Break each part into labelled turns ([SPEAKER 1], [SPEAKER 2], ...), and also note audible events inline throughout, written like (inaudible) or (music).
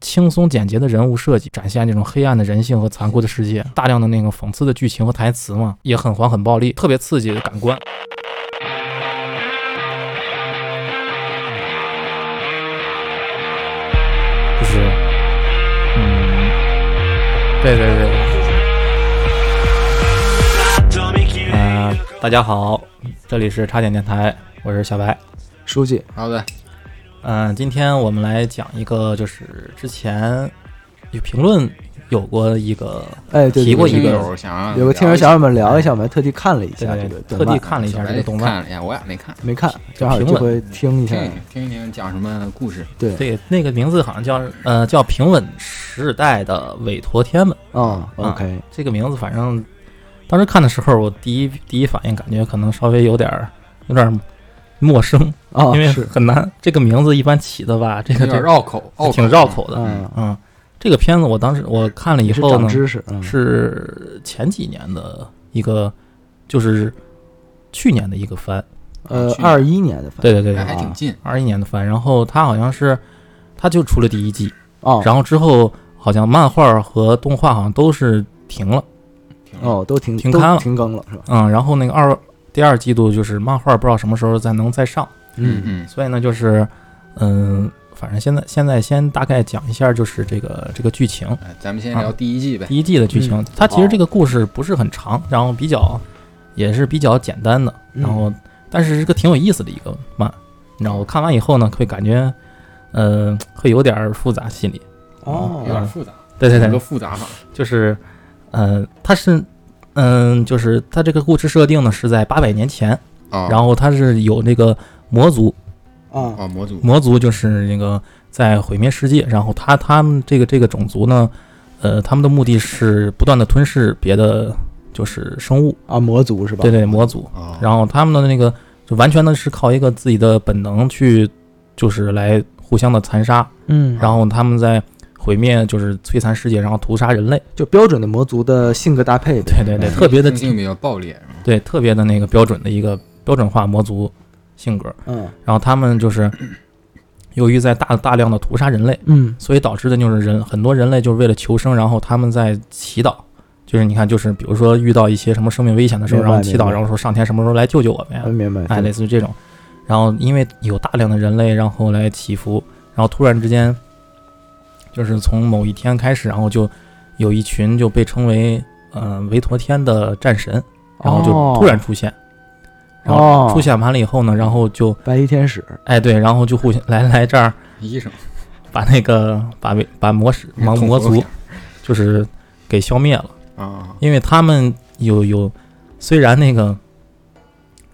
[SPEAKER 1] 轻松简洁的人物设计，展现这种黑暗的人性和残酷的世界，大量的那个讽刺的剧情和台词嘛，也很黄很暴力，特别刺激的感官。就是，嗯，对对对。嗯、大家好，这里是插点电台，我是小白。
[SPEAKER 2] 书记，
[SPEAKER 3] 好的，
[SPEAKER 1] 嗯、今天我们来讲一个，就是之前有评论有过一个，
[SPEAKER 2] 哎，对，
[SPEAKER 1] 提过
[SPEAKER 2] 对
[SPEAKER 1] 一个
[SPEAKER 3] 听
[SPEAKER 1] 嗯
[SPEAKER 3] 友想让
[SPEAKER 2] 有个听友想让我们聊一下，我们还特地看了一下这个动
[SPEAKER 1] 特
[SPEAKER 2] 漫
[SPEAKER 1] 地看了一下这个动漫，
[SPEAKER 3] 看了一下，我也没看，
[SPEAKER 2] 没看，正好这回听一下
[SPEAKER 1] 嗯
[SPEAKER 3] 听。一听一听讲什么故事，
[SPEAKER 2] 对，
[SPEAKER 1] 对，那个名字好像叫呃叫《平稳时代的韦陀天们》
[SPEAKER 2] 嗯，OK，
[SPEAKER 1] 这个名字，反正当时看的时候，我第一第一反应感觉可能稍微有点儿有点儿陌生，
[SPEAKER 2] 啊，
[SPEAKER 1] 因为
[SPEAKER 2] 是，
[SPEAKER 1] 很难。这个名字一般起的吧，这
[SPEAKER 3] 有
[SPEAKER 1] 个
[SPEAKER 3] 点
[SPEAKER 1] 这
[SPEAKER 3] 绕口，啊拗
[SPEAKER 1] 挺绕口的。
[SPEAKER 2] 嗯，
[SPEAKER 1] 嗯，这个片子我当时我看了以
[SPEAKER 2] 也是
[SPEAKER 1] 后
[SPEAKER 2] 长
[SPEAKER 1] 呢，
[SPEAKER 2] 知识，嗯，
[SPEAKER 1] 是前几年的一个，就是去年的一个番，
[SPEAKER 2] 呃，
[SPEAKER 3] 去年
[SPEAKER 2] 二一年的，
[SPEAKER 1] 对，对对啊
[SPEAKER 3] 哎
[SPEAKER 1] 对，
[SPEAKER 3] 还挺近，
[SPEAKER 1] 二一年的番。然后它好像是，它就出了第一季，
[SPEAKER 2] 哦，
[SPEAKER 1] 然后之后好像漫画和动画好像都是停了，
[SPEAKER 3] 挺绕口，
[SPEAKER 2] 哦，都停
[SPEAKER 1] 停
[SPEAKER 2] 都
[SPEAKER 1] 刊了
[SPEAKER 2] 停更了是吧？
[SPEAKER 1] 嗯，然后那个二第二季度就是漫画不知道什么时候再能再上，
[SPEAKER 3] 嗯，嗯，
[SPEAKER 1] 所以呢就是，嗯，反正现在现在先大概讲一下就是这个这个剧情，
[SPEAKER 3] 哎咱
[SPEAKER 1] 啊
[SPEAKER 3] 们先聊第一季呗，
[SPEAKER 1] 第一季的剧情，
[SPEAKER 2] 嗯
[SPEAKER 1] 它其实这个故事不是很长，然后比较也是比较简单的，
[SPEAKER 2] 嗯
[SPEAKER 1] 然后但是是个挺有意思的一个漫，然后我看完以后呢，会感觉，呃，会有点儿复杂心理。嗯
[SPEAKER 3] 有
[SPEAKER 2] 哦
[SPEAKER 3] 点复杂，
[SPEAKER 1] 啊对对
[SPEAKER 3] 有个
[SPEAKER 1] 对，
[SPEAKER 3] 复杂法，
[SPEAKER 1] 就是，呃，它是，嗯、就是它这个故事设定呢是在八百年前，
[SPEAKER 3] 啊，
[SPEAKER 1] 然后它嗯是有那个魔族，
[SPEAKER 2] 啊，
[SPEAKER 3] 啊，魔族，
[SPEAKER 1] 魔族就是那个在毁灭世界，然后他他们这个这个种族呢，呃，他们的目的是不断的吞噬别的就是生物，
[SPEAKER 2] 啊，魔族是吧？
[SPEAKER 1] 对对，魔族。
[SPEAKER 3] 啊，
[SPEAKER 1] 然后他们的那个就完全的是靠一个自己的本能去，就是来互相的残杀，
[SPEAKER 2] 嗯，
[SPEAKER 1] 然后他们在毁灭就是摧残世界，然后屠杀人类。
[SPEAKER 2] 就标准的魔族的性格搭配
[SPEAKER 1] 对
[SPEAKER 2] 呗，
[SPEAKER 1] 对对，
[SPEAKER 3] 嗯
[SPEAKER 1] 特别的
[SPEAKER 3] 性性比较暴烈，是吗
[SPEAKER 1] 对特别的那个标准的一个标准化魔族性格。
[SPEAKER 2] 嗯
[SPEAKER 1] 然后他们
[SPEAKER 2] (clears throat)
[SPEAKER 1] 就是由于在大大量的屠杀人类。
[SPEAKER 2] 嗯
[SPEAKER 1] 所以导致的就是人很多人类就是为了求生，然后他们在祈祷，就是你看，就是比如说遇到一些什么生命危险的时候，
[SPEAKER 2] 明白
[SPEAKER 1] 然后祈
[SPEAKER 2] 明
[SPEAKER 1] 祷，
[SPEAKER 2] 白
[SPEAKER 1] 然后说上天什么时候来救救我们呀
[SPEAKER 2] 嗯，？明白，
[SPEAKER 1] 哎，类似于这种。然后因为有大量的人类，然后来祈福，然后突然之间，就是从某一天开始，然后就有一群就被称为呃维陀天的战神，然后就突然出现，然后
[SPEAKER 2] 哦
[SPEAKER 1] 出现完了以后呢，然后就
[SPEAKER 2] 白衣天使，
[SPEAKER 1] 哎对，然后就互相来 (laughs) 来这儿
[SPEAKER 3] 医生，
[SPEAKER 1] 把那个把维把魔使魔魔族就是给消灭了，
[SPEAKER 3] 啊，
[SPEAKER 1] 因为他们有有虽然那个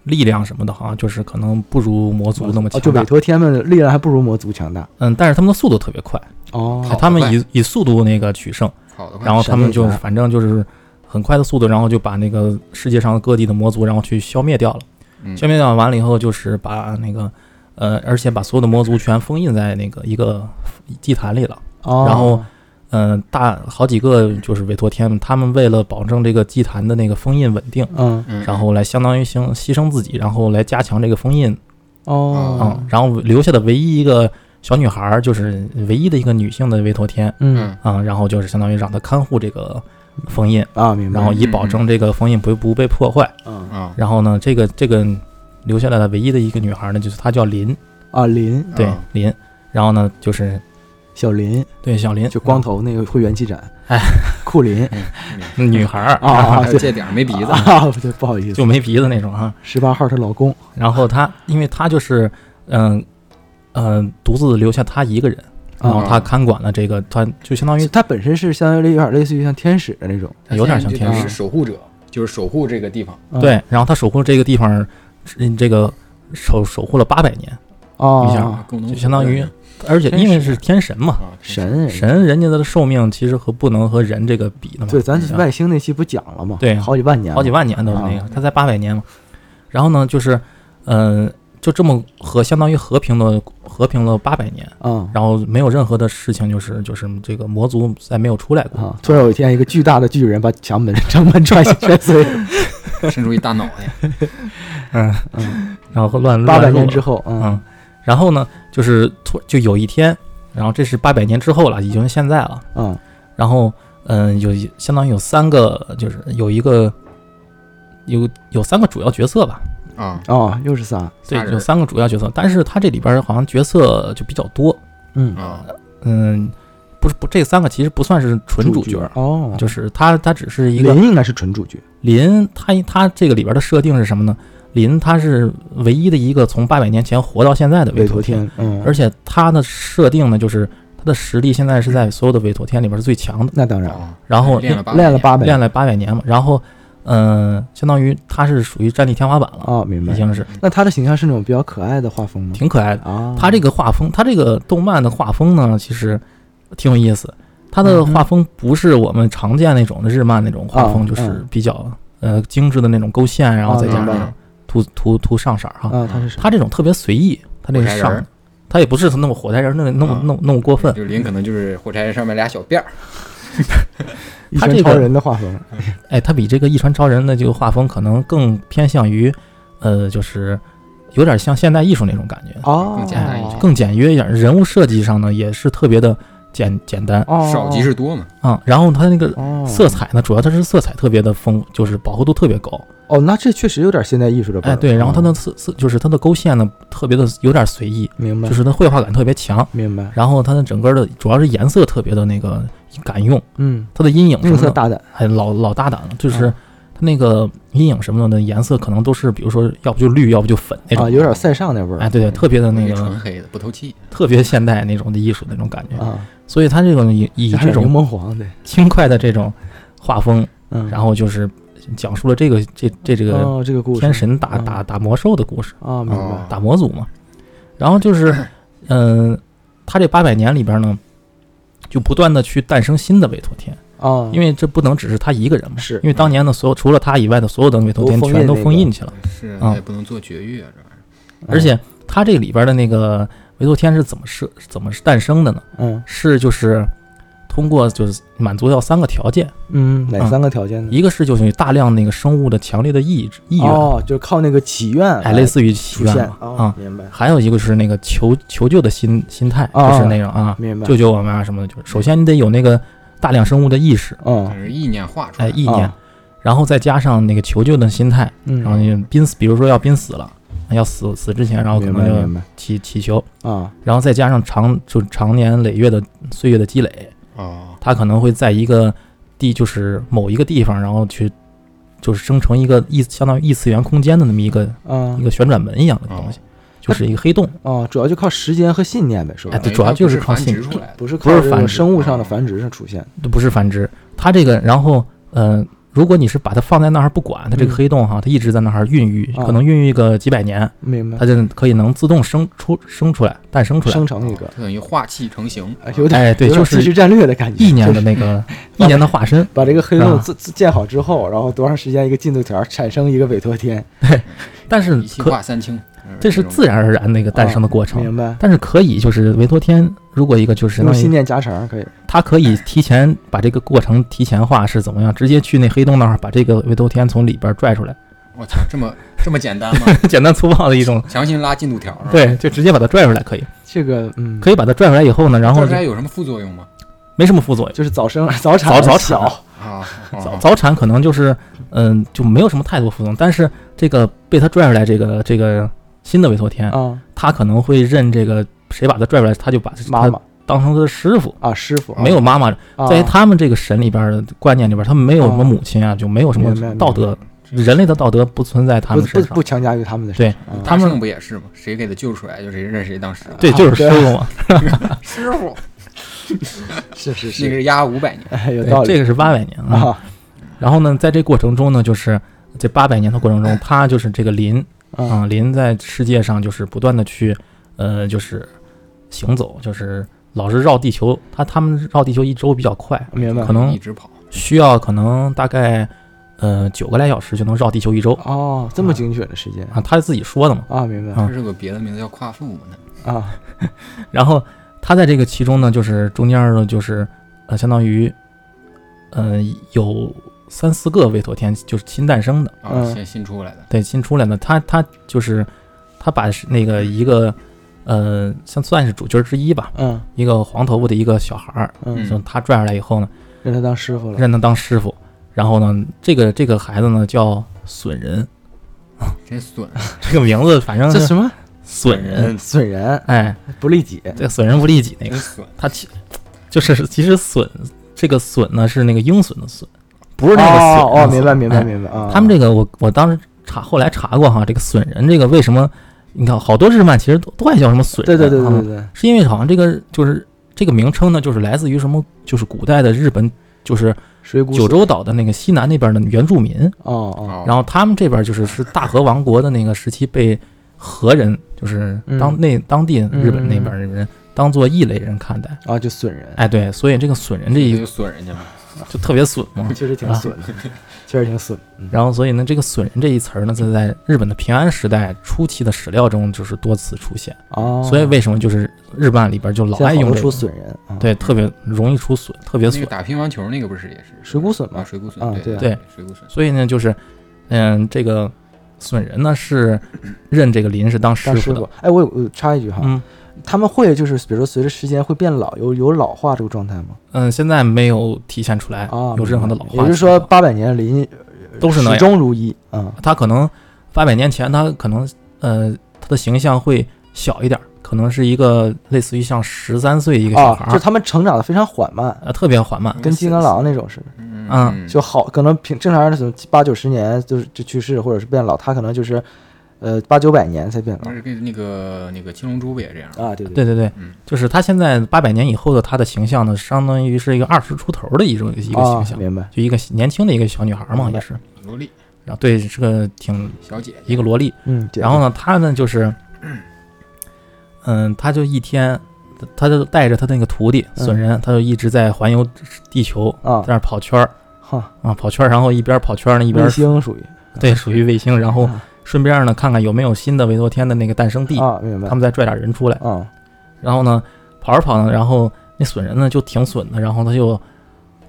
[SPEAKER 1] 力量什么的，好像就是可能不如魔族那么
[SPEAKER 2] 哦
[SPEAKER 1] 强
[SPEAKER 2] 就
[SPEAKER 1] 大，
[SPEAKER 2] 委托天们的力量还不如魔族强大
[SPEAKER 1] 嗯，但是他们的速度特别快，
[SPEAKER 2] 哦
[SPEAKER 3] 好
[SPEAKER 1] 他们以以速度那个取胜，
[SPEAKER 3] 跑得快，
[SPEAKER 1] 然后他们就
[SPEAKER 2] 闪电侠
[SPEAKER 1] 反正就是很快的速度，然后就把那个世界上各地的魔族，然后去消灭掉了，
[SPEAKER 3] 嗯
[SPEAKER 1] 消灭掉完了以后，就是把那个呃，而且把所有的魔族全封印在那个一个祭坛里了。
[SPEAKER 2] 哦，
[SPEAKER 1] 然后嗯、大好几个就是委托天们，他们为了保证这个祭坛的那个封印稳定，
[SPEAKER 2] 嗯
[SPEAKER 3] 嗯
[SPEAKER 1] 然后来相当于牺牺牲自己，然后来加强这个封印
[SPEAKER 3] 嗯
[SPEAKER 1] 啊、
[SPEAKER 2] 哦
[SPEAKER 1] 然后留下的唯一一个小女孩儿，就是唯一的一个女性的委托天
[SPEAKER 2] 嗯
[SPEAKER 3] 嗯，
[SPEAKER 1] 啊、然后就是相当于让她看护这个封印，
[SPEAKER 2] 啊，明白，
[SPEAKER 1] 然后以保证这个封印不不被破坏。
[SPEAKER 2] 嗯
[SPEAKER 3] 啊
[SPEAKER 1] 然后呢，这个这个留下来的唯一的一个女孩儿呢，就是她叫林，
[SPEAKER 2] 啊，林
[SPEAKER 1] 对、
[SPEAKER 3] 啊
[SPEAKER 1] 林。然后呢，就是
[SPEAKER 2] 小林
[SPEAKER 1] 对小林，
[SPEAKER 2] 就光头那个会员机展，
[SPEAKER 1] 哎，
[SPEAKER 2] 酷
[SPEAKER 3] (laughs)
[SPEAKER 2] 林
[SPEAKER 1] 女孩儿
[SPEAKER 2] 啊
[SPEAKER 3] 还有
[SPEAKER 2] 对
[SPEAKER 3] 这点儿没鼻子，
[SPEAKER 2] 啊，对，不好意思
[SPEAKER 1] (laughs) 就，没鼻子那种啊。
[SPEAKER 2] 十八号她老公
[SPEAKER 1] 然后他，因为他就是，嗯、嗯、独自留下他一个人，然后
[SPEAKER 2] 啊，
[SPEAKER 1] 他看管了这个，他就相当于
[SPEAKER 2] 他本身是相当于有点类似于像天使的那种，
[SPEAKER 1] 有点像
[SPEAKER 3] 他现在
[SPEAKER 1] 天
[SPEAKER 3] 就是
[SPEAKER 1] 使
[SPEAKER 3] 守护者，就是守护这个地方，
[SPEAKER 2] 嗯
[SPEAKER 1] 对，然后他守护这个地方，嗯这个守守护了八百年，一下
[SPEAKER 2] 哦
[SPEAKER 3] 啊，，共同
[SPEAKER 1] 就相当于，而且
[SPEAKER 2] 天使
[SPEAKER 1] 因为是天神嘛，
[SPEAKER 3] 啊，
[SPEAKER 2] 神
[SPEAKER 1] 神人家的寿命其实和不能和人这个比的嘛，
[SPEAKER 2] 对，咱
[SPEAKER 1] 嗯
[SPEAKER 2] 外星那期不讲了吗？
[SPEAKER 1] 对
[SPEAKER 2] 好几万年了，
[SPEAKER 1] 好几万年都是那个
[SPEAKER 2] 啊，
[SPEAKER 1] 他才八百年嘛。然后呢，就是，嗯、就这么和相当于和平的和平了八百年，
[SPEAKER 2] 嗯
[SPEAKER 1] 然后没有任何的事情，就是就是这个魔族再没有出来过。
[SPEAKER 2] 啊！突然有一天，一个巨大的巨人把墙门 (laughs) 城门踹摔
[SPEAKER 1] (laughs)
[SPEAKER 2] 碎了。
[SPEAKER 3] 伸出一大脑袋，
[SPEAKER 1] 嗯，
[SPEAKER 2] 嗯
[SPEAKER 1] 然后乱
[SPEAKER 2] 八百年
[SPEAKER 1] 后，
[SPEAKER 2] 之后，嗯
[SPEAKER 1] 嗯，然后呢，就是突就有一天，然后这是八百年之后了，已经现在了。
[SPEAKER 2] 嗯
[SPEAKER 1] 然后，嗯，有一相当于有三个，就是有一个有有三个主要角色吧，
[SPEAKER 3] (laughs) 啊，
[SPEAKER 2] 哦，又是仨，
[SPEAKER 1] 对
[SPEAKER 3] 仨，人
[SPEAKER 1] 有三个主要角色，但是它这里边儿好像角色就比较多，
[SPEAKER 2] 嗯，
[SPEAKER 3] 啊，
[SPEAKER 1] 嗯，不是不，这三个其实不算是纯主角儿，啊
[SPEAKER 2] 哦，
[SPEAKER 1] 就是他他只是一个
[SPEAKER 2] 林应该是纯主角，
[SPEAKER 1] 林，他他这个里边的设定是什么呢？林他是唯一的一个从八百年前活到现在的
[SPEAKER 2] 韦
[SPEAKER 1] 韦
[SPEAKER 2] 陀
[SPEAKER 1] 陀天，
[SPEAKER 2] 天，嗯，
[SPEAKER 1] 而且他的设定呢，就是他的实力现在是在所有的韦陀天里边是最强的，
[SPEAKER 2] 那当然，
[SPEAKER 3] 啊
[SPEAKER 1] 然后
[SPEAKER 3] 练了八
[SPEAKER 2] 练了八百
[SPEAKER 1] 练了八百年嘛，然后嗯、呃相当于他是属于战力天花板了，
[SPEAKER 2] 哦，明
[SPEAKER 1] 已
[SPEAKER 2] 白。
[SPEAKER 1] 经是
[SPEAKER 2] 那他的形象是那种比较可爱的画风吗？
[SPEAKER 1] 挺可爱的。
[SPEAKER 2] 啊，
[SPEAKER 1] 它这个画风，它这个动漫的画风呢，其实挺有意思。它的
[SPEAKER 2] 嗯哼
[SPEAKER 1] 画风不是我们常见那种的日漫那种画风，
[SPEAKER 2] 啊
[SPEAKER 1] 就是
[SPEAKER 2] 嗯
[SPEAKER 1] 比较呃精致的那种勾线，然后再
[SPEAKER 2] 啊
[SPEAKER 1] 加
[SPEAKER 2] 明白
[SPEAKER 1] 上
[SPEAKER 2] 了
[SPEAKER 1] 涂涂涂上色儿哈。
[SPEAKER 2] 啊，他是啥？
[SPEAKER 1] 它这种特别随意，它这
[SPEAKER 3] 火
[SPEAKER 1] 个
[SPEAKER 3] 柴人
[SPEAKER 1] 上
[SPEAKER 3] 儿，
[SPEAKER 1] 它也不是那么火柴人那那么
[SPEAKER 3] 啊
[SPEAKER 1] 那么那么过分。
[SPEAKER 3] 就林可能就是火柴人上面俩小辫儿，
[SPEAKER 2] 一
[SPEAKER 1] 他
[SPEAKER 2] 拳
[SPEAKER 1] 这个
[SPEAKER 2] 超人的画风，
[SPEAKER 1] 哎，它比这个《一传超人》的这个画风可能更偏向于，呃，就是有点像现代艺术那种感觉，哎
[SPEAKER 2] 哦，
[SPEAKER 3] 更简单一些
[SPEAKER 1] 更简约一点。人物设计上呢，也是特别的简简单
[SPEAKER 2] 哦，
[SPEAKER 3] 少即是多嘛，
[SPEAKER 1] 啊、然后它那个
[SPEAKER 2] 哦
[SPEAKER 1] 色彩呢，主要它是色彩特别的丰，就是饱和度特别高。
[SPEAKER 2] 哦，那这确实有点现代艺术的味儿
[SPEAKER 1] 哎，对，然后它的
[SPEAKER 2] 嗯
[SPEAKER 1] 色色就是它的勾线呢，特别的有点随意，
[SPEAKER 2] 明白
[SPEAKER 1] 就是它绘画感特别强。
[SPEAKER 2] 明白，
[SPEAKER 1] 然后它的整个的主要是颜色特别的那个敢用，
[SPEAKER 2] 嗯，
[SPEAKER 1] 它的阴影什
[SPEAKER 2] 暮
[SPEAKER 1] 么哎
[SPEAKER 2] 色
[SPEAKER 1] 的
[SPEAKER 2] 大胆，
[SPEAKER 1] 还老老大胆了，就是
[SPEAKER 2] 啊
[SPEAKER 1] 它那个阴影什么的颜色可能都是，比如说要不就绿，要不就粉那种。
[SPEAKER 2] 啊，有点塞尚那味
[SPEAKER 1] 哎，
[SPEAKER 2] 儿
[SPEAKER 1] 对对，特别的那
[SPEAKER 3] 纯
[SPEAKER 1] 个
[SPEAKER 3] 黑的不透气，
[SPEAKER 1] 特别现代那种的艺术那种感觉。
[SPEAKER 2] 啊，
[SPEAKER 1] 所以它这种以以
[SPEAKER 2] 加
[SPEAKER 1] 这
[SPEAKER 2] 点
[SPEAKER 1] 种
[SPEAKER 2] 柠檬黄
[SPEAKER 1] (laughs)
[SPEAKER 2] 对，
[SPEAKER 1] 轻快的这种画风，
[SPEAKER 2] 嗯，
[SPEAKER 1] 然后就是讲述了这个这这这个
[SPEAKER 2] 哦，这个故事
[SPEAKER 1] 天神打
[SPEAKER 2] 嗯
[SPEAKER 1] 打打魔兽的故事，
[SPEAKER 2] 啊，明白
[SPEAKER 3] 哦，
[SPEAKER 1] 打魔族嘛。然后
[SPEAKER 2] (laughs)
[SPEAKER 1] 就是，嗯、他这八百年里边呢，就不断的去诞生新的韦陀天，
[SPEAKER 2] 啊，
[SPEAKER 1] 因为这不能只是他一个人嘛，
[SPEAKER 2] 是嗯
[SPEAKER 1] 因为当年的所有除了他以外的所有的韦陀天
[SPEAKER 2] 都封印
[SPEAKER 1] 全都
[SPEAKER 2] 那个嗯
[SPEAKER 1] 封印去了，
[SPEAKER 3] 是
[SPEAKER 1] 啊
[SPEAKER 3] 也不能做绝育啊，这玩意儿
[SPEAKER 1] 而且他这里边的那个韦陀天是怎么设怎么诞生的呢？
[SPEAKER 2] 嗯
[SPEAKER 1] 是就是。通过就是满足要三个条件，
[SPEAKER 2] 嗯，哪
[SPEAKER 1] 嗯
[SPEAKER 2] 三个条件呢？
[SPEAKER 1] 一个是就是有大量那个生物的强烈的意志意愿，
[SPEAKER 2] 哦，就是靠那个祈愿
[SPEAKER 1] 哎，
[SPEAKER 2] 来
[SPEAKER 1] 类似于祈
[SPEAKER 2] 出
[SPEAKER 1] 愿
[SPEAKER 2] 现
[SPEAKER 1] 嘛，啊
[SPEAKER 2] 哦，明白
[SPEAKER 1] 还有一个是那个求求救的心心态，
[SPEAKER 2] 啊
[SPEAKER 1] 就是那种啊，
[SPEAKER 2] 明白，
[SPEAKER 1] 救救我们啊什么的。就是首先你得有那个大量生物的意识，
[SPEAKER 2] 嗯
[SPEAKER 3] 就是意念画出
[SPEAKER 1] 哎，
[SPEAKER 3] 来，
[SPEAKER 1] 意念，然后再加上那个求救的心态，
[SPEAKER 2] 嗯，
[SPEAKER 1] 然后你濒死，比如说要濒死了，要死死之前，然后可
[SPEAKER 2] 明白
[SPEAKER 1] 能
[SPEAKER 2] 明
[SPEAKER 1] 就
[SPEAKER 2] 白
[SPEAKER 1] 祈祈求，
[SPEAKER 2] 啊，
[SPEAKER 1] 然后再加上长就长年累月的岁月的积累，
[SPEAKER 3] 哦，
[SPEAKER 1] 它可能会在一个地就是某一个地方，然后去就是生成一个异相当于异次元空间的那么一个
[SPEAKER 2] 啊
[SPEAKER 1] 一个旋转门一样的东西，
[SPEAKER 3] 哦
[SPEAKER 1] 就是一个黑洞。
[SPEAKER 2] 哦，主要就靠时间和信念呗，是
[SPEAKER 1] 哎
[SPEAKER 2] 吧？
[SPEAKER 1] 对主要就是靠
[SPEAKER 3] 靠繁
[SPEAKER 1] 性
[SPEAKER 3] 殖出来的，
[SPEAKER 2] 不是
[SPEAKER 1] 不是
[SPEAKER 2] 靠这
[SPEAKER 1] 繁
[SPEAKER 2] 种
[SPEAKER 1] 殖
[SPEAKER 2] 生物上的繁殖上出现，
[SPEAKER 1] 不是繁殖，它这个，然后，呃，如果你是把它放在那儿不管，它这个
[SPEAKER 2] 嗯
[SPEAKER 1] 黑洞哈，它一直在那儿孕育，
[SPEAKER 2] 啊
[SPEAKER 1] 可能孕育个几百年，
[SPEAKER 2] 明白
[SPEAKER 1] 它？就可以能自动生出生出来，诞生出来。
[SPEAKER 2] 生成一个
[SPEAKER 3] 它，等于化气成形
[SPEAKER 2] 哎，有点
[SPEAKER 1] 哎，对，
[SPEAKER 2] 有
[SPEAKER 1] 就
[SPEAKER 2] 点即时
[SPEAKER 1] 是
[SPEAKER 2] 战略的感觉，
[SPEAKER 1] 意念
[SPEAKER 2] 就是
[SPEAKER 1] 的那
[SPEAKER 2] (laughs)
[SPEAKER 1] 个意念的化身，
[SPEAKER 2] 把这个黑洞
[SPEAKER 1] 啊
[SPEAKER 2] 自自建好之后，然后多长时间一个进度条产生一个委托天，
[SPEAKER 1] 但是
[SPEAKER 3] 啊一气
[SPEAKER 1] 可
[SPEAKER 3] 化三清，嗯
[SPEAKER 1] 这是
[SPEAKER 3] 种
[SPEAKER 1] 自然而然那个诞生的过程。
[SPEAKER 2] 哦明白？
[SPEAKER 1] 但是可以，就是维托天，如果一个就是相
[SPEAKER 2] 用
[SPEAKER 1] 当于
[SPEAKER 2] 信念加成可以，
[SPEAKER 1] 他可以提前把这个过程提前化是怎么样，直接去那黑洞那儿把这个维托天从里边拽出来， (laughs)
[SPEAKER 3] 我操，这么这么简单吗？
[SPEAKER 1] 简单粗暴的一种，
[SPEAKER 3] 强行拉进度条儿，
[SPEAKER 1] 对，就直接把它拽出来可以。
[SPEAKER 2] 这个嗯，
[SPEAKER 1] 可以把它拽回来以后呢，然后
[SPEAKER 3] 这
[SPEAKER 1] 就
[SPEAKER 3] 还有什么副作用吗？
[SPEAKER 1] 没什么副作用。
[SPEAKER 2] 就是早生早产
[SPEAKER 1] 早早产
[SPEAKER 2] 小，
[SPEAKER 3] 啊， (laughs)
[SPEAKER 2] 哦
[SPEAKER 1] 早早产可能就是，嗯，就没有什么太多副作用。但是这个被他拽出来这个这个新的委托天，
[SPEAKER 2] 啊，
[SPEAKER 1] 他可能会认这个谁把他拽出来，他就把
[SPEAKER 2] 妈
[SPEAKER 1] 他
[SPEAKER 2] 妈
[SPEAKER 1] 当成他的师傅。
[SPEAKER 2] 啊，师傅
[SPEAKER 1] 没有妈妈，
[SPEAKER 2] 啊
[SPEAKER 1] 在于他们这个神里边的观念里边，他们没有什么母亲啊，就没有什么
[SPEAKER 2] 明白明白
[SPEAKER 1] 道德，人类的道德不存在他
[SPEAKER 2] 不
[SPEAKER 1] 们身
[SPEAKER 2] 不
[SPEAKER 1] 上
[SPEAKER 2] 不。强加于他们的身
[SPEAKER 1] 对
[SPEAKER 2] 上，啊
[SPEAKER 1] 他们
[SPEAKER 3] 们不也是吗？谁给他救出来，就谁认谁当啊师傅。
[SPEAKER 1] 对，就是
[SPEAKER 2] 啊
[SPEAKER 1] 师
[SPEAKER 2] 对
[SPEAKER 1] 傅嘛。
[SPEAKER 3] 师傅，
[SPEAKER 2] 是
[SPEAKER 3] (laughs)
[SPEAKER 2] 是
[SPEAKER 3] 那个
[SPEAKER 2] 是，
[SPEAKER 3] 是压五百年，
[SPEAKER 2] 哎有
[SPEAKER 1] 对
[SPEAKER 2] 道理
[SPEAKER 1] 这个是八百年啊。
[SPEAKER 2] 啊
[SPEAKER 1] 然后呢，在这过程中呢，就是这八百年的过程中，他就是这个林
[SPEAKER 2] 啊
[SPEAKER 1] 啊，林在世界上就是不断的去，呃，就是行走，就是老是绕地球。他他们绕地球一周比较快，
[SPEAKER 2] 明白
[SPEAKER 1] 嗯可能
[SPEAKER 3] 一直跑，
[SPEAKER 1] 需要可能大概呃九个来小时就能绕地球一周
[SPEAKER 2] 哦，这么精确的时间
[SPEAKER 1] 啊，他自己说的嘛。
[SPEAKER 2] 啊，明白
[SPEAKER 1] 啊
[SPEAKER 3] 这是个别的名字叫夸父嘛？
[SPEAKER 2] 啊，
[SPEAKER 1] 然后他在这个其中呢，就是中间呢就是呃相当于，呃有三四个韦陀天就是新诞生的，
[SPEAKER 3] 那啊，
[SPEAKER 2] 嗯
[SPEAKER 3] 新新出来的
[SPEAKER 1] 对，新出来的。他他就是他把是那个一个呃，像算是主角之一吧，
[SPEAKER 2] 嗯
[SPEAKER 1] 一个黄头发的一个小孩儿，
[SPEAKER 2] 嗯，
[SPEAKER 1] 就他拽上来以后呢，
[SPEAKER 2] 认他当师傅了。
[SPEAKER 1] 认他当师傅。然后呢，这个这个孩子呢叫损人，
[SPEAKER 3] 真损，
[SPEAKER 1] 这个名字反正
[SPEAKER 2] 这
[SPEAKER 1] 是
[SPEAKER 2] 什么
[SPEAKER 1] 损人，
[SPEAKER 2] 损人
[SPEAKER 1] 哎，
[SPEAKER 2] 不利己？
[SPEAKER 1] 这损人不利己那个
[SPEAKER 3] 真，损，
[SPEAKER 1] 他其就是其实损这个损呢是那个鹰隼的隼，不是那个损
[SPEAKER 2] 哦
[SPEAKER 1] 那
[SPEAKER 2] 哦，
[SPEAKER 1] 个
[SPEAKER 2] 明白
[SPEAKER 1] 损
[SPEAKER 2] 明
[SPEAKER 1] 哎
[SPEAKER 2] 白明白啊！
[SPEAKER 1] 他们这个我我当时查后来查过哈，这个损人这个为什么？你看好多日漫其实都都爱叫什么损
[SPEAKER 2] 对
[SPEAKER 1] 人，
[SPEAKER 2] 对对
[SPEAKER 1] 啊
[SPEAKER 2] 对对，
[SPEAKER 1] 是因为好像这个就是这个名称呢，就是来自于什么？就是古代的日本，就是
[SPEAKER 2] 水谷
[SPEAKER 1] 九
[SPEAKER 2] 隼
[SPEAKER 1] 州岛的那个西南那边的原住民，
[SPEAKER 2] 哦哦，
[SPEAKER 3] 哦
[SPEAKER 1] 然后他们这边就是是大和王国的那个时期被和人，就是
[SPEAKER 2] 嗯
[SPEAKER 1] 当那当地日本那边的人当做异类人看待。
[SPEAKER 2] 啊，就损人，
[SPEAKER 1] 哎，对，所以这个损人这
[SPEAKER 3] 这
[SPEAKER 1] 一
[SPEAKER 3] 就损人家嘛，
[SPEAKER 1] 就特别损嘛。
[SPEAKER 2] 确实挺损的，确实挺损。嗯
[SPEAKER 1] (laughs) 然后，所以呢，这个“损人”这一词儿呢，就在日本的平安时代初期的史料中就是多次出现。
[SPEAKER 2] 哦，
[SPEAKER 1] 所以为什么就是日漫里边就老
[SPEAKER 2] 现在
[SPEAKER 1] 爱
[SPEAKER 2] 好
[SPEAKER 1] 用
[SPEAKER 2] 多
[SPEAKER 1] 这
[SPEAKER 2] 出
[SPEAKER 1] 个？
[SPEAKER 2] 损嗯人啊，，
[SPEAKER 1] 对，特别容易出损，特别
[SPEAKER 3] 那
[SPEAKER 1] 损
[SPEAKER 3] 个。打乒乓球那个不是也是
[SPEAKER 2] 水谷隼
[SPEAKER 3] 啊，
[SPEAKER 2] 嘛，
[SPEAKER 3] 水谷
[SPEAKER 2] 啊
[SPEAKER 3] 隼，
[SPEAKER 2] 对
[SPEAKER 1] 嗯
[SPEAKER 2] 啊
[SPEAKER 1] 对，
[SPEAKER 3] 水谷隼，
[SPEAKER 1] 所以呢，就是，嗯，这个损人呢是认这个林是当师
[SPEAKER 2] 当
[SPEAKER 1] 傅
[SPEAKER 2] 师啊
[SPEAKER 1] 的
[SPEAKER 2] 傅。。哎，我有我插一句哈，
[SPEAKER 1] 嗯
[SPEAKER 2] 他们会就是比如说随着时间会变老，有有老化这个状态吗？
[SPEAKER 1] 嗯，现在没有体现出来
[SPEAKER 2] 啊，
[SPEAKER 1] 哎有任何的老
[SPEAKER 2] 明白
[SPEAKER 1] 化。
[SPEAKER 2] 也就是说，，八百年林
[SPEAKER 1] 都是那
[SPEAKER 2] 始
[SPEAKER 1] 样。
[SPEAKER 2] 终如一啊。
[SPEAKER 1] 他可能八百年前，他可能呃，他的形象会小一点儿，可能是一个类似于像十三岁一个小
[SPEAKER 2] 啊
[SPEAKER 1] 孩，
[SPEAKER 2] 就
[SPEAKER 1] 儿，
[SPEAKER 2] 他们成长的非常缓慢，
[SPEAKER 1] 呃，特别缓慢。
[SPEAKER 2] 跟金刚狼那种似的，
[SPEAKER 3] 嗯
[SPEAKER 1] 啊
[SPEAKER 3] 嗯，
[SPEAKER 2] 就好，可能平正常人可能八九十年就是就去世或者是变老，他可能就是呃八九百年才变
[SPEAKER 3] 当
[SPEAKER 1] 嗯
[SPEAKER 2] 老
[SPEAKER 3] 时嗯跟那个那个青龙珠不也这样？
[SPEAKER 2] 啊，对对
[SPEAKER 1] 对对对
[SPEAKER 3] 嗯，
[SPEAKER 1] 就是他现在八百年以后的他的形象呢，相当于是一个二十出头的一种一个
[SPEAKER 2] 啊
[SPEAKER 1] 形象，
[SPEAKER 2] 明白。
[SPEAKER 1] 就一个年轻的一个小女孩儿嘛，
[SPEAKER 2] 明白
[SPEAKER 1] 也是。
[SPEAKER 3] 萝莉
[SPEAKER 1] 然后对，是个挺
[SPEAKER 3] 小姐姐
[SPEAKER 1] 一个萝莉。
[SPEAKER 2] 嗯，对
[SPEAKER 1] 然后呢，她呢就是，嗯，她就一天，她就带着她那个徒弟
[SPEAKER 2] 嗯
[SPEAKER 1] 损人，她就一直在环游地球，
[SPEAKER 2] 啊
[SPEAKER 1] 在，那儿跑圈儿
[SPEAKER 2] 哈，
[SPEAKER 1] 啊，跑圈儿，然后一边跑圈儿呢一边
[SPEAKER 2] 卫星属于，
[SPEAKER 1] 对，属于卫星，然后
[SPEAKER 2] 啊
[SPEAKER 1] 顺便呢看看有没有新的维多天的那个诞生地，
[SPEAKER 2] 啊，明白
[SPEAKER 1] 他们再拽点人出来。
[SPEAKER 2] 啊，
[SPEAKER 1] 然后呢，跑着跑呢，然后那损人呢就挺损的，然后他就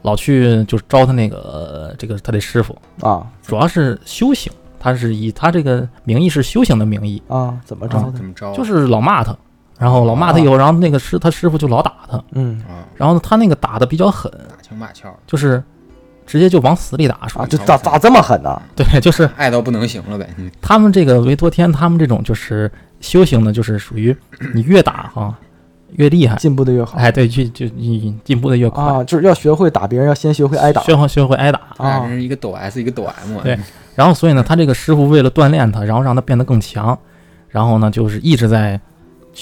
[SPEAKER 1] 老去就招他那个呃这个他的师傅，
[SPEAKER 2] 啊
[SPEAKER 1] 主要是修行，他是以他这个名义是修行的名义，
[SPEAKER 2] 啊，怎么着
[SPEAKER 3] 怎
[SPEAKER 2] 的？
[SPEAKER 3] 么着？
[SPEAKER 1] 就是老骂他，然后老骂他以后，然后那个师他师傅就老打他，
[SPEAKER 2] 嗯
[SPEAKER 3] 啊，
[SPEAKER 1] 然后呢他那个打的比较狠，
[SPEAKER 3] 打情骂俏，
[SPEAKER 1] 就是直接就往死里打，属
[SPEAKER 2] 啊，
[SPEAKER 1] 于
[SPEAKER 2] 就咋咋这么狠呢？
[SPEAKER 1] 对，就是
[SPEAKER 3] 爱到不能行了呗。嗯
[SPEAKER 1] 他们这个维多天，他们这种就是修行呢，就是属于你越打哈、越厉害，
[SPEAKER 2] 进步的越好
[SPEAKER 1] 哎，对，就就你进步的越快，
[SPEAKER 2] 啊，就是要学会打别人，要先学会挨打
[SPEAKER 1] 学会学会挨打。
[SPEAKER 3] 他俩
[SPEAKER 2] 啊
[SPEAKER 3] 真是一个抖 S 一个抖 M，啊
[SPEAKER 1] 对然后所以呢，他这个师傅为了锻炼他，然后让他变得更强，然后呢就是一直在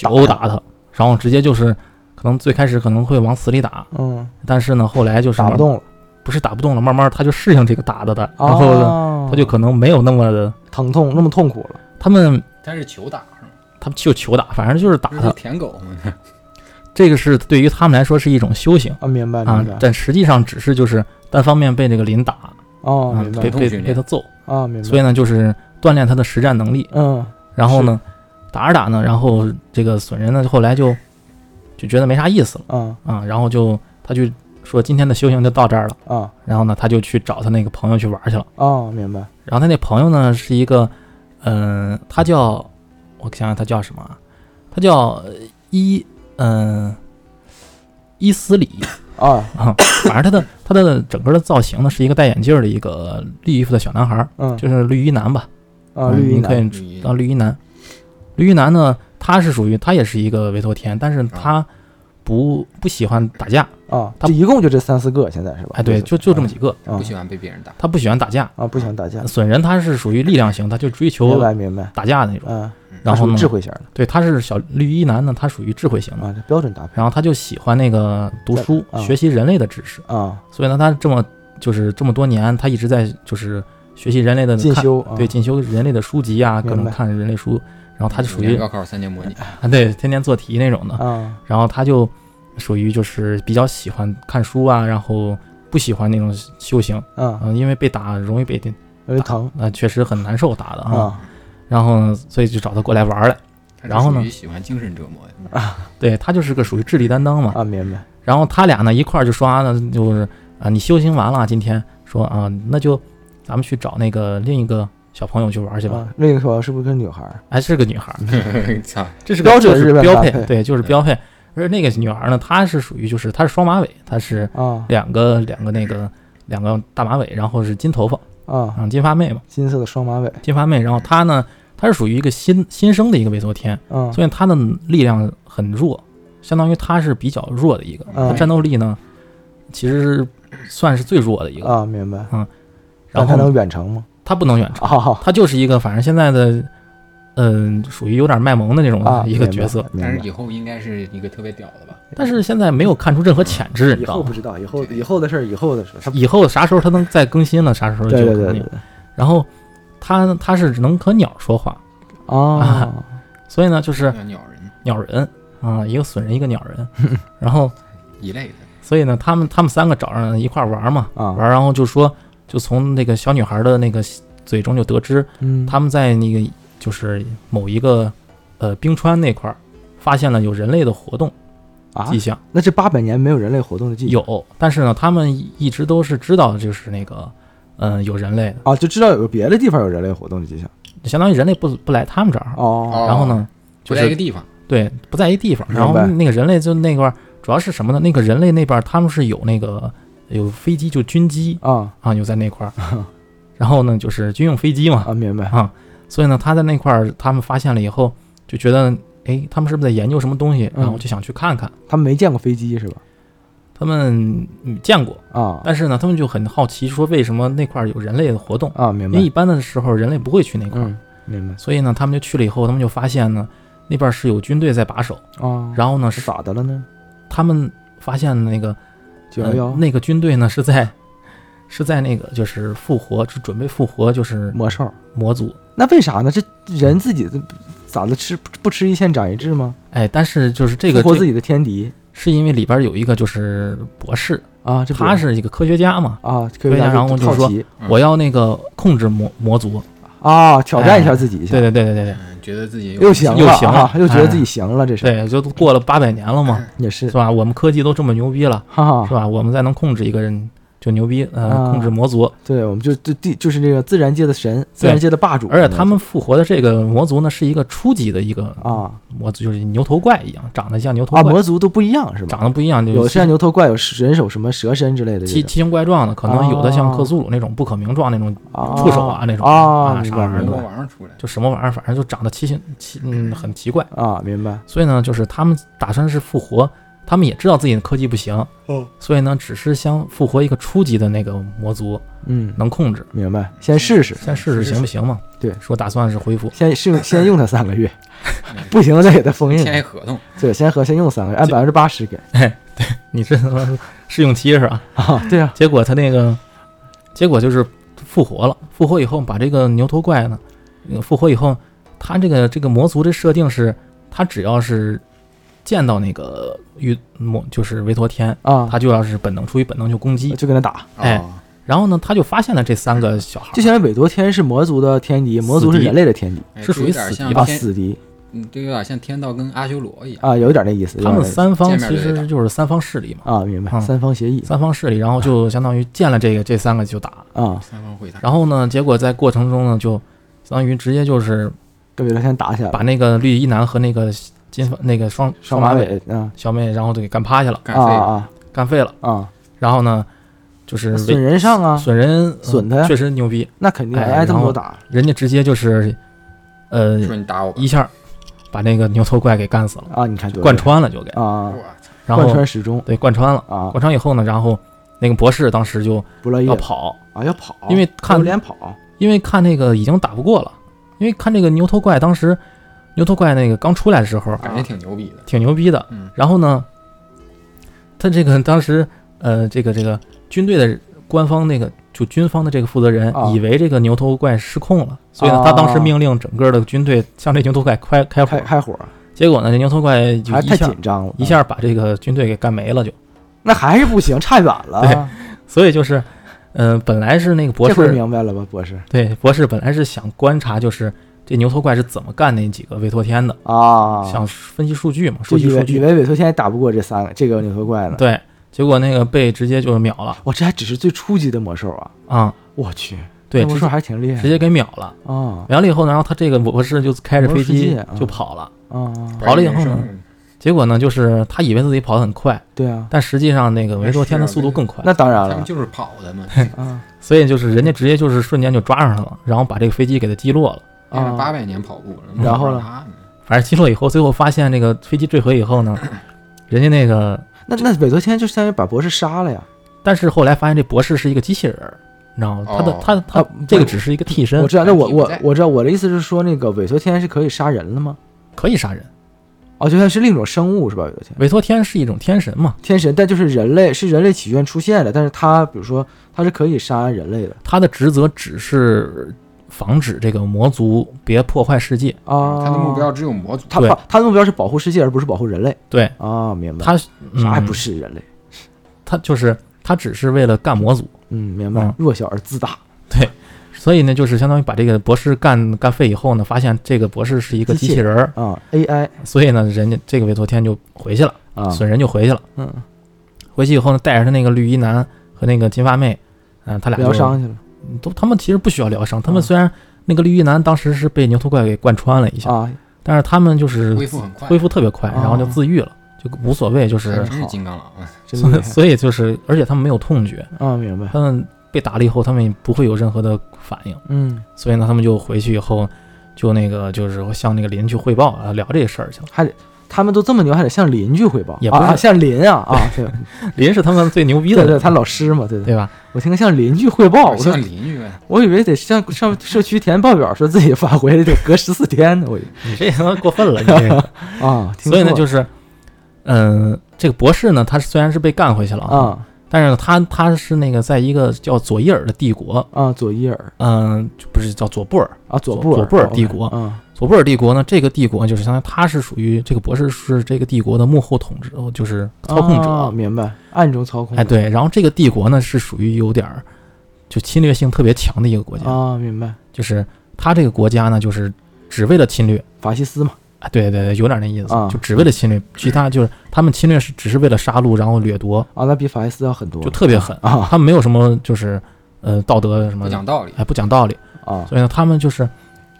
[SPEAKER 1] 殴打他，然后直接就是可能最开始可能会往死里打，
[SPEAKER 2] 嗯，
[SPEAKER 1] 但是呢后来就是
[SPEAKER 2] 打不，动了，
[SPEAKER 1] 不是打不动了，慢慢他就适应这个打的的，然后呢
[SPEAKER 2] 啊
[SPEAKER 1] 他就可能没有那么的，
[SPEAKER 2] 疼痛那么痛苦了，
[SPEAKER 1] 他们
[SPEAKER 3] 他是球打是吗？
[SPEAKER 1] 他们就求打，反正就是打
[SPEAKER 3] 不是
[SPEAKER 2] 嗯
[SPEAKER 1] 他，
[SPEAKER 3] 舔狗吗？
[SPEAKER 1] 这个是对于他们来说是一种修行。
[SPEAKER 2] 啊，明白
[SPEAKER 1] 啊
[SPEAKER 2] 明，白
[SPEAKER 1] 但实际上只是就是单方面被这个林打，
[SPEAKER 2] 哦，
[SPEAKER 1] 啊
[SPEAKER 2] 明，
[SPEAKER 1] 被
[SPEAKER 2] 白
[SPEAKER 1] 被
[SPEAKER 3] 痛训练
[SPEAKER 1] 被他揍，
[SPEAKER 2] 啊，明白，
[SPEAKER 1] 所以呢，就是锻炼他的实战能力。
[SPEAKER 2] 嗯
[SPEAKER 1] 然后呢，打着打呢，然后这个损人呢，后来就就觉得没啥意思了
[SPEAKER 2] 啊
[SPEAKER 1] 啊，然后就他就说今天的修行就到这儿了。
[SPEAKER 2] 啊
[SPEAKER 1] 然后呢，他就去找他那个朋友去玩去了。
[SPEAKER 2] 啊，明白
[SPEAKER 1] 然后他那朋友呢是一个，嗯、他叫我想想他叫什么啊？他叫伊嗯、伊斯里。
[SPEAKER 2] 啊，
[SPEAKER 1] 啊，反正他的他的整个的造型呢，是一个戴眼镜儿的一个绿衣服的小男孩儿，
[SPEAKER 2] 嗯
[SPEAKER 1] 就是绿衣男吧，
[SPEAKER 2] 啊，
[SPEAKER 1] 嗯
[SPEAKER 2] 绿衣
[SPEAKER 1] 你可
[SPEAKER 2] 男
[SPEAKER 1] 以
[SPEAKER 3] 你
[SPEAKER 1] 叫绿衣男。绿衣男呢，他是属于他也是一个维头天，但是他不不喜欢打架，
[SPEAKER 2] 啊，
[SPEAKER 1] 他
[SPEAKER 2] 这一共就这三四个，现在是吧？
[SPEAKER 1] 哎，对，就就这么几个，
[SPEAKER 2] 啊
[SPEAKER 3] 不喜欢被别人打，
[SPEAKER 1] 他不嗯喜欢打架。
[SPEAKER 2] 啊，不想打架，
[SPEAKER 1] 损人他是属于力量型，他就追
[SPEAKER 2] 明
[SPEAKER 1] 求
[SPEAKER 2] 白明白，
[SPEAKER 1] 打架的那种。
[SPEAKER 2] 嗯，
[SPEAKER 1] 然后
[SPEAKER 2] 他属于
[SPEAKER 1] 呢
[SPEAKER 2] 智，慧型的
[SPEAKER 1] 对，他是小绿衣男呢，他属于智慧型的，
[SPEAKER 2] 啊，这标准搭配
[SPEAKER 1] 然后他就喜欢那个读书，
[SPEAKER 2] 啊
[SPEAKER 1] 学习人类的知识。
[SPEAKER 2] 啊，
[SPEAKER 1] 所以呢，他这么就是这么多年，他一直在就是学习人类的
[SPEAKER 2] 进
[SPEAKER 1] 嗯看
[SPEAKER 2] 修啊
[SPEAKER 1] 对进修人类的书籍啊，
[SPEAKER 2] 明
[SPEAKER 1] 各种
[SPEAKER 2] 白
[SPEAKER 1] 看人类书，然后他就属
[SPEAKER 3] 两
[SPEAKER 1] 于
[SPEAKER 3] 个高考三年模拟，
[SPEAKER 1] 啊对天天做题那种的，
[SPEAKER 2] 啊
[SPEAKER 1] 然后他就属于就是比较喜欢看书啊，然后不喜欢那种修行，
[SPEAKER 2] 啊，
[SPEAKER 1] 嗯、因为被打容易被啊、
[SPEAKER 2] 有点疼
[SPEAKER 1] 呃确实很难受打的啊，
[SPEAKER 2] 啊
[SPEAKER 1] 然后呢所以就找他过来玩儿来，
[SPEAKER 3] 他
[SPEAKER 1] 然后呢
[SPEAKER 3] 是属于喜欢精神折
[SPEAKER 1] (laughs)
[SPEAKER 3] 磨呀。
[SPEAKER 1] 对他就是个属于智力担当嘛，
[SPEAKER 2] 啊，明白
[SPEAKER 1] 然后他俩呢一块儿就说啊，那就是啊，你修行完了，今天说啊，那就咱们去找那个另一个小朋友去玩去吧。
[SPEAKER 2] 啊，另一个朋友是不是个女孩儿？
[SPEAKER 1] 还是个女孩儿，
[SPEAKER 3] 操，
[SPEAKER 1] 这是
[SPEAKER 2] 标准
[SPEAKER 1] 就是
[SPEAKER 2] 日本
[SPEAKER 1] 标
[SPEAKER 2] 搭
[SPEAKER 1] 配
[SPEAKER 2] 配，嗯
[SPEAKER 1] 对，就是标配。而那个女孩儿呢，她是属于就是她是双马尾，她是
[SPEAKER 2] 啊
[SPEAKER 1] 两个两个那个两个大马尾，然后是金头发，
[SPEAKER 2] 啊，
[SPEAKER 1] 嗯，金发妹嘛，
[SPEAKER 2] 金色的双马尾，
[SPEAKER 1] 金发妹。然后她呢，她是属于一个新新生的一个委托天，
[SPEAKER 2] 嗯
[SPEAKER 1] 所以她的力量很弱，相当于她是比较弱的一个，
[SPEAKER 2] 嗯
[SPEAKER 1] 她战斗力呢其实是算是最弱的一个。
[SPEAKER 2] 啊，明白。
[SPEAKER 1] 嗯然
[SPEAKER 2] 但他能
[SPEAKER 1] 后
[SPEAKER 2] 远程吗？
[SPEAKER 1] 她不能远程，
[SPEAKER 2] 啊
[SPEAKER 1] 她就是一个反正现在的嗯、属于有点卖萌的那种
[SPEAKER 2] 啊，
[SPEAKER 1] 嗯一个
[SPEAKER 2] 明白
[SPEAKER 1] 角色。，
[SPEAKER 2] 明
[SPEAKER 3] 但
[SPEAKER 2] 白
[SPEAKER 3] 是以后应该是一个特别屌的吧？
[SPEAKER 1] 但是现在没有看出任何潜质，你知
[SPEAKER 2] 以
[SPEAKER 1] 道
[SPEAKER 2] 后
[SPEAKER 1] 吗
[SPEAKER 2] 不？知道，以后以后的事儿，以后的事儿。他
[SPEAKER 1] 以后啥时候他能再更新了，啥时候就
[SPEAKER 2] 对
[SPEAKER 1] 有
[SPEAKER 2] 对
[SPEAKER 1] 可
[SPEAKER 2] 对
[SPEAKER 1] 能
[SPEAKER 2] 对
[SPEAKER 1] 有。然后他他是能和鸟说话，
[SPEAKER 2] 对啊，
[SPEAKER 1] 所以呢就是
[SPEAKER 3] 像鸟人
[SPEAKER 1] 鸟人啊，一个损人一个鸟人。
[SPEAKER 2] (laughs)
[SPEAKER 1] 然后
[SPEAKER 3] 一类的，
[SPEAKER 1] 所以呢，他们他们三个找上一块儿玩嘛，
[SPEAKER 2] 啊
[SPEAKER 1] 玩，然后就说就从那个小女孩的那个嘴中就得知，
[SPEAKER 2] 嗯，
[SPEAKER 1] 他们在那个就是某一个呃冰川那块儿发现了有人类的活动
[SPEAKER 2] 啊
[SPEAKER 1] 迹，象。
[SPEAKER 2] 那这八百年没有人类活动的记忆
[SPEAKER 1] 有，但是呢，他们一直都是知道，就是那个，嗯，有人类的，
[SPEAKER 2] 啊，就知道有个别的地方有人类活动的迹象
[SPEAKER 1] 就相当于人类不不来他们这儿，
[SPEAKER 2] 哦
[SPEAKER 3] 哦
[SPEAKER 1] 然后呢，就
[SPEAKER 3] 不在一
[SPEAKER 1] 是
[SPEAKER 3] 个地方，
[SPEAKER 1] 对不在一地方，
[SPEAKER 2] 明
[SPEAKER 1] 然后
[SPEAKER 2] 白
[SPEAKER 1] 那个人类就那块儿主要是什么呢？那个人类那边儿他们是有那个有飞机，就军机
[SPEAKER 2] 啊
[SPEAKER 1] 啊，有在那块儿，
[SPEAKER 3] (laughs)
[SPEAKER 1] 然后呢就是军用飞机嘛，
[SPEAKER 2] 啊，明白
[SPEAKER 1] 啊，所以呢他在那块儿他们发现了以后就觉得，哎，他们是不是在研究什么东西？然后
[SPEAKER 2] 嗯
[SPEAKER 1] 就想去看看，
[SPEAKER 2] 他们没见过飞机是吧？
[SPEAKER 1] 他们嗯见过，
[SPEAKER 2] 啊
[SPEAKER 1] 但是呢他们就很好奇，说为什么那块儿有人类的活动？
[SPEAKER 2] 啊，明
[SPEAKER 1] 因
[SPEAKER 2] 白
[SPEAKER 1] 为，一般的时候人类不会去那块儿，
[SPEAKER 2] 嗯，明白
[SPEAKER 1] 所以呢，他们就去了以后，他们就发现呢，那边是有军队在把守，
[SPEAKER 2] 啊。
[SPEAKER 1] 然后呢，
[SPEAKER 2] 是
[SPEAKER 1] 是
[SPEAKER 2] 咋的了呢？
[SPEAKER 1] 他们发现那个、
[SPEAKER 2] 九幺
[SPEAKER 1] 呃
[SPEAKER 2] 幺
[SPEAKER 1] 那个军队呢是在 (laughs) 是在那个就是复活，是准备复活，就是
[SPEAKER 2] 魔兽，
[SPEAKER 1] 魔族。
[SPEAKER 2] 那为啥呢？这人自己的咋的吃不吃一堑长一智吗？
[SPEAKER 1] 哎，但是就是这个
[SPEAKER 2] 复活自
[SPEAKER 1] 这
[SPEAKER 2] 己的天敌
[SPEAKER 1] 是因为里边有一个就是博士，
[SPEAKER 2] 啊，这不
[SPEAKER 1] 他是一个科学家嘛，
[SPEAKER 2] 啊，科
[SPEAKER 1] 对
[SPEAKER 2] 学家
[SPEAKER 1] 然后
[SPEAKER 2] 就
[SPEAKER 1] 就
[SPEAKER 2] 好
[SPEAKER 1] 说
[SPEAKER 2] 奇
[SPEAKER 3] 嗯
[SPEAKER 1] 我要那个控制魔魔族。
[SPEAKER 2] 啊，挑战一下自己一下
[SPEAKER 1] 对，对对对对对
[SPEAKER 3] 嗯，觉得自己有
[SPEAKER 2] 又行
[SPEAKER 1] 又
[SPEAKER 2] 了
[SPEAKER 1] 行
[SPEAKER 2] 啊，
[SPEAKER 1] 了
[SPEAKER 2] 又觉得自己
[SPEAKER 1] 哎
[SPEAKER 2] 行了，这是
[SPEAKER 1] 对，就都过了八百年了嘛，
[SPEAKER 2] 也是
[SPEAKER 1] 是吧？我们科技都这么牛逼了，
[SPEAKER 2] 哈
[SPEAKER 1] 是
[SPEAKER 2] 哈，
[SPEAKER 1] 吧？我们再能控制一个人就牛逼，呃，
[SPEAKER 2] 啊
[SPEAKER 1] 控制魔族。
[SPEAKER 2] 对，我们就就地就是这个自然界的神，自然界的霸主，
[SPEAKER 1] 而且他们复活的这个魔族呢，是一个初级的一个
[SPEAKER 2] 啊
[SPEAKER 1] 魔族，就是牛头怪一样，长得像牛头
[SPEAKER 2] 啊，
[SPEAKER 1] 怪，
[SPEAKER 2] 魔族都不一样是吧？
[SPEAKER 1] 长得不一样，就
[SPEAKER 2] 有的
[SPEAKER 1] 嗯是
[SPEAKER 2] 像牛头怪，有人手什么蛇身之类的这
[SPEAKER 1] 奇
[SPEAKER 2] 种，
[SPEAKER 1] 奇形怪状的，可能有的像
[SPEAKER 2] 啊
[SPEAKER 1] 克苏鲁那种不可名状那种，
[SPEAKER 2] 啊
[SPEAKER 1] 触手啊那种
[SPEAKER 2] 啊，
[SPEAKER 1] 啊
[SPEAKER 2] 明
[SPEAKER 1] 啥
[SPEAKER 2] 白
[SPEAKER 1] 玩意儿
[SPEAKER 3] 人
[SPEAKER 2] 明
[SPEAKER 1] 的
[SPEAKER 3] 魔
[SPEAKER 2] 白
[SPEAKER 3] 王出来，
[SPEAKER 1] 就什么玩意儿，反正就长得奇形奇嗯很奇怪。
[SPEAKER 2] 啊，明白
[SPEAKER 1] 所以呢，就是他们打算是复活，他们也知道自己的科技不行，
[SPEAKER 2] 哦，
[SPEAKER 1] 所以呢，只是想复活一个初级的那个魔族
[SPEAKER 2] 嗯，
[SPEAKER 1] 能控制，
[SPEAKER 2] 明白，先试试，
[SPEAKER 1] 先试试行不行嘛？
[SPEAKER 2] 对
[SPEAKER 1] 说打算是恢复，
[SPEAKER 2] 先
[SPEAKER 1] (laughs)
[SPEAKER 2] 试用先用它三个月 (laughs)
[SPEAKER 3] 嗯，
[SPEAKER 2] 不行再给它封印
[SPEAKER 3] 签，一合同，
[SPEAKER 2] 对，先和先用三个月，按
[SPEAKER 1] 这
[SPEAKER 2] 百分之八十给 (laughs)
[SPEAKER 1] 你这他妈试用期是吧？
[SPEAKER 2] 啊，对啊，
[SPEAKER 1] 结果他那个，结果就是复活了。复活以后，把这个牛头怪呢，呃复活以后，他这个这个魔族这设定是，他只要是见到那个玉魔，就是维陀天，
[SPEAKER 2] 啊，
[SPEAKER 1] 他就要是本能，出于本能就攻击。
[SPEAKER 2] 就跟他打，
[SPEAKER 1] 哎
[SPEAKER 3] 哦，
[SPEAKER 1] 然后呢，他就发现了这三个小孩儿，
[SPEAKER 2] 就相当于韦多天是魔族的天敌，魔族是
[SPEAKER 1] 死敌
[SPEAKER 2] 人类的天敌
[SPEAKER 3] 哎
[SPEAKER 1] 是属于
[SPEAKER 3] 这有点
[SPEAKER 1] 死
[SPEAKER 3] 像
[SPEAKER 1] 敌
[SPEAKER 2] 啊，
[SPEAKER 3] 天，
[SPEAKER 2] 死敌
[SPEAKER 3] 嗯，这有点像天道跟阿修罗一样，
[SPEAKER 2] 啊，有点那意思，有
[SPEAKER 1] 他们
[SPEAKER 2] 点那意思
[SPEAKER 1] 三方
[SPEAKER 3] 见
[SPEAKER 1] 其
[SPEAKER 3] 面就得
[SPEAKER 1] 实
[SPEAKER 3] 打
[SPEAKER 1] 就是三方势力嘛，
[SPEAKER 2] 啊，明白，
[SPEAKER 1] 嗯
[SPEAKER 2] 三方协议
[SPEAKER 1] 三方势力，然后就相当于见了这个这三个就打。
[SPEAKER 2] 啊，
[SPEAKER 3] 三方会谈，
[SPEAKER 1] 然后呢，结果在过程中呢，就相当于直接就是
[SPEAKER 2] 跟韦多天打起来
[SPEAKER 1] 把
[SPEAKER 2] 了，
[SPEAKER 1] 那个绿衣男和那个金发那个双
[SPEAKER 2] 双
[SPEAKER 1] 马
[SPEAKER 2] 马
[SPEAKER 1] 尾
[SPEAKER 2] 尾啊
[SPEAKER 1] 小妹，然后就给干趴下了，
[SPEAKER 2] 啊
[SPEAKER 3] 干废了，
[SPEAKER 2] 啊
[SPEAKER 1] 干废了。
[SPEAKER 2] 啊，
[SPEAKER 1] 然后呢，就是
[SPEAKER 2] 损人上啊，
[SPEAKER 1] 损人
[SPEAKER 2] 损他
[SPEAKER 1] 嗯
[SPEAKER 2] 呀
[SPEAKER 1] 确实牛逼，
[SPEAKER 2] 那肯定
[SPEAKER 1] 哎
[SPEAKER 2] 挨这
[SPEAKER 1] 然
[SPEAKER 2] 么
[SPEAKER 1] 后
[SPEAKER 2] 多打
[SPEAKER 1] 人家直接就是，呃，
[SPEAKER 3] 说你打我吧，
[SPEAKER 1] 一下把那个牛头怪给干死了，
[SPEAKER 2] 啊，你看多
[SPEAKER 1] 贯
[SPEAKER 2] 厉害
[SPEAKER 1] 穿了就给，
[SPEAKER 2] 啊，
[SPEAKER 3] 我操，
[SPEAKER 1] 然
[SPEAKER 2] 贯
[SPEAKER 1] 后
[SPEAKER 2] 穿始终
[SPEAKER 1] 对贯穿了，
[SPEAKER 2] 啊
[SPEAKER 1] 贯，穿以后呢，然后那个博士当时就
[SPEAKER 2] 不乐意
[SPEAKER 1] 要
[SPEAKER 2] 了
[SPEAKER 1] 跑，
[SPEAKER 2] 啊，要跑，
[SPEAKER 1] 因为看
[SPEAKER 2] 榴莲跑
[SPEAKER 1] 因为看那个已经打不过了，因为看这个牛头怪当时牛头怪那个刚出来的时
[SPEAKER 2] 嗯
[SPEAKER 1] 候
[SPEAKER 3] 感觉挺牛逼
[SPEAKER 2] 啊
[SPEAKER 3] 的，
[SPEAKER 1] 挺牛逼的，
[SPEAKER 3] 嗯，
[SPEAKER 1] 然后呢，他这个 (laughs) 当时呃，这个这个军队的官方那个就军方的这个负责人
[SPEAKER 2] 啊
[SPEAKER 1] 以为这个牛头怪失控了，所以呢
[SPEAKER 2] 啊，
[SPEAKER 1] 他当时命令整个的军队向这牛头怪开开火
[SPEAKER 2] 开。开火，
[SPEAKER 1] 结果呢，这牛头怪就
[SPEAKER 2] 还
[SPEAKER 1] 一
[SPEAKER 2] 是太
[SPEAKER 1] 下
[SPEAKER 2] 紧张了，
[SPEAKER 1] 一下把这个军队给干没了，就。
[SPEAKER 2] 那还是不行，差远了。啊
[SPEAKER 1] 所以就是，嗯、本来是那个博
[SPEAKER 2] 这回
[SPEAKER 1] 士
[SPEAKER 2] 明白了吧，博士
[SPEAKER 1] 对博士本来是想观察就是这牛头怪是怎么干那几个委托天的，
[SPEAKER 2] 啊，
[SPEAKER 1] 想分析数据嘛，收
[SPEAKER 2] 就
[SPEAKER 1] 集
[SPEAKER 2] 以
[SPEAKER 1] 数
[SPEAKER 2] 为以
[SPEAKER 1] 据。
[SPEAKER 2] 为委托天也打不过这三个这个牛头怪呢。
[SPEAKER 1] 对，结果那个被直接就秒了
[SPEAKER 2] 哇，这还只是最初级的魔兽啊！
[SPEAKER 1] 啊、
[SPEAKER 2] 我去，
[SPEAKER 1] 对，
[SPEAKER 2] 那魔
[SPEAKER 1] 直
[SPEAKER 2] 兽
[SPEAKER 1] 接
[SPEAKER 2] 还是挺厉害
[SPEAKER 1] 直接给秒了。
[SPEAKER 2] 啊
[SPEAKER 1] 秒了以后呢，然后他这个博士就开着飞
[SPEAKER 2] 魔兽世
[SPEAKER 1] 机
[SPEAKER 2] 界啊
[SPEAKER 1] 就跑了。
[SPEAKER 2] 啊啊！
[SPEAKER 1] 跑了以后呢，结果呢，就是他以为自己跑得很快，
[SPEAKER 2] 对啊，
[SPEAKER 1] 但实际上那个维多天的速度更快，
[SPEAKER 2] 那当然
[SPEAKER 3] 他们
[SPEAKER 2] 了
[SPEAKER 3] 就是跑的嘛，
[SPEAKER 2] (laughs) 啊
[SPEAKER 1] 所以就是人家直接就是瞬间就抓上他了，然后把这个飞机给他击落了。
[SPEAKER 3] 连着八
[SPEAKER 2] 啊！
[SPEAKER 3] 百年跑步了，
[SPEAKER 2] 然后呢
[SPEAKER 3] 呢？
[SPEAKER 1] 反正击落以后，最后发现那个飞机坠毁以后呢，人家那个，
[SPEAKER 2] 那那韦德天就相当于把博士杀了呀！
[SPEAKER 1] 但是后来发现这博士是一个机器人儿，你知道吗？他的
[SPEAKER 3] 哦
[SPEAKER 1] 他他
[SPEAKER 2] 啊
[SPEAKER 1] 这个只是一个替身
[SPEAKER 2] 我，知道，那我
[SPEAKER 3] 还
[SPEAKER 2] 我
[SPEAKER 3] 挺在
[SPEAKER 2] 我知道我的意思是说，那个韦德天是可以杀人了吗？
[SPEAKER 1] 可以杀人。
[SPEAKER 2] 哦，就像是另一种生物是吧？韦德天
[SPEAKER 1] 委托天是一种天神嘛，
[SPEAKER 2] 天神，但就是人类是人类起源出现的，但是他比如说他是可以杀人类的
[SPEAKER 1] 他的职责只是防止这个魔族别破坏世界。
[SPEAKER 2] 啊。
[SPEAKER 3] 他的目标只有魔族，
[SPEAKER 2] 他
[SPEAKER 1] 对
[SPEAKER 2] 把他的目标是保护世界，而不是保护人类
[SPEAKER 1] 对嗯
[SPEAKER 2] 啊，明白？
[SPEAKER 1] 他，
[SPEAKER 2] 啥也不
[SPEAKER 1] 是，
[SPEAKER 2] 是人类，
[SPEAKER 1] 他就是他只是为了干魔族，
[SPEAKER 2] 嗯，明白
[SPEAKER 1] 嗯？
[SPEAKER 2] 弱小而自大，
[SPEAKER 1] 所以呢，就是相当于把这个博士干干废以后呢，发现这个博士是一个机器人儿，
[SPEAKER 2] 啊，AI
[SPEAKER 1] 所以呢，人家这个委托天就回去了，
[SPEAKER 2] 啊，
[SPEAKER 1] 损人就回去了。
[SPEAKER 2] 嗯，
[SPEAKER 1] 回去以后呢，带着他那个绿衣男和那个金发妹，嗯、他俩就
[SPEAKER 2] 疗伤去了
[SPEAKER 1] 都他们其实不需要疗伤，他们
[SPEAKER 2] 嗯
[SPEAKER 1] 虽然那个绿衣男当时是被牛头怪给贯穿了一下，
[SPEAKER 2] 啊，
[SPEAKER 1] 但是他们就是
[SPEAKER 3] 恢复很快，
[SPEAKER 1] 恢复特别快，
[SPEAKER 2] 哦
[SPEAKER 1] 然后就自愈了，就无所谓，就是
[SPEAKER 3] 真是金刚狼啊！
[SPEAKER 2] 真厉
[SPEAKER 1] (laughs)
[SPEAKER 2] 害
[SPEAKER 1] 所以就是，而且他们没有痛觉，
[SPEAKER 2] 啊，明白？
[SPEAKER 1] 他们被打了以后，他们也不会有任何的反应，
[SPEAKER 2] 嗯，
[SPEAKER 1] 所以呢，他们就回去以后，就那个就是向那个邻居汇报啊，聊这事儿去了。
[SPEAKER 2] 还得他们都这么牛，还得向邻居汇报，
[SPEAKER 1] 也不
[SPEAKER 2] 啊，
[SPEAKER 1] 是
[SPEAKER 2] 啊向邻啊啊， (laughs)
[SPEAKER 1] (laughs)
[SPEAKER 2] 对
[SPEAKER 1] 邻是他们最牛逼的
[SPEAKER 2] 对
[SPEAKER 1] 人，
[SPEAKER 2] 对，他老师嘛，对对，
[SPEAKER 1] 对吧？
[SPEAKER 2] 我听个向邻居汇报，我说
[SPEAKER 3] 像邻居呗，
[SPEAKER 2] 我以为得向上社区填报表，说自己返回来得隔十四天呢，我以
[SPEAKER 1] 你这他妈过分了，你这
[SPEAKER 2] (laughs)
[SPEAKER 1] 个。
[SPEAKER 2] 为啊，听
[SPEAKER 1] 所以呢，
[SPEAKER 2] 错
[SPEAKER 1] 就是，嗯、这个博士呢，他虽然是被干回去了，
[SPEAKER 2] 啊
[SPEAKER 1] 但是呢他他是那个在一个叫佐伊尔的帝国，
[SPEAKER 2] 啊，左伊尔
[SPEAKER 1] 嗯、就不是叫佐布尔，
[SPEAKER 2] 啊，左
[SPEAKER 1] 左
[SPEAKER 2] 布尔
[SPEAKER 1] 左布尔帝
[SPEAKER 2] OK，
[SPEAKER 1] 国
[SPEAKER 2] 啊
[SPEAKER 1] 佐布尔帝国呢，这个帝国就是相当于他是属于这个博士是这个帝国的幕后统治，哦就是操控者。
[SPEAKER 2] 啊明白？暗中操控，
[SPEAKER 1] 哎，对，然后这个帝国呢是属于有点儿就侵略性特别强的一个国家，
[SPEAKER 3] 哦
[SPEAKER 2] 啊，明白？
[SPEAKER 1] 就是他这个国家呢就是只为了侵略。
[SPEAKER 2] 法西斯嘛，
[SPEAKER 1] 啊，对对对，有点那意思，
[SPEAKER 2] 啊
[SPEAKER 1] 就只为了侵
[SPEAKER 3] 嗯
[SPEAKER 1] 略，其他就是他们侵略是只是为了杀戮，然后掠夺，
[SPEAKER 2] 啊，那比法西斯要狠多
[SPEAKER 1] 就
[SPEAKER 2] 了
[SPEAKER 1] 特别狠。
[SPEAKER 2] 啊
[SPEAKER 1] 他们没有什么就是呃道德什么
[SPEAKER 3] 不
[SPEAKER 1] 的，
[SPEAKER 3] 讲道理，
[SPEAKER 1] 哎不讲道理，
[SPEAKER 2] 啊
[SPEAKER 1] 所以呢，他们就是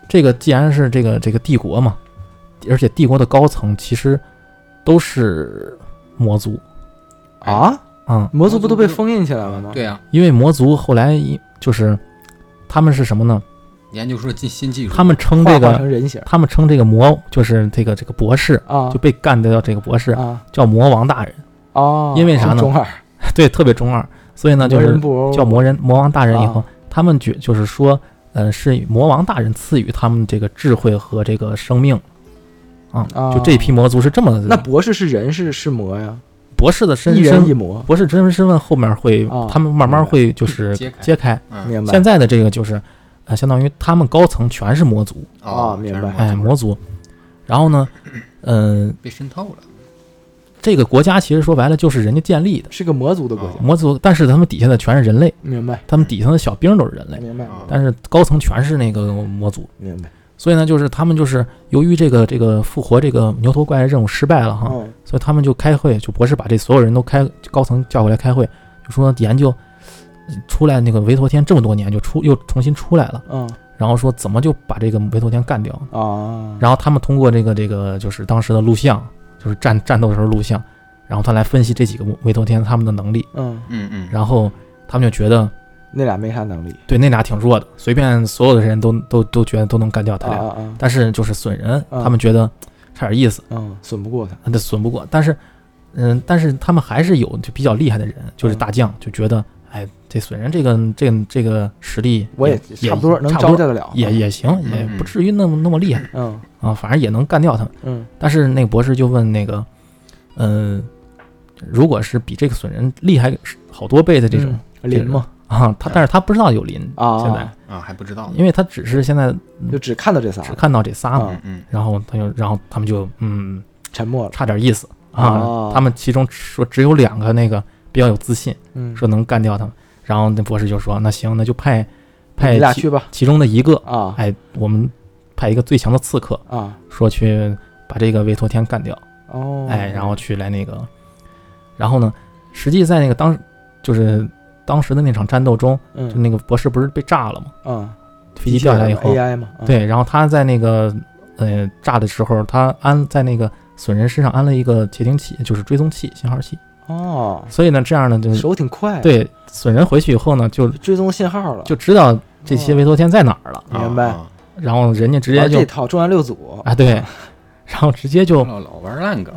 [SPEAKER 1] 这个，既然是这个这个帝国嘛，而且帝国的高层其实都是魔族，
[SPEAKER 2] 啊！
[SPEAKER 1] 嗯，
[SPEAKER 2] 魔族不都被封印起来了吗？
[SPEAKER 3] 对啊，
[SPEAKER 1] 因为魔族后来一就是他们是什么呢？
[SPEAKER 3] 研究出了新新技术，
[SPEAKER 1] 他们称
[SPEAKER 2] 化
[SPEAKER 1] 这
[SPEAKER 2] 化
[SPEAKER 1] 个，
[SPEAKER 2] 成人形
[SPEAKER 1] 他们称这个魔就是这个这个博士
[SPEAKER 2] 啊
[SPEAKER 1] 就被干掉这个博士
[SPEAKER 2] 啊
[SPEAKER 1] 叫魔王大人， (laughs)
[SPEAKER 2] 哦，
[SPEAKER 1] 因为啥呢
[SPEAKER 2] 中二
[SPEAKER 1] 对，特别中二，所以呢就
[SPEAKER 2] 魔人
[SPEAKER 1] 是
[SPEAKER 2] 布欧
[SPEAKER 1] 叫魔人魔王大人以后
[SPEAKER 2] 啊，
[SPEAKER 1] 他们觉就是说，呃，是魔王大人赐予他们这个智慧和这个生命。啊、
[SPEAKER 2] 啊
[SPEAKER 1] 就这批魔族是这么
[SPEAKER 2] 那博士是人是是魔呀，
[SPEAKER 1] 博士的身
[SPEAKER 2] 一人一
[SPEAKER 1] 身，
[SPEAKER 2] 魔，
[SPEAKER 1] 博士真人身份后面会
[SPEAKER 2] 啊，
[SPEAKER 1] 他们慢慢会就是
[SPEAKER 3] 揭开
[SPEAKER 1] 揭开。
[SPEAKER 3] 嗯
[SPEAKER 2] 明白？
[SPEAKER 1] 现在的这个就是，呃，相当于他们高层全是魔族，
[SPEAKER 2] 啊
[SPEAKER 3] 哦全是
[SPEAKER 2] 明白
[SPEAKER 3] 魔
[SPEAKER 1] 哎，魔族。然后呢，嗯，
[SPEAKER 3] 被渗透了，
[SPEAKER 1] 这个国家其实说白了就是人家建立的
[SPEAKER 2] 是个魔族的国家，
[SPEAKER 3] 哦
[SPEAKER 1] 魔族，但是他们底下的全是人类，
[SPEAKER 2] 明白？
[SPEAKER 1] 他们底层的小兵都是人类，
[SPEAKER 2] 明白？
[SPEAKER 3] 啊
[SPEAKER 1] 但是高层全是那个魔族。
[SPEAKER 2] 明白？
[SPEAKER 1] 所以呢，就是他们就是由于这个这个复活这个牛头怪的任务失败了哈，
[SPEAKER 2] 嗯
[SPEAKER 1] 所以他们就开会，就博士把这所有人都开高层叫过来开会，就说研究呃出来那个维陀天这么多年就出又重新出来了，
[SPEAKER 2] 嗯
[SPEAKER 1] 然后说怎么就把这个维陀天干掉呢？
[SPEAKER 2] 啊，
[SPEAKER 1] 然后他们通过这个这个就是当时的录像，就是战战斗的时候录像，然后他来分析这几个维陀天他们的能力，
[SPEAKER 2] 嗯，
[SPEAKER 3] 嗯嗯，
[SPEAKER 1] 然后他们就觉得
[SPEAKER 2] 那俩没啥能力，
[SPEAKER 1] 对那俩挺弱的，随便所有的人都都都觉得都能干掉他
[SPEAKER 2] 啊
[SPEAKER 1] 俩，
[SPEAKER 2] 啊啊，
[SPEAKER 1] 但是就是损人，
[SPEAKER 2] 嗯
[SPEAKER 1] 他们觉得差点意思。
[SPEAKER 2] 嗯，损不过他，
[SPEAKER 1] 他损不过，但是，嗯，但是他们还是有就比较厉害的人，就是大
[SPEAKER 2] 嗯
[SPEAKER 1] 将，就觉得，哎，这损人这个这个这个实力，
[SPEAKER 2] 我也
[SPEAKER 1] 也
[SPEAKER 2] 差不多能
[SPEAKER 1] 差
[SPEAKER 2] 招
[SPEAKER 1] 不
[SPEAKER 2] 架
[SPEAKER 1] 多，
[SPEAKER 2] 得了，
[SPEAKER 1] 也也行，
[SPEAKER 3] 嗯
[SPEAKER 1] 也不至于那么那么厉害
[SPEAKER 2] 嗯
[SPEAKER 1] 啊，反正也能干掉他们。
[SPEAKER 2] 嗯
[SPEAKER 1] 但是那个博士就问那个，嗯，如果是比这个损人厉害好多倍的这种
[SPEAKER 2] 嗯林嘛
[SPEAKER 1] 啊，他但是他不知道有林，现在
[SPEAKER 2] 啊，
[SPEAKER 3] 啊还不知道呢，
[SPEAKER 1] 因为他只是现在
[SPEAKER 2] 就只看到这仨
[SPEAKER 1] 嗯只，看到这仨嘛，
[SPEAKER 2] 啊
[SPEAKER 3] 嗯嗯，
[SPEAKER 1] 然后他就然后他们就嗯。
[SPEAKER 2] 沉默了，
[SPEAKER 1] 差点意思
[SPEAKER 2] 哦
[SPEAKER 1] 啊。他们其中说只有两个那个比较有自信，
[SPEAKER 2] 嗯，
[SPEAKER 1] 说能干掉他们。然后那博士就说：“那行，那就派派
[SPEAKER 2] 你俩
[SPEAKER 1] 其
[SPEAKER 2] 去吧，
[SPEAKER 1] 其中的一个，
[SPEAKER 2] 啊
[SPEAKER 1] 哎，我们派一个最强的刺客，
[SPEAKER 2] 啊
[SPEAKER 1] 说去把这个维托天干掉，哎
[SPEAKER 2] 哦，
[SPEAKER 1] 哎，然后去来那个。然后呢，实际在那个当就是当时的那场战斗中，就
[SPEAKER 2] 嗯
[SPEAKER 1] 那个博士不是被炸了吗？
[SPEAKER 2] 嗯，
[SPEAKER 1] 飞机掉下来以
[SPEAKER 2] 机器
[SPEAKER 1] 后，
[SPEAKER 2] 人 AI 嘛，嗯，
[SPEAKER 1] 对，然后他在那个呃炸的时候，他安在那个损人身上安了一个窃听器，就是追踪器、信号器。
[SPEAKER 2] 哦，
[SPEAKER 1] 所以呢，这样呢就
[SPEAKER 2] 手挺快，，
[SPEAKER 1] 嗯对损人回去以后呢，就
[SPEAKER 2] 追踪信号了，
[SPEAKER 1] 就知道这些维多天在哪儿了，
[SPEAKER 2] 明白
[SPEAKER 3] 啊
[SPEAKER 1] 然后人家直
[SPEAKER 2] 啊
[SPEAKER 1] 接就
[SPEAKER 2] 这套重案六组，
[SPEAKER 1] 啊对，然后直接就
[SPEAKER 3] 老老玩烂梗，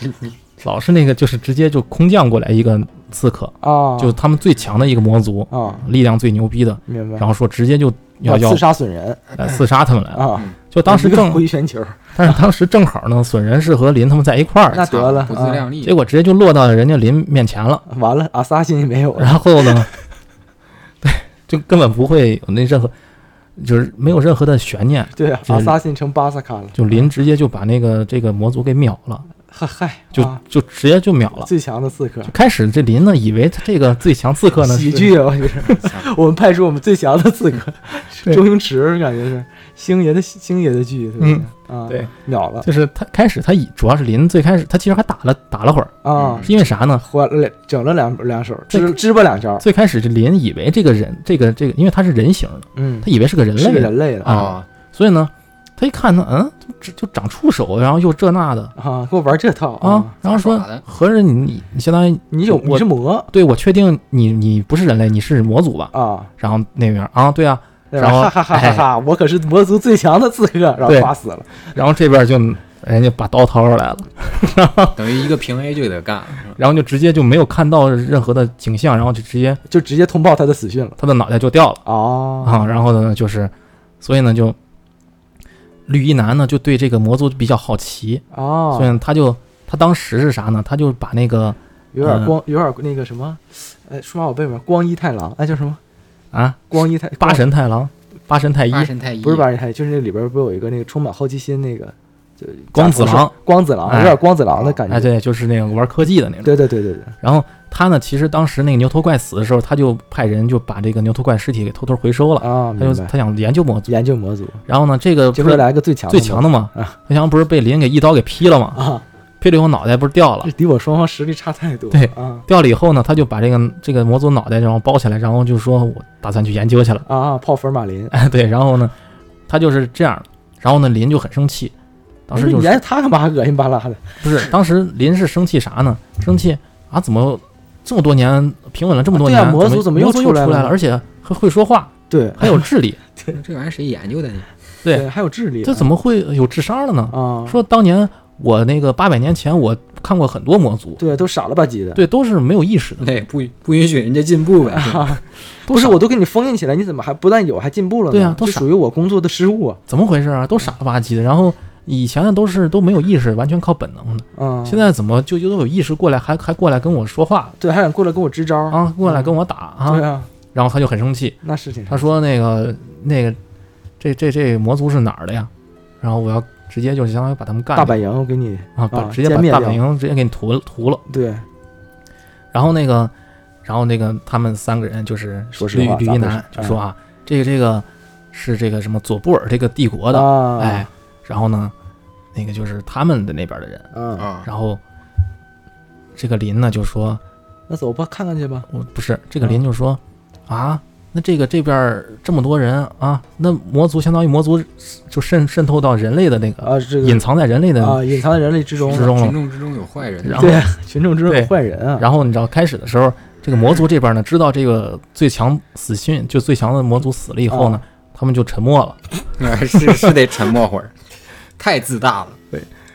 [SPEAKER 3] (laughs)
[SPEAKER 1] 老是那个就是直接就空降过来一个刺客，
[SPEAKER 2] 啊，
[SPEAKER 1] 就他们最强的一个魔族，
[SPEAKER 2] 啊，
[SPEAKER 1] 力量最牛逼的，
[SPEAKER 2] 明白，
[SPEAKER 1] 然后说直接就要要
[SPEAKER 2] 刺杀损人
[SPEAKER 1] 呃刺杀他们来了。
[SPEAKER 2] 啊，
[SPEAKER 1] 就当时
[SPEAKER 2] 一个
[SPEAKER 1] 正，
[SPEAKER 2] 回旋球，
[SPEAKER 1] 但是当时正好呢，损人是和林他们在一块儿，
[SPEAKER 2] 那得了
[SPEAKER 3] 不自量
[SPEAKER 2] 嗯
[SPEAKER 3] 力
[SPEAKER 1] 结。果直接就落到人家林面前了。
[SPEAKER 2] 完了，阿萨辛也没有了，
[SPEAKER 1] 然后呢， (laughs) 对，就根本不会有那任何，就是没有任何的悬念，
[SPEAKER 2] 对啊，
[SPEAKER 1] 这
[SPEAKER 2] 阿萨辛成巴萨卡了，
[SPEAKER 1] 就林直接就把那个这个魔族给秒了，
[SPEAKER 2] 嗨嗨，
[SPEAKER 1] 就
[SPEAKER 2] 啊
[SPEAKER 1] 就直接就秒了。
[SPEAKER 2] 最强的刺客
[SPEAKER 1] 就，开始这林呢，以为他这个最强刺客呢
[SPEAKER 2] 喜
[SPEAKER 1] 是
[SPEAKER 2] 剧啊， (laughs) 我觉得我们派出我们最强的刺客，
[SPEAKER 1] (laughs) 对
[SPEAKER 2] 周星驰感觉是星爷的星爷的剧，对不对啊，
[SPEAKER 1] 嗯对，
[SPEAKER 2] 秒了
[SPEAKER 1] 就是他开始他以主要是林最开始他其实还打了打了会儿，
[SPEAKER 2] 啊
[SPEAKER 3] 嗯，
[SPEAKER 1] 是因为啥呢？
[SPEAKER 2] 换了两整了两两手，
[SPEAKER 1] 这
[SPEAKER 2] 支支吧两招，
[SPEAKER 1] 最开始这林以为这个人这个这个，因为他是人形的，
[SPEAKER 2] 嗯
[SPEAKER 1] 他，以为是个人
[SPEAKER 2] 是
[SPEAKER 1] 类的，
[SPEAKER 2] 人类的
[SPEAKER 1] 啊
[SPEAKER 3] 啊，
[SPEAKER 1] 所以呢，他一看呢，嗯，就就长触手，然后又这那的
[SPEAKER 2] 啊，给我玩这套
[SPEAKER 1] 啊，，然后说
[SPEAKER 3] 嗯咋耍的
[SPEAKER 1] 合着你你你相当于
[SPEAKER 2] 你有你
[SPEAKER 1] 我
[SPEAKER 2] 是魔
[SPEAKER 1] 对我确定你你不是人类，你是魔族吧？
[SPEAKER 2] 啊，
[SPEAKER 1] 然后那边啊，对啊，
[SPEAKER 2] 对吧
[SPEAKER 1] 然后哎
[SPEAKER 2] 哈哈哈哈哈，我可是魔族最强的刺客，然后
[SPEAKER 1] 对
[SPEAKER 2] 挂死了，
[SPEAKER 1] 然后这边就人家把刀掏出来了，
[SPEAKER 3] 等于一个平 A 就得干，
[SPEAKER 1] 然后就直接就没有看到任何的景象，然后就直接
[SPEAKER 2] 就直接通报他的死讯了
[SPEAKER 1] 他的脑袋就掉了
[SPEAKER 2] 哦
[SPEAKER 1] 啊，然后呢就是，所以呢就绿衣男呢就对这个魔族比较好奇，
[SPEAKER 2] 哦
[SPEAKER 1] 所以呢他就他当时是啥呢？他就把那个
[SPEAKER 2] 有点
[SPEAKER 1] 嗯
[SPEAKER 2] 光，有点那个什么，呃，数码宝贝里面光一太郎，哎，叫什么？
[SPEAKER 1] 啊
[SPEAKER 2] 光一太
[SPEAKER 1] 八
[SPEAKER 2] 光
[SPEAKER 1] 神太郎、八神太一
[SPEAKER 3] 八神太一
[SPEAKER 2] 不是八神太，就是那里边不是有一个那个充满好奇心那个，就
[SPEAKER 1] 光子郎，
[SPEAKER 2] 光子郎
[SPEAKER 1] 哎
[SPEAKER 2] 有点光子郎的感觉。
[SPEAKER 1] 哎，对，就是那个玩科技的那种。
[SPEAKER 2] 对对对对对
[SPEAKER 1] 然后他呢，其实当时那个牛头怪死的时候，他就派人就把这个牛头怪尸体给偷偷回收了。
[SPEAKER 2] 啊，
[SPEAKER 1] 他就
[SPEAKER 2] 明白。
[SPEAKER 1] 他想研究魔族，
[SPEAKER 2] 研究模组，
[SPEAKER 1] 然后呢，这个
[SPEAKER 2] 结
[SPEAKER 1] 不
[SPEAKER 2] 果
[SPEAKER 1] 是
[SPEAKER 2] 来个最强
[SPEAKER 1] 最强
[SPEAKER 2] 的
[SPEAKER 1] 的嘛，
[SPEAKER 2] 啊
[SPEAKER 1] 最强不是被林给一刀给劈了
[SPEAKER 2] 模
[SPEAKER 1] 嘛？
[SPEAKER 2] 组啊，
[SPEAKER 1] 劈了以后脑袋不是掉了
[SPEAKER 2] 这，敌我双方实力差太多。
[SPEAKER 1] 对
[SPEAKER 2] 啊
[SPEAKER 1] 掉了以后呢，他就把这个这个魔族脑袋然后包起来，然后就说我打算去研究去了。 (laughs)
[SPEAKER 2] 啊，泡芙马林，
[SPEAKER 1] 哎，对，然后呢，他就是这样的。然后呢，林就很生气，当时
[SPEAKER 2] 哎
[SPEAKER 1] 就
[SPEAKER 2] 你
[SPEAKER 1] 是
[SPEAKER 2] 研究他干嘛恶心巴拉的？
[SPEAKER 1] 不是当时林是生气啥呢？生气啊，怎么这么多年平稳了这么多
[SPEAKER 2] 啊对
[SPEAKER 1] 年，
[SPEAKER 2] 啊魔族
[SPEAKER 1] 怎
[SPEAKER 2] 怎
[SPEAKER 1] 么
[SPEAKER 2] 么
[SPEAKER 1] 魔
[SPEAKER 2] 又
[SPEAKER 1] 族又
[SPEAKER 2] 出来
[SPEAKER 1] 出来
[SPEAKER 2] 了
[SPEAKER 1] 了，而且还会说话，
[SPEAKER 2] 对
[SPEAKER 1] 还有智
[SPEAKER 2] (laughs)
[SPEAKER 1] 力，
[SPEAKER 3] (laughs) 这玩意儿谁研究的呢？ (laughs)
[SPEAKER 1] 对，
[SPEAKER 2] 还有智力啊。
[SPEAKER 1] 这怎么会有智商了呢？
[SPEAKER 2] 啊？
[SPEAKER 1] 说当年我那个八百年前我看过很多魔族，
[SPEAKER 2] 对，都傻了吧唧的。
[SPEAKER 1] 对，都是没有意识的，
[SPEAKER 3] 那也不不允许人家进步呗。
[SPEAKER 1] 都
[SPEAKER 2] 不是，
[SPEAKER 1] 傻
[SPEAKER 2] 我都给你封印起来，你怎么还不但有还进步了呢？
[SPEAKER 1] 对啊都
[SPEAKER 2] 这
[SPEAKER 1] 傻
[SPEAKER 2] 属于我工作的失误啊。
[SPEAKER 1] 怎么回事啊？都傻了吧唧的，然后以前的都是都没有意识，完全靠本能的，
[SPEAKER 2] 嗯，
[SPEAKER 1] 现在怎么就又都有意识过来，还还过来跟我说话
[SPEAKER 2] 对还想过来跟我支招儿？
[SPEAKER 1] 啊，过来跟我打啊
[SPEAKER 2] 对，啊，
[SPEAKER 1] 然后他就很生气，
[SPEAKER 2] 那是挺
[SPEAKER 1] 他说那个那个这这这魔族是哪儿的呀？然后我要直接就相当于把他们干
[SPEAKER 2] 大
[SPEAKER 1] 掉
[SPEAKER 2] 本营，我给你
[SPEAKER 1] 啊，把
[SPEAKER 2] 啊
[SPEAKER 1] 直接把
[SPEAKER 2] 歼灭
[SPEAKER 1] 大
[SPEAKER 2] 掉
[SPEAKER 1] 本营直接给你屠了屠了，
[SPEAKER 2] 对
[SPEAKER 1] 然后那个，然后那个他们三个人就是
[SPEAKER 2] 说实
[SPEAKER 1] 绿
[SPEAKER 2] 话
[SPEAKER 1] 绿
[SPEAKER 2] 咋
[SPEAKER 1] 衣
[SPEAKER 2] 回
[SPEAKER 1] 男
[SPEAKER 2] 事
[SPEAKER 1] 就说啊，这个这个是这个什么佐布尔这个帝国的，
[SPEAKER 2] 啊，
[SPEAKER 1] 哎，然后呢，那个就是他们的那边的人，
[SPEAKER 2] 嗯，
[SPEAKER 3] 啊，
[SPEAKER 1] 然后这个林呢就说，
[SPEAKER 2] 那走吧，看看去吧。
[SPEAKER 1] 我不是这个林就说啊。那这个这边儿这么多人啊，那魔族相当于魔族就渗渗透到人类的那个，
[SPEAKER 2] 啊，这个
[SPEAKER 1] 隐藏在人类的，
[SPEAKER 2] 啊，隐藏在人类之中
[SPEAKER 1] 是，中了
[SPEAKER 3] 群众之中有坏人，
[SPEAKER 1] 然后
[SPEAKER 2] 对啊，群众之中
[SPEAKER 1] 对
[SPEAKER 2] 有坏人啊。
[SPEAKER 1] 然后你知道开始的时候，这个魔族这边呢知道这个最强死讯，就最强的魔族死了以后
[SPEAKER 2] 哦
[SPEAKER 1] 呢，他们就沉默了，
[SPEAKER 3] (laughs) 是是得沉默会儿，太自大了。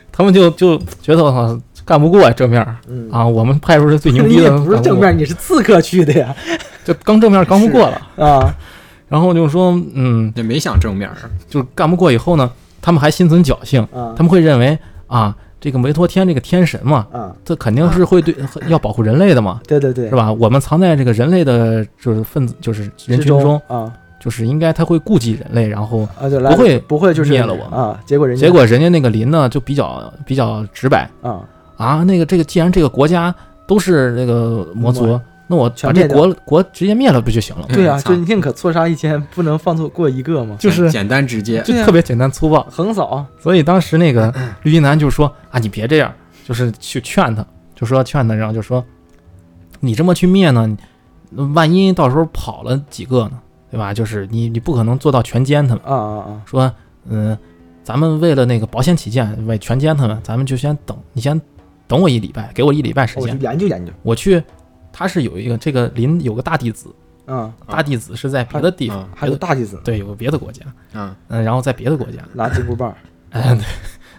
[SPEAKER 1] 他们就就觉得我操干不过呀正面儿
[SPEAKER 2] 嗯，
[SPEAKER 1] 啊，我们派出是最牛
[SPEAKER 2] (laughs) 你
[SPEAKER 1] 逼
[SPEAKER 2] 也
[SPEAKER 1] 的，
[SPEAKER 2] 不是
[SPEAKER 1] 干
[SPEAKER 2] 正
[SPEAKER 1] 过，
[SPEAKER 2] 面，你是刺客去的呀。
[SPEAKER 1] 就刚正面刚不过了，
[SPEAKER 2] 啊，
[SPEAKER 1] 然后就说嗯，
[SPEAKER 3] 这没想正面儿，
[SPEAKER 1] 就干不过以后呢，他们还心存侥幸，
[SPEAKER 2] 啊
[SPEAKER 1] 他们会认为啊这个维托天这个天神嘛，
[SPEAKER 2] 啊，
[SPEAKER 1] 这肯定是会对 (laughs) 要保护人类的嘛。
[SPEAKER 2] 对对对
[SPEAKER 1] 是，吧？我们藏在这个人类的，就是分子，就是人群
[SPEAKER 2] 之中
[SPEAKER 1] 中，
[SPEAKER 2] 啊
[SPEAKER 1] 就是应该他会顾及人类，然后
[SPEAKER 2] 啊，就来
[SPEAKER 1] 不会
[SPEAKER 2] 不会就是
[SPEAKER 1] 灭了我们
[SPEAKER 2] 啊，结果人家
[SPEAKER 1] 结果人家那个林呢就比较比较直白
[SPEAKER 2] 啊，
[SPEAKER 1] 啊，那个这个既然这个国家都是那个魔族
[SPEAKER 2] 魔，
[SPEAKER 1] 那我把
[SPEAKER 2] 全
[SPEAKER 1] 这
[SPEAKER 2] 灭掉
[SPEAKER 1] 国国直接灭了不就行了吗？
[SPEAKER 2] 对啊，
[SPEAKER 3] 操
[SPEAKER 2] 就宁可错杀一千，不能放错过一个嘛。
[SPEAKER 1] 就是
[SPEAKER 3] 简单直接。
[SPEAKER 1] 哎就
[SPEAKER 2] 对啊嗯
[SPEAKER 1] 特别简单粗暴。
[SPEAKER 2] 横扫，啊
[SPEAKER 1] 所以当时那个绿衣男就说啊，你别这样，就是去劝他，就说劝他，然后就说你这么去灭呢，万一到时候跑了几个呢，对吧？就是你你不可能做到全歼他们。
[SPEAKER 2] 啊啊啊！
[SPEAKER 1] 说，嗯、咱们为了那个保险起见，为全歼他们，咱们就先等，你先等我一礼拜，给我一礼拜时
[SPEAKER 2] 我去
[SPEAKER 1] 间，
[SPEAKER 2] 研究研究。
[SPEAKER 1] 我去。他是有一个这个林有个大弟子，
[SPEAKER 2] 嗯，
[SPEAKER 1] 大弟子是在别的地方，别
[SPEAKER 2] 还有
[SPEAKER 1] 的
[SPEAKER 2] 大弟子，
[SPEAKER 1] 对有个别的国家，
[SPEAKER 3] 啊，
[SPEAKER 1] 嗯，然后在别的国家，
[SPEAKER 2] 拿金箍棒，
[SPEAKER 1] 哎，对，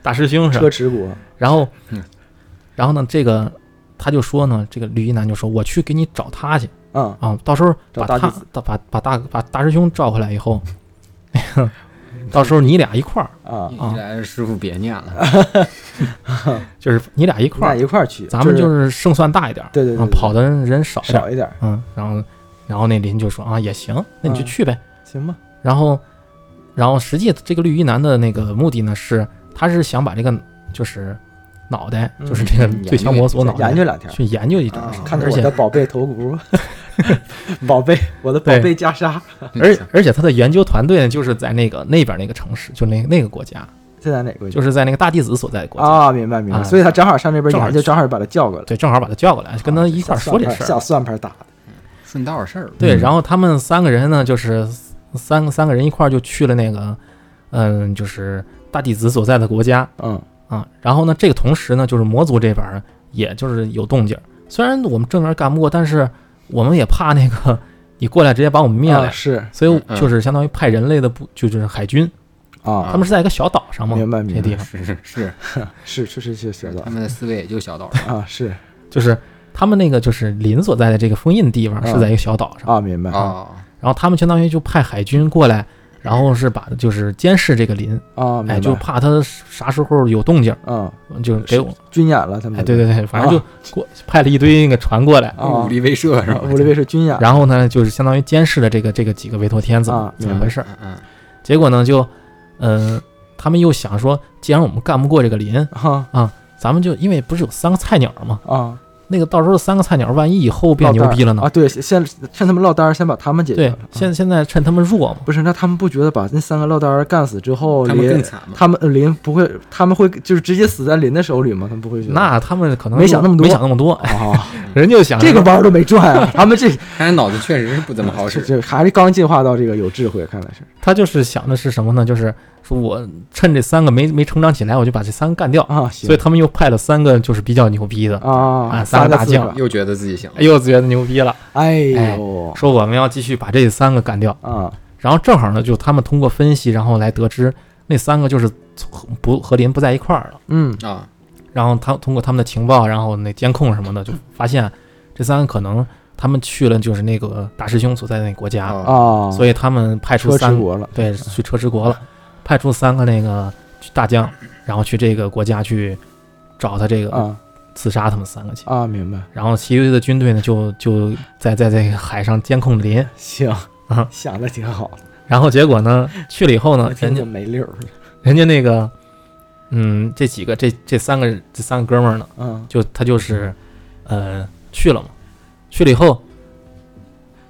[SPEAKER 1] 大师兄 (laughs) 是吧啊
[SPEAKER 2] 车迟国。
[SPEAKER 1] 然后
[SPEAKER 3] 嗯，
[SPEAKER 1] 然后呢，这个他就说呢，这个吕一男就说，我去给你找他去
[SPEAKER 2] 嗯，
[SPEAKER 1] 啊，到时候把
[SPEAKER 2] 找大
[SPEAKER 1] 他
[SPEAKER 2] 弟子
[SPEAKER 1] 把把把大把大师兄召回来以
[SPEAKER 2] (laughs)
[SPEAKER 1] 后，到时候你俩一块儿，
[SPEAKER 2] 啊，
[SPEAKER 3] 依
[SPEAKER 1] 啊
[SPEAKER 3] 然师傅别念了，
[SPEAKER 1] 就是你俩一块
[SPEAKER 2] 那
[SPEAKER 1] 儿，
[SPEAKER 2] 一块儿去，
[SPEAKER 1] 咱们
[SPEAKER 2] 就
[SPEAKER 1] 就是是胜算大一点儿，
[SPEAKER 2] 对对对
[SPEAKER 1] 啊
[SPEAKER 2] 对
[SPEAKER 1] 跑的人少点儿，
[SPEAKER 2] 少一点儿，
[SPEAKER 1] 嗯，然后然后那林就说啊，也行，那你就
[SPEAKER 2] 嗯
[SPEAKER 1] 去呗，
[SPEAKER 2] 行吧？
[SPEAKER 1] 然后然后实际这个绿衣男的那个目的呢是，他是想把这个就是脑袋，
[SPEAKER 2] 嗯
[SPEAKER 1] 就是这个
[SPEAKER 3] 嗯
[SPEAKER 1] 最强
[SPEAKER 3] 研究
[SPEAKER 1] 魔索脑袋
[SPEAKER 2] 研究两天儿，
[SPEAKER 1] 去研究一整
[SPEAKER 2] 啊
[SPEAKER 1] 整，
[SPEAKER 2] 看着
[SPEAKER 1] 而
[SPEAKER 2] 我
[SPEAKER 1] 且
[SPEAKER 2] 的宝贝
[SPEAKER 1] (laughs)
[SPEAKER 2] 头骨，宝贝，我的宝
[SPEAKER 1] 对
[SPEAKER 2] 贝袈裟嗯
[SPEAKER 1] 而而且他的研究团队呢，就是在那个那边那个城市，就那那个国家，
[SPEAKER 2] 在咱哪个国家？
[SPEAKER 1] 就是在那个大弟子所在的国家。
[SPEAKER 2] 啊，明白明白。
[SPEAKER 1] 啊
[SPEAKER 2] 所以他正好上这边
[SPEAKER 1] 正好
[SPEAKER 2] 研究，
[SPEAKER 1] 去
[SPEAKER 2] 正好把他叫过来，
[SPEAKER 1] 对，正好把他叫过来，跟他一块儿说这事
[SPEAKER 2] 下
[SPEAKER 1] 儿。
[SPEAKER 2] 算盘打的。
[SPEAKER 3] 顺道的事儿吧。
[SPEAKER 1] 对，
[SPEAKER 4] 嗯
[SPEAKER 1] 然后他们三个人呢，就是三个三个人一块儿就去了那个，嗯，就是大弟子所在的国家
[SPEAKER 2] 嗯
[SPEAKER 1] 啊。然后呢，这个同时呢，就是魔族这边儿也就是有动静儿，虽然我们正面干不过，但是我们也怕那个 (laughs) 你过来直接把我们灭了
[SPEAKER 2] 啊
[SPEAKER 1] 呀，
[SPEAKER 2] 是
[SPEAKER 1] 所以
[SPEAKER 3] 嗯嗯
[SPEAKER 1] 就是相当于派人类的部，就就是海军，
[SPEAKER 2] 啊，
[SPEAKER 1] 他们是在一个小岛上嘛，
[SPEAKER 2] 明白
[SPEAKER 1] 这
[SPEAKER 2] 明白，
[SPEAKER 1] 地方。
[SPEAKER 3] 是是是，
[SPEAKER 2] 是是是是学到
[SPEAKER 3] 他们的思维也就小道上。
[SPEAKER 1] 嗯
[SPEAKER 2] 啊，是
[SPEAKER 1] 就是他们那个就是林所在的这个封印地方
[SPEAKER 2] 嗯
[SPEAKER 1] 是在一个小岛上，
[SPEAKER 2] 啊，明白
[SPEAKER 3] 哦，
[SPEAKER 1] 然后他们相当于就派海军过来，然后是把就是监视这个林，
[SPEAKER 2] 啊，明白
[SPEAKER 1] 哎，就怕他啥时候有动静，
[SPEAKER 2] 嗯，
[SPEAKER 1] 就是给我，
[SPEAKER 2] 军演了，他们
[SPEAKER 1] 哎，对对对，反正就过派了一堆那个船过来，
[SPEAKER 2] 啊
[SPEAKER 3] 武，力威慑是吧？
[SPEAKER 2] 武力卫是军演，
[SPEAKER 1] 然后呢就是相当于监视了这个这个几个委托天怎么
[SPEAKER 2] 啊
[SPEAKER 1] 怎么回事儿，
[SPEAKER 3] 嗯嗯，
[SPEAKER 1] 结果呢就，嗯，他们又想说，既然我们干不过这个林，
[SPEAKER 2] 啊
[SPEAKER 1] 咱们就因为不是有三个菜鸟嘛，
[SPEAKER 2] 啊，
[SPEAKER 1] 那个到时候三个菜鸟万一以后变
[SPEAKER 2] 落单
[SPEAKER 1] 牛
[SPEAKER 2] 儿
[SPEAKER 1] 逼了呢
[SPEAKER 2] 啊，？对，先趁他们落单儿，先把他们解决
[SPEAKER 1] 对
[SPEAKER 2] 了，。啊
[SPEAKER 1] 现现在趁他们弱嘛。
[SPEAKER 2] 不是，那他们不觉得把那三个落单儿干死之后，
[SPEAKER 3] 他们
[SPEAKER 2] 林
[SPEAKER 3] 更惨嘛。
[SPEAKER 2] 他们林不会，他们会就是直接死在林的手里吗？他们不会觉得
[SPEAKER 1] 那他们可能
[SPEAKER 2] 没想那么多
[SPEAKER 1] 没想那么多，
[SPEAKER 2] 啊，
[SPEAKER 1] 人就想
[SPEAKER 2] 这个弯儿都没转啊！
[SPEAKER 1] (laughs)
[SPEAKER 2] 他们这
[SPEAKER 3] 他脑子确实是不怎么
[SPEAKER 1] 哦
[SPEAKER 3] 好使
[SPEAKER 2] 这。这 (laughs) 还是刚进化到这个有智慧，看来是
[SPEAKER 1] 他就是想的是什么呢？就是说我趁这三个没没成长起来，我就把这三个干掉。
[SPEAKER 2] 啊，行
[SPEAKER 1] 所以他们又派了三个就是比较牛逼的，
[SPEAKER 2] 啊
[SPEAKER 1] 啊
[SPEAKER 2] 三
[SPEAKER 1] 三
[SPEAKER 2] 个
[SPEAKER 1] 个大
[SPEAKER 2] 四
[SPEAKER 1] 将
[SPEAKER 2] 个
[SPEAKER 3] 又觉得自己行了，
[SPEAKER 1] 又觉得牛逼了，
[SPEAKER 2] 哎呦
[SPEAKER 1] 说我们要继续把这三个干掉。
[SPEAKER 2] 啊
[SPEAKER 1] 然后正好呢，就他们通过分析，然后来得知那三个就是从不和林不在一块儿了。
[SPEAKER 2] 嗯
[SPEAKER 3] 啊，
[SPEAKER 1] 然后他通过他们的情报，然后那监控什么的，就发现这三个可能他们去了就是那个大师兄所在的那国家，
[SPEAKER 3] 哦
[SPEAKER 2] 啊，
[SPEAKER 1] 所以他们派出
[SPEAKER 2] 车
[SPEAKER 1] 三
[SPEAKER 2] 迟
[SPEAKER 1] 个
[SPEAKER 2] 国了
[SPEAKER 1] 对，去车迟国了，派出三个那个大将，然后去这个国家去找他这个
[SPEAKER 2] 啊
[SPEAKER 1] 刺杀他们三个去。
[SPEAKER 2] 啊，明白
[SPEAKER 1] 然后其余的军队呢，就就在在在海上监控着林。
[SPEAKER 2] 行
[SPEAKER 1] 啊
[SPEAKER 2] 想的挺好，
[SPEAKER 1] 然后结果
[SPEAKER 2] (laughs)
[SPEAKER 1] 呢，去了以后呢
[SPEAKER 2] 我，听
[SPEAKER 1] 人
[SPEAKER 2] 着
[SPEAKER 1] 家
[SPEAKER 2] 没溜儿
[SPEAKER 1] 人家那个，嗯，这几个这这三个这三个哥们儿呢，
[SPEAKER 2] 嗯，
[SPEAKER 1] 就他就是，呃，去了嘛，去了以
[SPEAKER 2] (laughs)
[SPEAKER 1] 后，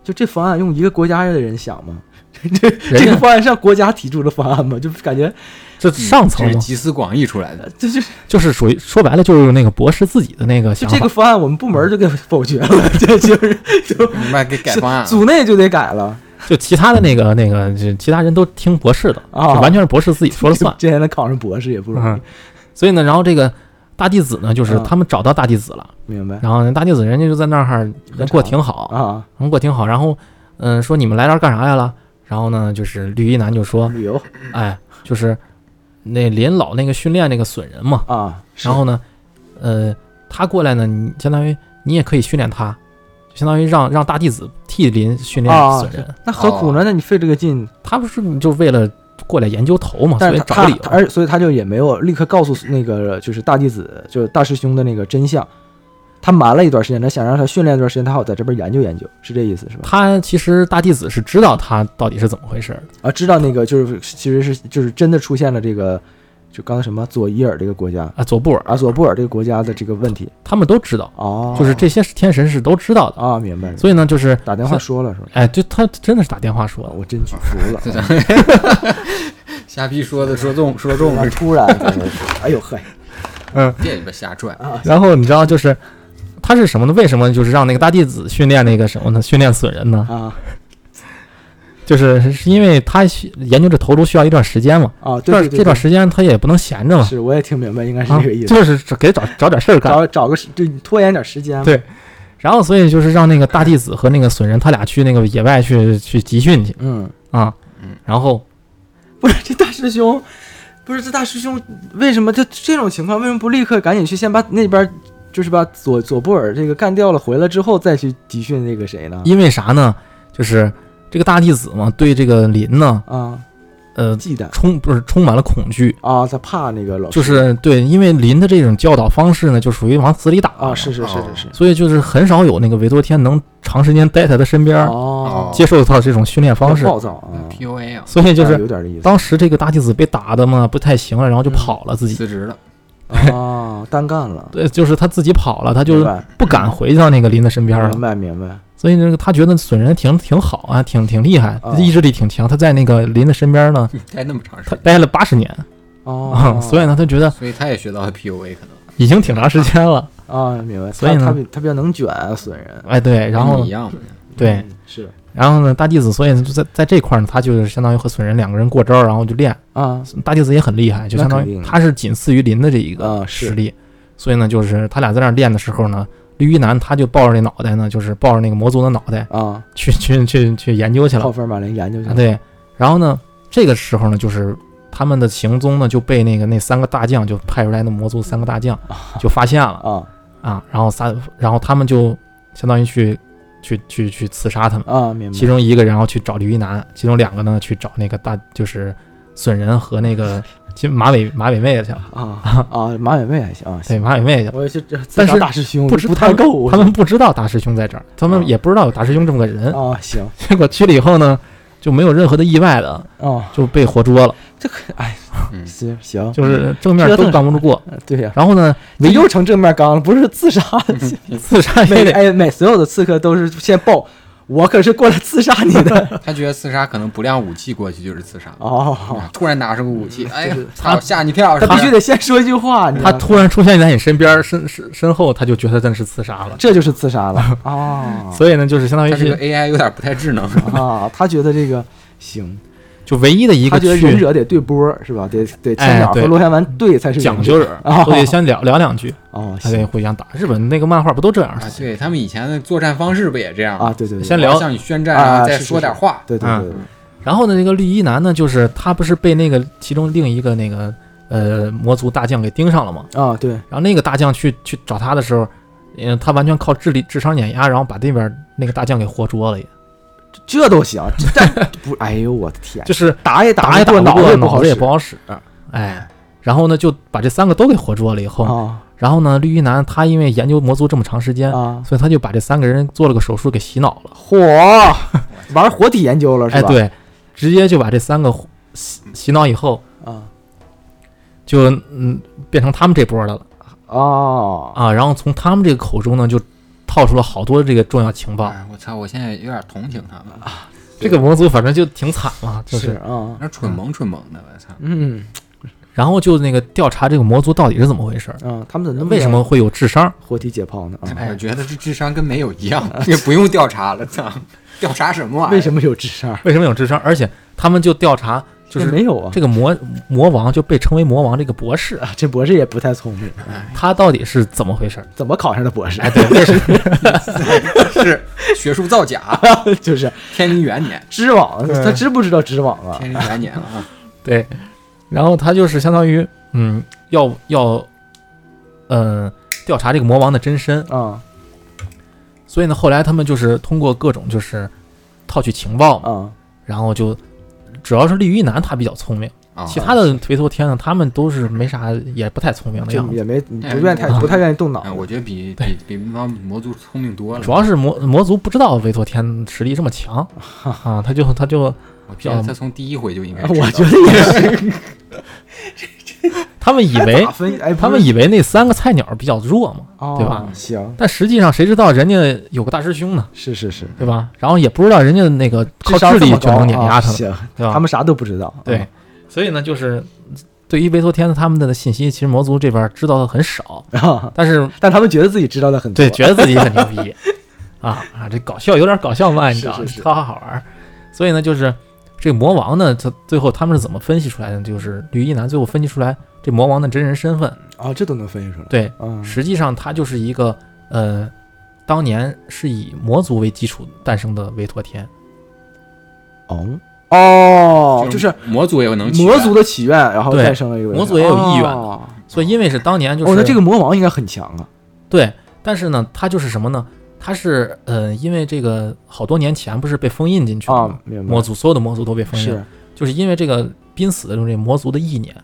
[SPEAKER 2] 就这方案用一个国家的人想吗？
[SPEAKER 1] 人
[SPEAKER 2] 这个
[SPEAKER 1] 家
[SPEAKER 2] 方案像国家提出的方案吗？就感觉呃
[SPEAKER 1] 这上层
[SPEAKER 3] 这是
[SPEAKER 1] 嘛，
[SPEAKER 3] 集思广益出来的。
[SPEAKER 2] 这就
[SPEAKER 1] 就是属于说白了就是那个博士自己的那个
[SPEAKER 2] 就
[SPEAKER 1] 想
[SPEAKER 2] 这
[SPEAKER 1] 法
[SPEAKER 2] 个。方案，我们部门就给否决了， (laughs) 这就是就
[SPEAKER 3] 明白，给改方案了。
[SPEAKER 2] 组内就得改了
[SPEAKER 1] 就其他的那个那个，就其他人都听博士的，
[SPEAKER 2] 啊
[SPEAKER 1] 就完全是博士自己说了
[SPEAKER 2] (laughs)。
[SPEAKER 1] 算
[SPEAKER 2] 这还能考上博士也不容易
[SPEAKER 1] 嗯，，所以呢，然后这个大弟子呢，就是
[SPEAKER 2] 嗯
[SPEAKER 1] 他们找到大弟子了，
[SPEAKER 2] 明白
[SPEAKER 1] 然后呢大弟子人家就在那儿
[SPEAKER 2] 喝
[SPEAKER 1] 人
[SPEAKER 2] 茶
[SPEAKER 1] 过挺好，
[SPEAKER 2] 啊？
[SPEAKER 1] 人过挺好。然后，嗯，说你们来这儿干啥来了？然后呢，就是绿衣男就说，
[SPEAKER 2] 旅游
[SPEAKER 1] 哎，就是那林老那个训练那个损人嘛。
[SPEAKER 2] 啊，是
[SPEAKER 1] 然后呢，呃，他过来呢，你相当于你也可以训练他，就相当于让让大弟子替林训
[SPEAKER 2] 啊
[SPEAKER 1] 练损人。
[SPEAKER 2] 那何苦
[SPEAKER 1] 哦
[SPEAKER 2] 呢？那你费这个劲，
[SPEAKER 1] 他不是就为了过来研究头嘛，
[SPEAKER 2] 但
[SPEAKER 1] 啊所
[SPEAKER 2] 是
[SPEAKER 1] 以
[SPEAKER 2] 他
[SPEAKER 1] 找
[SPEAKER 2] 他
[SPEAKER 1] 理由
[SPEAKER 2] 他。而所以他就也没有立刻告诉那个就是大弟子，就是大师兄的那个真相。他瞒了一段时间，他想让他训练一段时间，他好在这边研究研究，是这意思是吧？
[SPEAKER 1] 他其实大弟子是知道他到底是怎么回事儿的，
[SPEAKER 2] 啊，知道那个就是其实是就是真的出现了这个，就刚才什么佐伊尔这个国家，
[SPEAKER 1] 啊，佐布尔
[SPEAKER 2] 阿索布尔这个国家的这个问题。
[SPEAKER 1] 他们都知道，
[SPEAKER 2] 哦，
[SPEAKER 1] 就是这些天神是都知道的，
[SPEAKER 2] 啊，明白了，
[SPEAKER 1] 所以哦呢，就是
[SPEAKER 2] 打电话说了是吧？
[SPEAKER 1] 哎，就他真的是打电话说
[SPEAKER 2] 啊
[SPEAKER 1] 的，
[SPEAKER 2] 我真去服了。
[SPEAKER 3] 这 (laughs) 瞎逼说的，说中说中，
[SPEAKER 2] 啊突然，哎呦嘿
[SPEAKER 1] 嗯，
[SPEAKER 3] 这里边瞎转
[SPEAKER 2] 啊！
[SPEAKER 1] 然后你知道就是他是什么呢？为什么就是让那个大弟子训练那个什么呢？训练死人呢？
[SPEAKER 2] 啊
[SPEAKER 1] 就是是因为他需研究这头颅需要一段时间嘛，
[SPEAKER 2] 啊，
[SPEAKER 1] 这
[SPEAKER 2] 对
[SPEAKER 1] 段
[SPEAKER 2] 对对，
[SPEAKER 1] 这段时间他也不能闲着
[SPEAKER 2] 对
[SPEAKER 1] 嘛，
[SPEAKER 2] 是我也听明白，应该是
[SPEAKER 1] 啊
[SPEAKER 2] 这个意，思。
[SPEAKER 1] 就是找给找找点事儿干。
[SPEAKER 2] 找找个时对拖延点时间嘛。
[SPEAKER 1] 对然后所以就是让那个大弟子和那个损人他俩去那个野外去去集训去
[SPEAKER 2] 嗯，
[SPEAKER 1] 啊
[SPEAKER 3] 嗯，
[SPEAKER 1] 然后
[SPEAKER 2] 不是这大师兄，不是这大师兄，为什么这这种情况为什么不立刻赶紧去先把那边就是把佐佐布尔这个干掉了，回来之后再去集训那个谁呢？
[SPEAKER 1] 因为啥呢？就是这个大弟子嘛，对这个林呢，
[SPEAKER 2] 啊，
[SPEAKER 1] 呃，
[SPEAKER 2] 忌惮
[SPEAKER 1] 充不是充满了恐惧，
[SPEAKER 2] 啊，他怕那个老师
[SPEAKER 1] 就是对，因为林的这种教导方式呢，就属于往死里打
[SPEAKER 2] 啊，是是是是是
[SPEAKER 1] 所以就是很少有那个维多天能长时间待在他身边儿，
[SPEAKER 2] 哦，
[SPEAKER 1] 接受到这种训练方式，
[SPEAKER 2] 暴躁啊，
[SPEAKER 3] PUA 啊，
[SPEAKER 1] 所以就
[SPEAKER 2] 啊
[SPEAKER 1] 是
[SPEAKER 2] 有点这意思嗯
[SPEAKER 1] 当时这个大弟子被打的嘛不太行了，然后就跑了自己，
[SPEAKER 3] 辞职了， (laughs)
[SPEAKER 2] 啊，单干了，
[SPEAKER 1] 对，就是他自己跑了，他
[SPEAKER 2] 明
[SPEAKER 1] 就
[SPEAKER 2] 白
[SPEAKER 1] 不敢回到那个林的身边了
[SPEAKER 2] 明，白明白
[SPEAKER 1] 所以这个他觉得损人挺挺好啊，挺挺厉害
[SPEAKER 2] 啊，
[SPEAKER 1] 意志力挺强，他在那个林的身边呢，
[SPEAKER 3] 待那么长时
[SPEAKER 1] 他
[SPEAKER 3] 间，
[SPEAKER 1] 待了八十年，
[SPEAKER 2] 哦
[SPEAKER 1] 所以呢，他觉得
[SPEAKER 3] 所以他也学到了 PUA 可能。
[SPEAKER 1] 已经挺长时间了，
[SPEAKER 2] 啊，明白，
[SPEAKER 1] 所以
[SPEAKER 2] 他
[SPEAKER 1] 呢
[SPEAKER 2] 他比他比较能卷啊损人，
[SPEAKER 1] 哎，对，然
[SPEAKER 3] 跟你
[SPEAKER 1] 后
[SPEAKER 3] 一样嘛，
[SPEAKER 1] 对。
[SPEAKER 2] 嗯是
[SPEAKER 1] 然后呢，大弟子所以就在在这块儿呢，他就是相当于和损人两个人过招，然后就练。
[SPEAKER 2] 啊
[SPEAKER 1] 大弟子也很厉害，就相当
[SPEAKER 2] 那肯
[SPEAKER 1] 于
[SPEAKER 2] 定
[SPEAKER 1] 他是仅次于林的这一个
[SPEAKER 2] 啊
[SPEAKER 1] 实
[SPEAKER 2] 是
[SPEAKER 1] 力。所以呢，就是他俩在那儿练的时候呢，绿衣男他就抱着那脑袋呢，就是抱着那个魔族的脑袋
[SPEAKER 2] 啊，
[SPEAKER 1] 去去去去研究去了
[SPEAKER 2] 泡。分马林研究去
[SPEAKER 1] 啊
[SPEAKER 2] 了，
[SPEAKER 1] 对，然后呢，这个时候呢，就是他们的行踪呢就被那个那三个大将就派出来的魔族三个大将就发现了
[SPEAKER 2] 啊
[SPEAKER 1] 啊，然后三然后他们就相当于去去去去刺杀他们。
[SPEAKER 2] 啊，明白
[SPEAKER 1] 其。中一个然后去找刘一男，其中两个呢去找那个大就是损人和那
[SPEAKER 2] (laughs)
[SPEAKER 1] 个金马尾马尾妹去了，
[SPEAKER 2] 啊啊，马尾妹还行啊，
[SPEAKER 1] 对
[SPEAKER 2] 行，
[SPEAKER 1] 马尾妹去了。
[SPEAKER 2] 我也是这自
[SPEAKER 1] 但
[SPEAKER 2] 杀
[SPEAKER 1] 是
[SPEAKER 2] 大师兄
[SPEAKER 1] 不知
[SPEAKER 2] 不太
[SPEAKER 1] 他们
[SPEAKER 2] 够
[SPEAKER 1] 他们不知道大师兄在这儿，他们也不知道有大师兄这么个人。
[SPEAKER 2] 啊，行
[SPEAKER 1] 结果去了以后呢，就没有任何的意外的
[SPEAKER 2] 啊，
[SPEAKER 1] 就被活捉了，
[SPEAKER 2] 这可哎
[SPEAKER 3] 嗯，
[SPEAKER 2] 行行，
[SPEAKER 1] 就是正面
[SPEAKER 2] 折腾
[SPEAKER 1] 都干不过。
[SPEAKER 2] 呃对呀，
[SPEAKER 1] 然后呢，唯
[SPEAKER 2] 你
[SPEAKER 1] 一
[SPEAKER 2] 又成正面刚了，不是自杀的， (laughs)
[SPEAKER 1] 刺杀也
[SPEAKER 2] 每
[SPEAKER 1] 得
[SPEAKER 2] 嗯哎每所有的刺客都是先报，我可是过来刺杀你
[SPEAKER 1] (laughs)
[SPEAKER 2] 的
[SPEAKER 3] 他觉得刺杀可能不亮武器过去就是刺杀，
[SPEAKER 2] 哦，
[SPEAKER 3] 突然拿出个武器，哎呀
[SPEAKER 2] 就是，
[SPEAKER 3] 操，吓你一跳！
[SPEAKER 2] 他
[SPEAKER 3] 是吧
[SPEAKER 2] 必须得先说一句话，你知
[SPEAKER 1] 他
[SPEAKER 2] 道吗
[SPEAKER 1] 突然出现在你身边身身身后，他就觉得那是刺杀了。
[SPEAKER 2] 这就是自杀了啊
[SPEAKER 1] (laughs) 所以呢，就是相当于
[SPEAKER 3] 他这个
[SPEAKER 1] 是
[SPEAKER 3] AI 有点不太智能，
[SPEAKER 2] (laughs) 啊，他觉得这个行，
[SPEAKER 1] 就唯一的一
[SPEAKER 2] 他
[SPEAKER 1] 个
[SPEAKER 2] 觉得忍
[SPEAKER 1] 去
[SPEAKER 2] 者得对波是吧？得得千
[SPEAKER 1] 哎
[SPEAKER 2] 鸟和
[SPEAKER 1] 对
[SPEAKER 2] 罗旋丸对才是
[SPEAKER 1] 讲
[SPEAKER 2] 忍
[SPEAKER 1] 究
[SPEAKER 2] 者
[SPEAKER 1] 人，所以先聊聊两句。
[SPEAKER 2] 哦，
[SPEAKER 1] 还得
[SPEAKER 2] (laughs) 行
[SPEAKER 1] 互相打。日本那个漫画不都这样？
[SPEAKER 3] 啊，对他们以前的作战方式不也这样
[SPEAKER 2] 啊，
[SPEAKER 3] 吗？
[SPEAKER 2] 对对对
[SPEAKER 1] 先嗯聊
[SPEAKER 3] 向你宣战，
[SPEAKER 2] 啊
[SPEAKER 3] 然后
[SPEAKER 2] 是
[SPEAKER 3] 再
[SPEAKER 2] 是
[SPEAKER 3] 说点话，
[SPEAKER 2] 对对对对，
[SPEAKER 1] 然后呢，这个绿衣男呢，就是他不是被那个其中另一个那个呃魔族大将给盯上了吗？
[SPEAKER 2] 对啊对。
[SPEAKER 1] 然后那个大将去去找他的时候，嗯、他完全靠智力智商碾压，然后把那边那个大将给活捉了也，
[SPEAKER 2] 这都行，这
[SPEAKER 1] (laughs)
[SPEAKER 2] 但不，哎呦我的天，
[SPEAKER 1] 就是
[SPEAKER 2] 打也
[SPEAKER 1] 打
[SPEAKER 2] 不
[SPEAKER 1] 也打
[SPEAKER 2] 过，脑
[SPEAKER 1] 过，
[SPEAKER 2] 也
[SPEAKER 1] 脑
[SPEAKER 2] 好
[SPEAKER 1] 子
[SPEAKER 2] 使
[SPEAKER 1] 也不好使。哎，然后呢，就把这三个都给活捉了以后，
[SPEAKER 2] 啊
[SPEAKER 1] 然后呢，绿衣男他因为研究魔族这么长时间，
[SPEAKER 2] 啊！
[SPEAKER 1] (laughs) 所以他就把这三个人做了个手术给洗脑了。
[SPEAKER 2] 火玩活体研究了
[SPEAKER 1] 哎，
[SPEAKER 2] 是吧？
[SPEAKER 1] 对，直接就把这三个洗洗脑以后。
[SPEAKER 2] 啊
[SPEAKER 1] 就嗯变成他们这波的了
[SPEAKER 2] 哦
[SPEAKER 1] 啊。然后从他们这个口中呢，就套出了好多这个重要情报。
[SPEAKER 3] 哎，我操！我现在有点同情他们，
[SPEAKER 1] 这个魔族反正就挺惨嘛，就是。
[SPEAKER 2] 啊，
[SPEAKER 3] 那蠢萌蠢萌的，我操！
[SPEAKER 2] 嗯
[SPEAKER 1] 然后就那个调查这个魔族到底是怎么回事儿，
[SPEAKER 2] 啊，他们怎么那
[SPEAKER 1] 为什么会有智商？
[SPEAKER 2] 活体解剖呢？啊，
[SPEAKER 3] 哎，我觉得这智商跟没有一样，这不用调查了，操！调查什么玩意儿？
[SPEAKER 2] 为什么有智商？
[SPEAKER 1] 为什么有智商？而且他们就调查，就
[SPEAKER 2] 这
[SPEAKER 1] 是
[SPEAKER 2] 没有啊
[SPEAKER 1] 这个魔魔王就被称为魔王这个博士，
[SPEAKER 2] 啊，这博士也不太聪明，
[SPEAKER 1] 他到底是怎么回事儿？
[SPEAKER 2] 怎么考上的博
[SPEAKER 1] 哎
[SPEAKER 2] 士？
[SPEAKER 3] 是学术造假？
[SPEAKER 2] (laughs) 就是
[SPEAKER 3] 天龄元年，
[SPEAKER 2] 知网，
[SPEAKER 1] 对
[SPEAKER 2] 他知不知道知网啊？
[SPEAKER 3] (laughs) 天龄元年了
[SPEAKER 2] (laughs)
[SPEAKER 3] 啊！
[SPEAKER 1] 对，然后他就是相当于嗯，要要嗯调查这个魔王的真身，
[SPEAKER 2] 啊
[SPEAKER 1] 所以呢，后来他们就是通过各种就是套取情报嘛，
[SPEAKER 2] 啊
[SPEAKER 1] 然后就主要是利于男他比较聪明，
[SPEAKER 3] 啊，
[SPEAKER 1] 其他的维头天呢，他们都是没啥，也不太聪明的
[SPEAKER 2] 就
[SPEAKER 1] 样子。
[SPEAKER 2] 也没不愿太不太愿意动脑
[SPEAKER 3] 哎，，我觉得比比比那帮魔族聪明多了。
[SPEAKER 1] 主要是魔魔族不知道维头天实力这么强啊，他就他就
[SPEAKER 3] 我觉得他从第一回就应该知道，
[SPEAKER 2] 嗯啊我觉得也是
[SPEAKER 1] 他们以
[SPEAKER 2] (laughs)
[SPEAKER 1] 为
[SPEAKER 2] 打分，哎，不是
[SPEAKER 1] 他们以为那三个菜鸟比较弱嘛，
[SPEAKER 2] 哦
[SPEAKER 1] 对吧
[SPEAKER 2] 行，
[SPEAKER 1] 但实际上谁知道人家有个大师兄呢，
[SPEAKER 2] 是是是，
[SPEAKER 1] 对吧？然后也不知道人家那个靠智力就能碾压他
[SPEAKER 2] 们，嗯
[SPEAKER 1] 们，
[SPEAKER 2] 啊哦行，
[SPEAKER 1] 对吧？
[SPEAKER 2] 他们啥都不知道。
[SPEAKER 1] 对，所以呢，就是对于维托天的他们的信息，其实魔族这边知道的很少，
[SPEAKER 2] 啊，
[SPEAKER 1] 但是
[SPEAKER 2] 但他们觉得自己知道的很多，
[SPEAKER 1] (laughs) 对，觉得自己很牛
[SPEAKER 2] (laughs)
[SPEAKER 1] 逼啊啊！这搞笑有点搞笑嘛，你知道，
[SPEAKER 2] 是是是
[SPEAKER 1] 哈哈好玩儿。所以呢，就是这魔王呢，他最后他们是怎么分析出来的？就是吕一男最后分析出来这魔王的真人身份，
[SPEAKER 2] 啊，这都能分析出来，
[SPEAKER 1] 对，
[SPEAKER 2] 嗯，
[SPEAKER 1] 实际上他就是一个呃，当年是以魔族为基础诞生的维托天，
[SPEAKER 2] 哦哦，就是
[SPEAKER 3] 魔族也能起
[SPEAKER 2] 魔
[SPEAKER 3] 源
[SPEAKER 2] 族的起源，然后
[SPEAKER 1] 对
[SPEAKER 2] 诞生了一个
[SPEAKER 1] 魔族也有意愿的
[SPEAKER 2] 哦
[SPEAKER 1] 所以因为是当年就是、
[SPEAKER 2] 哦，那这个魔王应该很强啊，
[SPEAKER 1] 对，但是呢，他就是什么呢？他是呃，因为这个好多年前不是被封印进去了吗
[SPEAKER 2] 啊，明白
[SPEAKER 1] 魔，族所有的魔族都被封印了
[SPEAKER 2] 是，
[SPEAKER 1] 就是因为这个濒死的这种魔族的意念，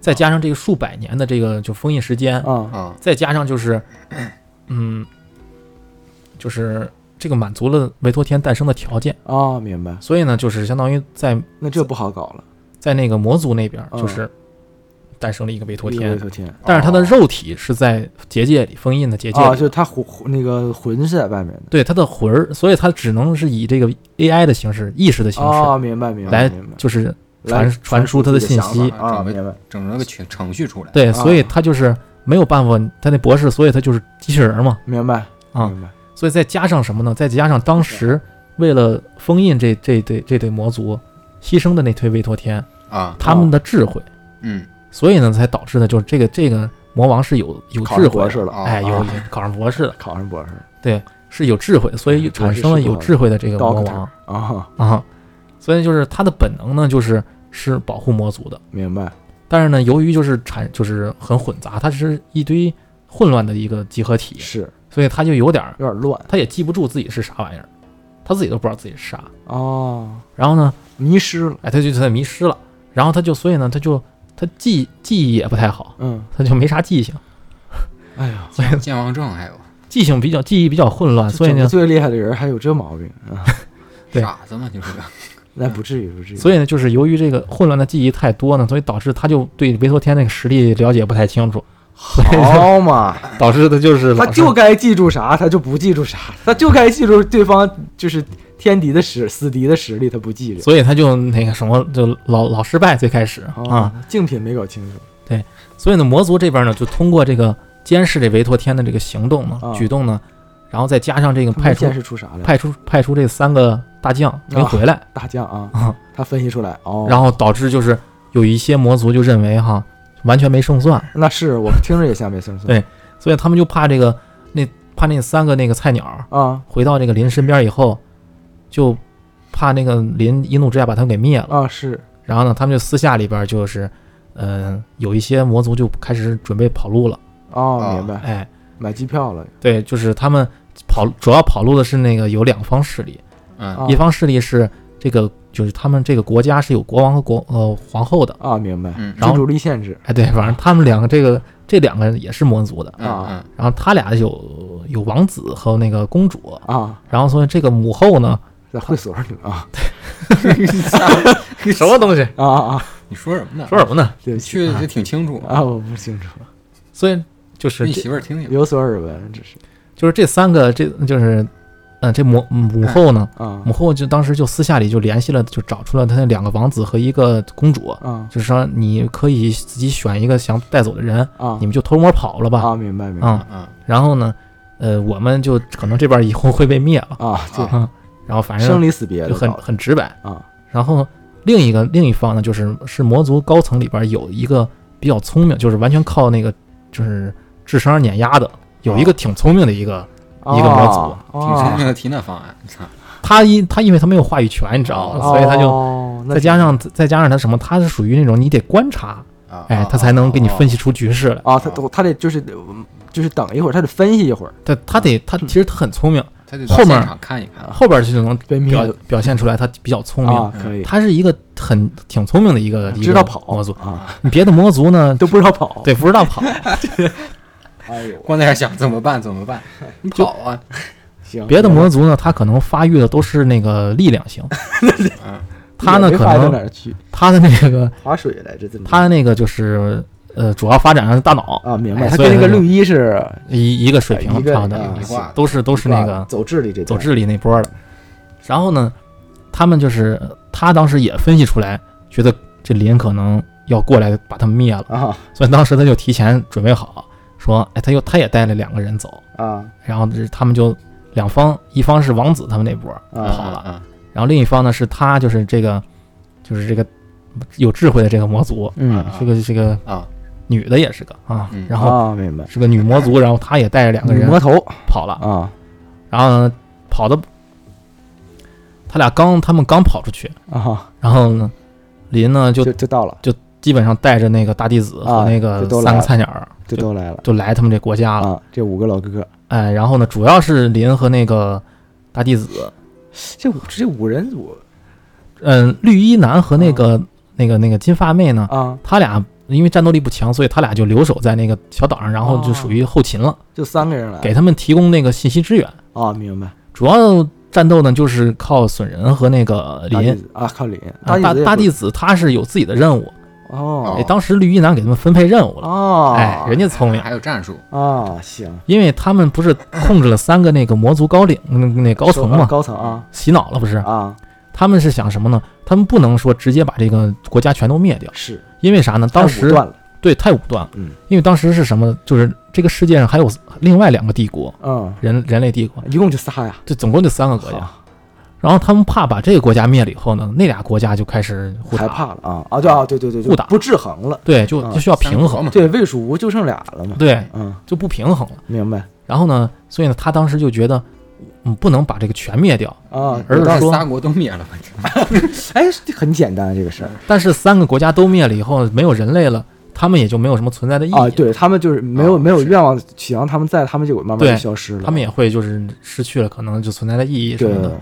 [SPEAKER 1] 再加上这个数百年的这个就封印时间，
[SPEAKER 2] 啊，
[SPEAKER 3] 啊，
[SPEAKER 1] 再加上就是， (clears throat) 嗯，就是这个满足了维托天诞生的条件，
[SPEAKER 2] 哦，明白，
[SPEAKER 1] 所以呢，就是相当于在
[SPEAKER 2] 那这不好搞了，
[SPEAKER 1] 在那个魔族那边
[SPEAKER 2] 嗯
[SPEAKER 1] 就是诞生了一个维托
[SPEAKER 2] 一个
[SPEAKER 1] 天
[SPEAKER 2] 维，托天，
[SPEAKER 1] 但是他的肉体是在结界里封印的结界里
[SPEAKER 2] 啊，就是他魂魂那个魂是在外面的，
[SPEAKER 1] 对他的魂儿，所以他只能是以这个 AI 的形式、意识的形式，
[SPEAKER 2] 哦，明白明
[SPEAKER 1] 来
[SPEAKER 2] 白明白，
[SPEAKER 1] 就是
[SPEAKER 2] 来
[SPEAKER 1] 传传输他的
[SPEAKER 2] 自己
[SPEAKER 1] 信
[SPEAKER 2] 的想
[SPEAKER 1] 息。
[SPEAKER 2] 法啊，
[SPEAKER 3] 传为
[SPEAKER 2] 明白，
[SPEAKER 3] 整了个程程序出来，
[SPEAKER 1] 对，
[SPEAKER 2] 啊
[SPEAKER 1] 所以他就是没有办法，他那博士，所以他就是机器人儿嘛。
[SPEAKER 2] 明白
[SPEAKER 1] 啊
[SPEAKER 2] 明白，
[SPEAKER 1] 所以再加上什么呢？再加上当时为了封印这这这这对魔族牺牲的那推维托天，
[SPEAKER 3] 啊，
[SPEAKER 1] 他们的智慧，
[SPEAKER 2] (laughs)
[SPEAKER 3] 嗯，
[SPEAKER 1] 所以呢才导致的就是这个这个魔王是有有
[SPEAKER 3] 考
[SPEAKER 1] 智
[SPEAKER 3] 上
[SPEAKER 1] 慧
[SPEAKER 2] 博
[SPEAKER 1] 的，
[SPEAKER 2] 士了，
[SPEAKER 3] 啊
[SPEAKER 1] 哎，有
[SPEAKER 3] 啊
[SPEAKER 1] 考上博士的
[SPEAKER 2] 考上博士了
[SPEAKER 1] 是有智慧，所以产生了有智慧的这个魔王
[SPEAKER 2] 啊，
[SPEAKER 1] 啊。所以就是他的本能呢，就是是保护魔族的，
[SPEAKER 2] 明白，
[SPEAKER 1] 但是呢，由于就是产就是很混杂，它是一堆混乱的一个集合体，
[SPEAKER 2] 是
[SPEAKER 1] 所以他就有点儿
[SPEAKER 2] 有点乱
[SPEAKER 1] 他也记不住自己是啥玩意儿，他自己都不知道自己是啥。
[SPEAKER 2] 哦，
[SPEAKER 1] 然后呢，
[SPEAKER 2] 迷失了，
[SPEAKER 1] 哎，他就他迷失了，然后他就所以呢，他就他记记忆也不太好，
[SPEAKER 2] 嗯，
[SPEAKER 1] 他就没啥记性，
[SPEAKER 2] 哎呀，
[SPEAKER 1] 所以
[SPEAKER 3] 健忘症还有
[SPEAKER 1] 记性比较记忆比较混乱，
[SPEAKER 2] 这
[SPEAKER 1] 所以
[SPEAKER 2] 整个
[SPEAKER 1] 呢，
[SPEAKER 2] 最厉害的人还有这毛病啊，
[SPEAKER 1] 对
[SPEAKER 3] 傻子嘛，就是个
[SPEAKER 2] 那不至于不至于，
[SPEAKER 1] 所以呢，就是由于这个混乱的记忆太多呢，所以导致他就对维托天那个实力了解不太清楚，所以呢
[SPEAKER 2] 好嘛。
[SPEAKER 1] (laughs) 导致他就是
[SPEAKER 2] 他
[SPEAKER 1] 老是
[SPEAKER 2] 就该记住啥，他就不记住啥，他就该记住对方就是天敌的实死敌的实力，他不记着
[SPEAKER 1] 所以他就那个什么就老老失败最开始啊。
[SPEAKER 2] 啊。竞品没搞清楚，
[SPEAKER 1] 所以呢，魔族这边呢，就通过这个监视这维托天的这个行动呢、
[SPEAKER 2] 啊
[SPEAKER 1] 举动呢，然后再加上这个
[SPEAKER 2] 他
[SPEAKER 1] 派
[SPEAKER 2] 没
[SPEAKER 1] 出
[SPEAKER 2] 见识出啥来？
[SPEAKER 1] 派出派出这三个大
[SPEAKER 2] 哦
[SPEAKER 1] 将没回来
[SPEAKER 2] 大将啊，
[SPEAKER 1] 啊，
[SPEAKER 2] 他分析出来哦，
[SPEAKER 1] 然后导致就是有一些魔族就认为哈完全没胜算，
[SPEAKER 2] 那是我听着也像没生存
[SPEAKER 1] 对所以他们就怕这个那怕那三个那个菜鸟
[SPEAKER 2] 啊
[SPEAKER 1] 回到这个林身边以后，就怕那个林一怒之下把他们给灭了。
[SPEAKER 2] 啊是
[SPEAKER 1] 然后呢，他们就私下里边就是，嗯、有一些魔族就开始准备跑路了，
[SPEAKER 2] 哦，
[SPEAKER 3] 啊
[SPEAKER 2] 明白，
[SPEAKER 1] 哎。
[SPEAKER 2] 买机票了
[SPEAKER 1] 对，就是他们跑主要跑路的是那个有两方势力，
[SPEAKER 3] 嗯
[SPEAKER 2] 啊
[SPEAKER 1] 一方势力是这个就是他们这个国家是有国王和国呃皇后的，
[SPEAKER 2] 啊，明白，
[SPEAKER 3] 嗯
[SPEAKER 1] 然
[SPEAKER 2] 君
[SPEAKER 1] 后
[SPEAKER 2] 主立宪制
[SPEAKER 1] 哎对，反正他们两个这个这两个也是魔族的，
[SPEAKER 3] 嗯嗯
[SPEAKER 1] 然后他俩有有王子和那个公主，
[SPEAKER 2] 啊，
[SPEAKER 1] 然后所以这个母后呢
[SPEAKER 2] 在会所里啊
[SPEAKER 1] (laughs) 什么东西
[SPEAKER 2] 啊啊，啊
[SPEAKER 3] 嗯你说什么呢？
[SPEAKER 1] 说什么呢？
[SPEAKER 2] 对不
[SPEAKER 3] 你
[SPEAKER 2] 起
[SPEAKER 3] 去的挺清楚，
[SPEAKER 2] 啊，我不清楚，
[SPEAKER 1] 所以就是
[SPEAKER 3] 你
[SPEAKER 1] 这
[SPEAKER 3] 媳妇儿听听
[SPEAKER 2] 有所耳闻，只是
[SPEAKER 1] 就是这三个这就是嗯、呃这母母后呢。
[SPEAKER 2] 啊
[SPEAKER 1] 母后就当时就私下里就联系了，就找出了他那两个王子和一个公主，
[SPEAKER 2] 啊
[SPEAKER 1] 就是说你可以自己选一个想带走的人，
[SPEAKER 2] 啊
[SPEAKER 1] 你们就偷摸跑了吧。
[SPEAKER 2] 啊，明白明白
[SPEAKER 1] 啊、
[SPEAKER 3] 啊
[SPEAKER 1] 然后呢，呃，我们就可能这边以后会被灭了。
[SPEAKER 2] 啊，
[SPEAKER 1] 啊、
[SPEAKER 3] 啊
[SPEAKER 1] 然后反
[SPEAKER 2] 生
[SPEAKER 1] 正
[SPEAKER 2] 离死别的
[SPEAKER 1] 就很
[SPEAKER 2] 搞
[SPEAKER 1] 很直白
[SPEAKER 2] 啊。
[SPEAKER 1] 然后另一个另一方呢，就是是魔族高层里边有一个比较聪明，就是完全靠那个就是智商碾压的，有一个挺聪明的一个，一个模组
[SPEAKER 3] 挺聪
[SPEAKER 2] 啊
[SPEAKER 3] 明的提那方案，操
[SPEAKER 1] 他因他因为他没有话语权，你知
[SPEAKER 2] 哦
[SPEAKER 1] 道吗？所以他就
[SPEAKER 2] 就
[SPEAKER 1] 再加上再加上他什么，他是属于那种你得观察，
[SPEAKER 3] 啊，
[SPEAKER 1] 哎
[SPEAKER 3] 啊，
[SPEAKER 1] 他才能给你
[SPEAKER 2] 哦
[SPEAKER 1] 分。
[SPEAKER 3] 啊
[SPEAKER 1] 析出局势来。
[SPEAKER 2] 啊，他都他得就是嗯就是等一会儿，他得分析一会儿，
[SPEAKER 1] 他他得
[SPEAKER 2] 嗯
[SPEAKER 1] 他其实他很聪明，
[SPEAKER 3] 啊他得到
[SPEAKER 1] 后面
[SPEAKER 3] 现场看一看，
[SPEAKER 1] 后边儿就能
[SPEAKER 2] 被灭
[SPEAKER 1] 表
[SPEAKER 2] 了
[SPEAKER 1] 表现出来他比较聪明，
[SPEAKER 2] 啊，
[SPEAKER 3] 嗯
[SPEAKER 2] 可以
[SPEAKER 1] 他是一个很挺聪明的一个一个
[SPEAKER 2] 知道跑
[SPEAKER 1] 魔族。
[SPEAKER 2] 啊，
[SPEAKER 1] 你别的魔族
[SPEAKER 2] (laughs)
[SPEAKER 1] 呢，
[SPEAKER 2] 都不知道跑，
[SPEAKER 1] 对不知道跑，
[SPEAKER 2] 哎呦，
[SPEAKER 3] 光在这想怎么办怎么办，你跑啊，
[SPEAKER 2] 行，
[SPEAKER 1] 别的魔族呢，他可能发育的都是那个力量
[SPEAKER 2] (laughs)
[SPEAKER 1] 型，
[SPEAKER 3] 嗯
[SPEAKER 1] 他呢
[SPEAKER 2] 也没
[SPEAKER 1] 可
[SPEAKER 2] 发到哪
[SPEAKER 1] 能
[SPEAKER 2] 儿去
[SPEAKER 1] 他的那个
[SPEAKER 2] 划水来着，这怎么
[SPEAKER 1] 他的那个就是呃主要发展的是大脑
[SPEAKER 2] 啊，明白，
[SPEAKER 1] 哎
[SPEAKER 2] 他
[SPEAKER 1] 所以
[SPEAKER 2] 跟那个
[SPEAKER 1] 他就
[SPEAKER 2] 绿衣是
[SPEAKER 1] 一一个水
[SPEAKER 2] 哎
[SPEAKER 1] 平
[SPEAKER 2] 一个
[SPEAKER 1] 差不
[SPEAKER 2] 啊
[SPEAKER 1] 多，
[SPEAKER 3] 一挂
[SPEAKER 1] 都是都是那
[SPEAKER 2] 挂
[SPEAKER 1] 个
[SPEAKER 2] 了走智力这
[SPEAKER 1] 走
[SPEAKER 2] 段
[SPEAKER 1] 智力那波的。然后呢，他们就是他当时也分析出来，觉得这林可能要过来把他们灭了，
[SPEAKER 2] 啊
[SPEAKER 1] 所以当时他就提前准备好，说，哎，他又他也带了两个人走，
[SPEAKER 2] 啊
[SPEAKER 1] 然后这他们就两方，一方是王子他们那波儿
[SPEAKER 2] 啊
[SPEAKER 1] 跑了，
[SPEAKER 3] 嗯
[SPEAKER 1] 然后另一方呢是他就是这个就是这个有智慧的这个魔族，
[SPEAKER 2] 嗯
[SPEAKER 1] 这个这个
[SPEAKER 3] 啊
[SPEAKER 1] 女的也是个啊
[SPEAKER 3] 嗯，
[SPEAKER 1] 然后
[SPEAKER 2] 啊，明白。
[SPEAKER 1] 是个女魔族，然后她也带着两个人
[SPEAKER 2] 魔头
[SPEAKER 1] 跑了，
[SPEAKER 2] 啊
[SPEAKER 1] 然后呢跑的他俩刚他们刚跑出去，
[SPEAKER 2] 啊，
[SPEAKER 1] 然后呢林呢就
[SPEAKER 2] 就就到了，
[SPEAKER 1] 基本上带着那个大弟子和
[SPEAKER 2] 啊
[SPEAKER 1] 那
[SPEAKER 2] 就
[SPEAKER 1] 个
[SPEAKER 2] 都来
[SPEAKER 1] 三个
[SPEAKER 2] 了
[SPEAKER 1] 菜鸟儿
[SPEAKER 2] 就都来了
[SPEAKER 1] 就来他们这国家了，
[SPEAKER 2] 啊。这五个老哥哥，
[SPEAKER 1] 哎，然后呢主要是林和那个大弟子，
[SPEAKER 2] 这五这五人组
[SPEAKER 1] 嗯，绿衣男和那个那个那个金发妹呢。
[SPEAKER 2] 啊，
[SPEAKER 1] 他俩因为战斗力不强，所以他俩就留守在那个小岛上，然后就属于后勤了，
[SPEAKER 2] 就三个人来
[SPEAKER 1] 给他们提供那个信息支援。
[SPEAKER 2] 啊，明白。
[SPEAKER 1] 主要战斗呢，就是靠损人和那个呃
[SPEAKER 2] 大弟
[SPEAKER 1] 林。
[SPEAKER 2] 子啊，靠林
[SPEAKER 1] 啊，
[SPEAKER 2] 弟
[SPEAKER 1] 大
[SPEAKER 2] 子也
[SPEAKER 1] 大
[SPEAKER 2] 不
[SPEAKER 1] 弟子他是有自己的任务，哎
[SPEAKER 2] 哦
[SPEAKER 1] 当时绿衣男给他们分配任务了，
[SPEAKER 2] 哦
[SPEAKER 1] 哎，人家聪明，
[SPEAKER 3] 还有战术，
[SPEAKER 2] 啊，行，
[SPEAKER 1] 因为他们不是控制了三个那个魔族高领那那高层
[SPEAKER 2] 说啊
[SPEAKER 1] 嘛，
[SPEAKER 2] 高层啊
[SPEAKER 1] 洗脑了不是？
[SPEAKER 2] 啊
[SPEAKER 1] 他们是想什么呢？他们不能说直接把这个国家全都灭掉，
[SPEAKER 2] 是，
[SPEAKER 1] 因为啥呢？当时
[SPEAKER 2] 太武断了，
[SPEAKER 1] 对太武断了，
[SPEAKER 2] 嗯
[SPEAKER 1] 因为当时是什么呢？就是这个世界上还有另外两个帝国，
[SPEAKER 2] 嗯，
[SPEAKER 1] 人人类帝国，
[SPEAKER 2] 一共就仨呀，
[SPEAKER 1] 就总共就三个国家。
[SPEAKER 2] 好
[SPEAKER 1] 然后他们怕把这个国家灭了以后呢，那俩国家就开始互
[SPEAKER 2] 害
[SPEAKER 1] 打，
[SPEAKER 2] 怕了啊啊，对啊，对对对，就
[SPEAKER 1] 互打
[SPEAKER 2] 不制衡了，
[SPEAKER 1] 对，就
[SPEAKER 2] 啊
[SPEAKER 1] 就需要平衡，
[SPEAKER 3] 嘛，
[SPEAKER 2] 对，魏蜀吴就剩俩了嘛，
[SPEAKER 1] 对，
[SPEAKER 2] 嗯，
[SPEAKER 1] 就不平衡了。
[SPEAKER 2] 明白
[SPEAKER 1] 然后呢，所以呢，他当时就觉得，嗯，不能把这个全灭掉，
[SPEAKER 2] 啊，
[SPEAKER 1] 嗯而
[SPEAKER 2] 有
[SPEAKER 1] 是
[SPEAKER 2] 道
[SPEAKER 3] 让
[SPEAKER 2] 理
[SPEAKER 1] 说
[SPEAKER 3] 仨国都灭了，
[SPEAKER 1] (laughs)
[SPEAKER 3] 反正
[SPEAKER 2] 哎，这很简单啊这个事儿
[SPEAKER 1] 但是三个国家都灭了以后，没有人类了，他们也就没有什么存在的意义，
[SPEAKER 2] 啊，对他们就是没有
[SPEAKER 3] 啊
[SPEAKER 2] 没有
[SPEAKER 3] 是
[SPEAKER 2] 愿望，启阳他们在，他们就慢慢就
[SPEAKER 1] 对
[SPEAKER 2] 消失了，
[SPEAKER 1] 他们也会就是失去了可能就存在的意义什
[SPEAKER 2] 对
[SPEAKER 1] 么的。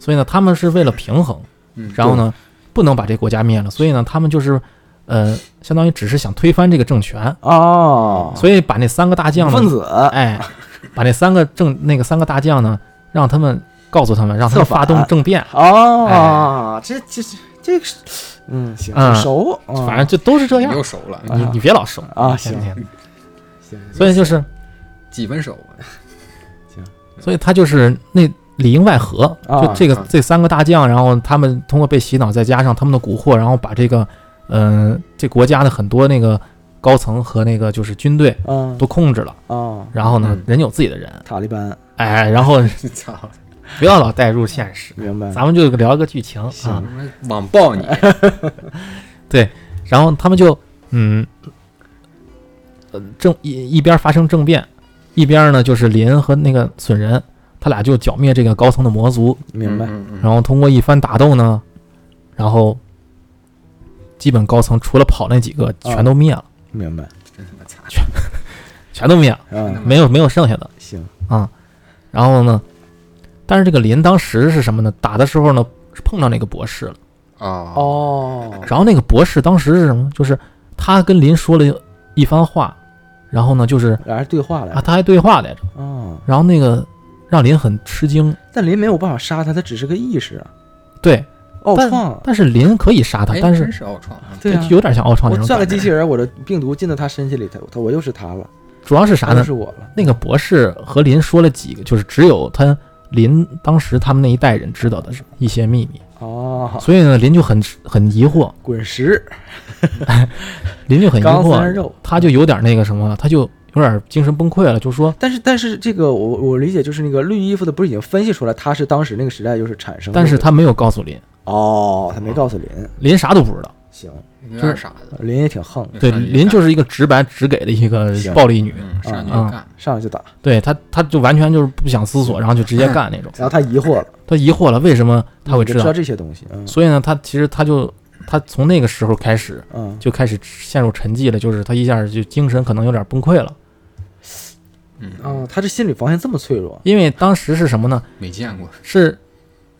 [SPEAKER 1] 所以呢，他们是为了平衡，
[SPEAKER 3] 嗯
[SPEAKER 1] 然后呢，不能把这国家灭了，所以呢，他们就是，呃，相当于只是想推翻这个政
[SPEAKER 2] 啊
[SPEAKER 1] 权，
[SPEAKER 2] 哦，
[SPEAKER 1] 所以把那三个大将
[SPEAKER 2] 分
[SPEAKER 1] 呢，
[SPEAKER 2] 子
[SPEAKER 1] 哎，把那三个政那个三个大将呢，让他们告诉他们，让他们
[SPEAKER 2] 策反
[SPEAKER 1] 发动政变，
[SPEAKER 2] 哦，这这这这个是，嗯，行，
[SPEAKER 1] 哎嗯
[SPEAKER 2] 熟，啊
[SPEAKER 1] 反正就都是这
[SPEAKER 3] 你
[SPEAKER 1] 样
[SPEAKER 3] 又。熟了，
[SPEAKER 1] 你你别老说
[SPEAKER 2] 啊
[SPEAKER 1] 天
[SPEAKER 2] 行
[SPEAKER 1] 天
[SPEAKER 2] 行
[SPEAKER 1] 所以就是，
[SPEAKER 3] 几分熟，
[SPEAKER 1] 所以他就是那里应外合，
[SPEAKER 2] 啊
[SPEAKER 1] 就这个
[SPEAKER 3] 啊
[SPEAKER 1] 这三个大将，然后他们通过被洗脑，再加上他们的蛊惑，然后把这个，嗯，这国家的很多那个高层和那个就是军队
[SPEAKER 2] 嗯
[SPEAKER 1] 都控制了。
[SPEAKER 2] 啊，
[SPEAKER 1] 然后呢
[SPEAKER 3] 嗯，
[SPEAKER 1] 人有自己的人，
[SPEAKER 2] 塔利班，
[SPEAKER 1] 哎，然后
[SPEAKER 3] (laughs) 操，
[SPEAKER 1] 不要老带入现实，
[SPEAKER 3] 嗯
[SPEAKER 2] 明白，
[SPEAKER 1] 咱们就聊一个剧情啊
[SPEAKER 3] 他。妈网暴你，
[SPEAKER 1] 哎然后他们就嗯，呃政一一边发生政变，一边呢就是林和那个损人，他俩就剿灭这个高层的魔族，
[SPEAKER 2] 明白，
[SPEAKER 3] 嗯，嗯嗯
[SPEAKER 1] 然后通过一番打斗呢，然后基本高层除了跑那几个全都灭了，
[SPEAKER 2] 明白，
[SPEAKER 3] 真他妈惨，
[SPEAKER 1] 啊全都灭了，
[SPEAKER 2] 嗯，
[SPEAKER 1] 没有没有剩下的。
[SPEAKER 2] 行，
[SPEAKER 1] 然后呢，但是这个林当时是什么呢？打的时候呢是碰到那个博士了。
[SPEAKER 3] 哦
[SPEAKER 2] 哦，
[SPEAKER 1] 然后那个博士当时是什么？就是他跟林说了一番话，然后呢，就是
[SPEAKER 2] 俩人对话来
[SPEAKER 1] 啊，
[SPEAKER 2] 着，
[SPEAKER 1] 他还对话来着。
[SPEAKER 2] 哦，
[SPEAKER 1] 然后那个让林很吃惊，
[SPEAKER 2] 但林没有办法杀他，他只是个意识，啊
[SPEAKER 1] 对，
[SPEAKER 2] 奥
[SPEAKER 1] 但
[SPEAKER 2] 创，
[SPEAKER 1] 但是林可以杀他，
[SPEAKER 3] 哎
[SPEAKER 1] 但
[SPEAKER 3] 真
[SPEAKER 1] 是
[SPEAKER 3] 是奥创，
[SPEAKER 2] 对啊
[SPEAKER 1] 就，有点像奥创
[SPEAKER 2] 我
[SPEAKER 1] 那种
[SPEAKER 2] 算
[SPEAKER 1] 感
[SPEAKER 2] 个
[SPEAKER 1] 觉。
[SPEAKER 2] 机器人，我的病毒进到他身体里，他他我又是他了，
[SPEAKER 1] 主要是啥
[SPEAKER 2] 他就
[SPEAKER 1] 呢
[SPEAKER 2] 是？我了，
[SPEAKER 1] 那个博士和林说了几个，就是只有他林当时他们那一代人知道的一些秘密，
[SPEAKER 2] 哦，
[SPEAKER 1] 所以呢，林就很很疑惑，
[SPEAKER 2] 滚石，
[SPEAKER 1] 林就很疑
[SPEAKER 2] 钢丝儿
[SPEAKER 1] 惑，
[SPEAKER 2] 肉。
[SPEAKER 1] 他就有点那个什么了，他就有点精神崩溃了，就说，
[SPEAKER 2] 但是，但是这个我我理解就是那个绿衣服的不是已经分析出来他是当时那个时代就是产生的，
[SPEAKER 1] 但是他没有告诉林，
[SPEAKER 2] 哦，他没告诉林，
[SPEAKER 1] 林啥都不知道。
[SPEAKER 2] 行，
[SPEAKER 3] 有点傻子，
[SPEAKER 2] 林也挺横的，
[SPEAKER 1] 对，
[SPEAKER 3] 上去
[SPEAKER 1] 林
[SPEAKER 3] 干
[SPEAKER 1] 就是一个直白直给的一个
[SPEAKER 2] 行
[SPEAKER 1] 暴力女，
[SPEAKER 3] 嗯上去
[SPEAKER 1] 啊
[SPEAKER 3] 就干，
[SPEAKER 2] 上来就打，
[SPEAKER 1] 对她，她就完全就是不想思索，然后就直接干那种。
[SPEAKER 2] 然后他疑惑了，
[SPEAKER 1] 她疑惑了，为什么她会
[SPEAKER 2] 你
[SPEAKER 1] 知
[SPEAKER 2] 就知道
[SPEAKER 1] 道？
[SPEAKER 2] 这些东西，嗯
[SPEAKER 1] 所以呢，她其实她就她从那个时候开始
[SPEAKER 2] 嗯，
[SPEAKER 1] 就开始陷入沉寂了，就是她一下就精神可能有点崩溃了，
[SPEAKER 3] 嗯
[SPEAKER 2] 哦，他这心理防线这么脆弱，
[SPEAKER 1] 因为当时是什么呢？
[SPEAKER 3] 没见过，
[SPEAKER 1] 是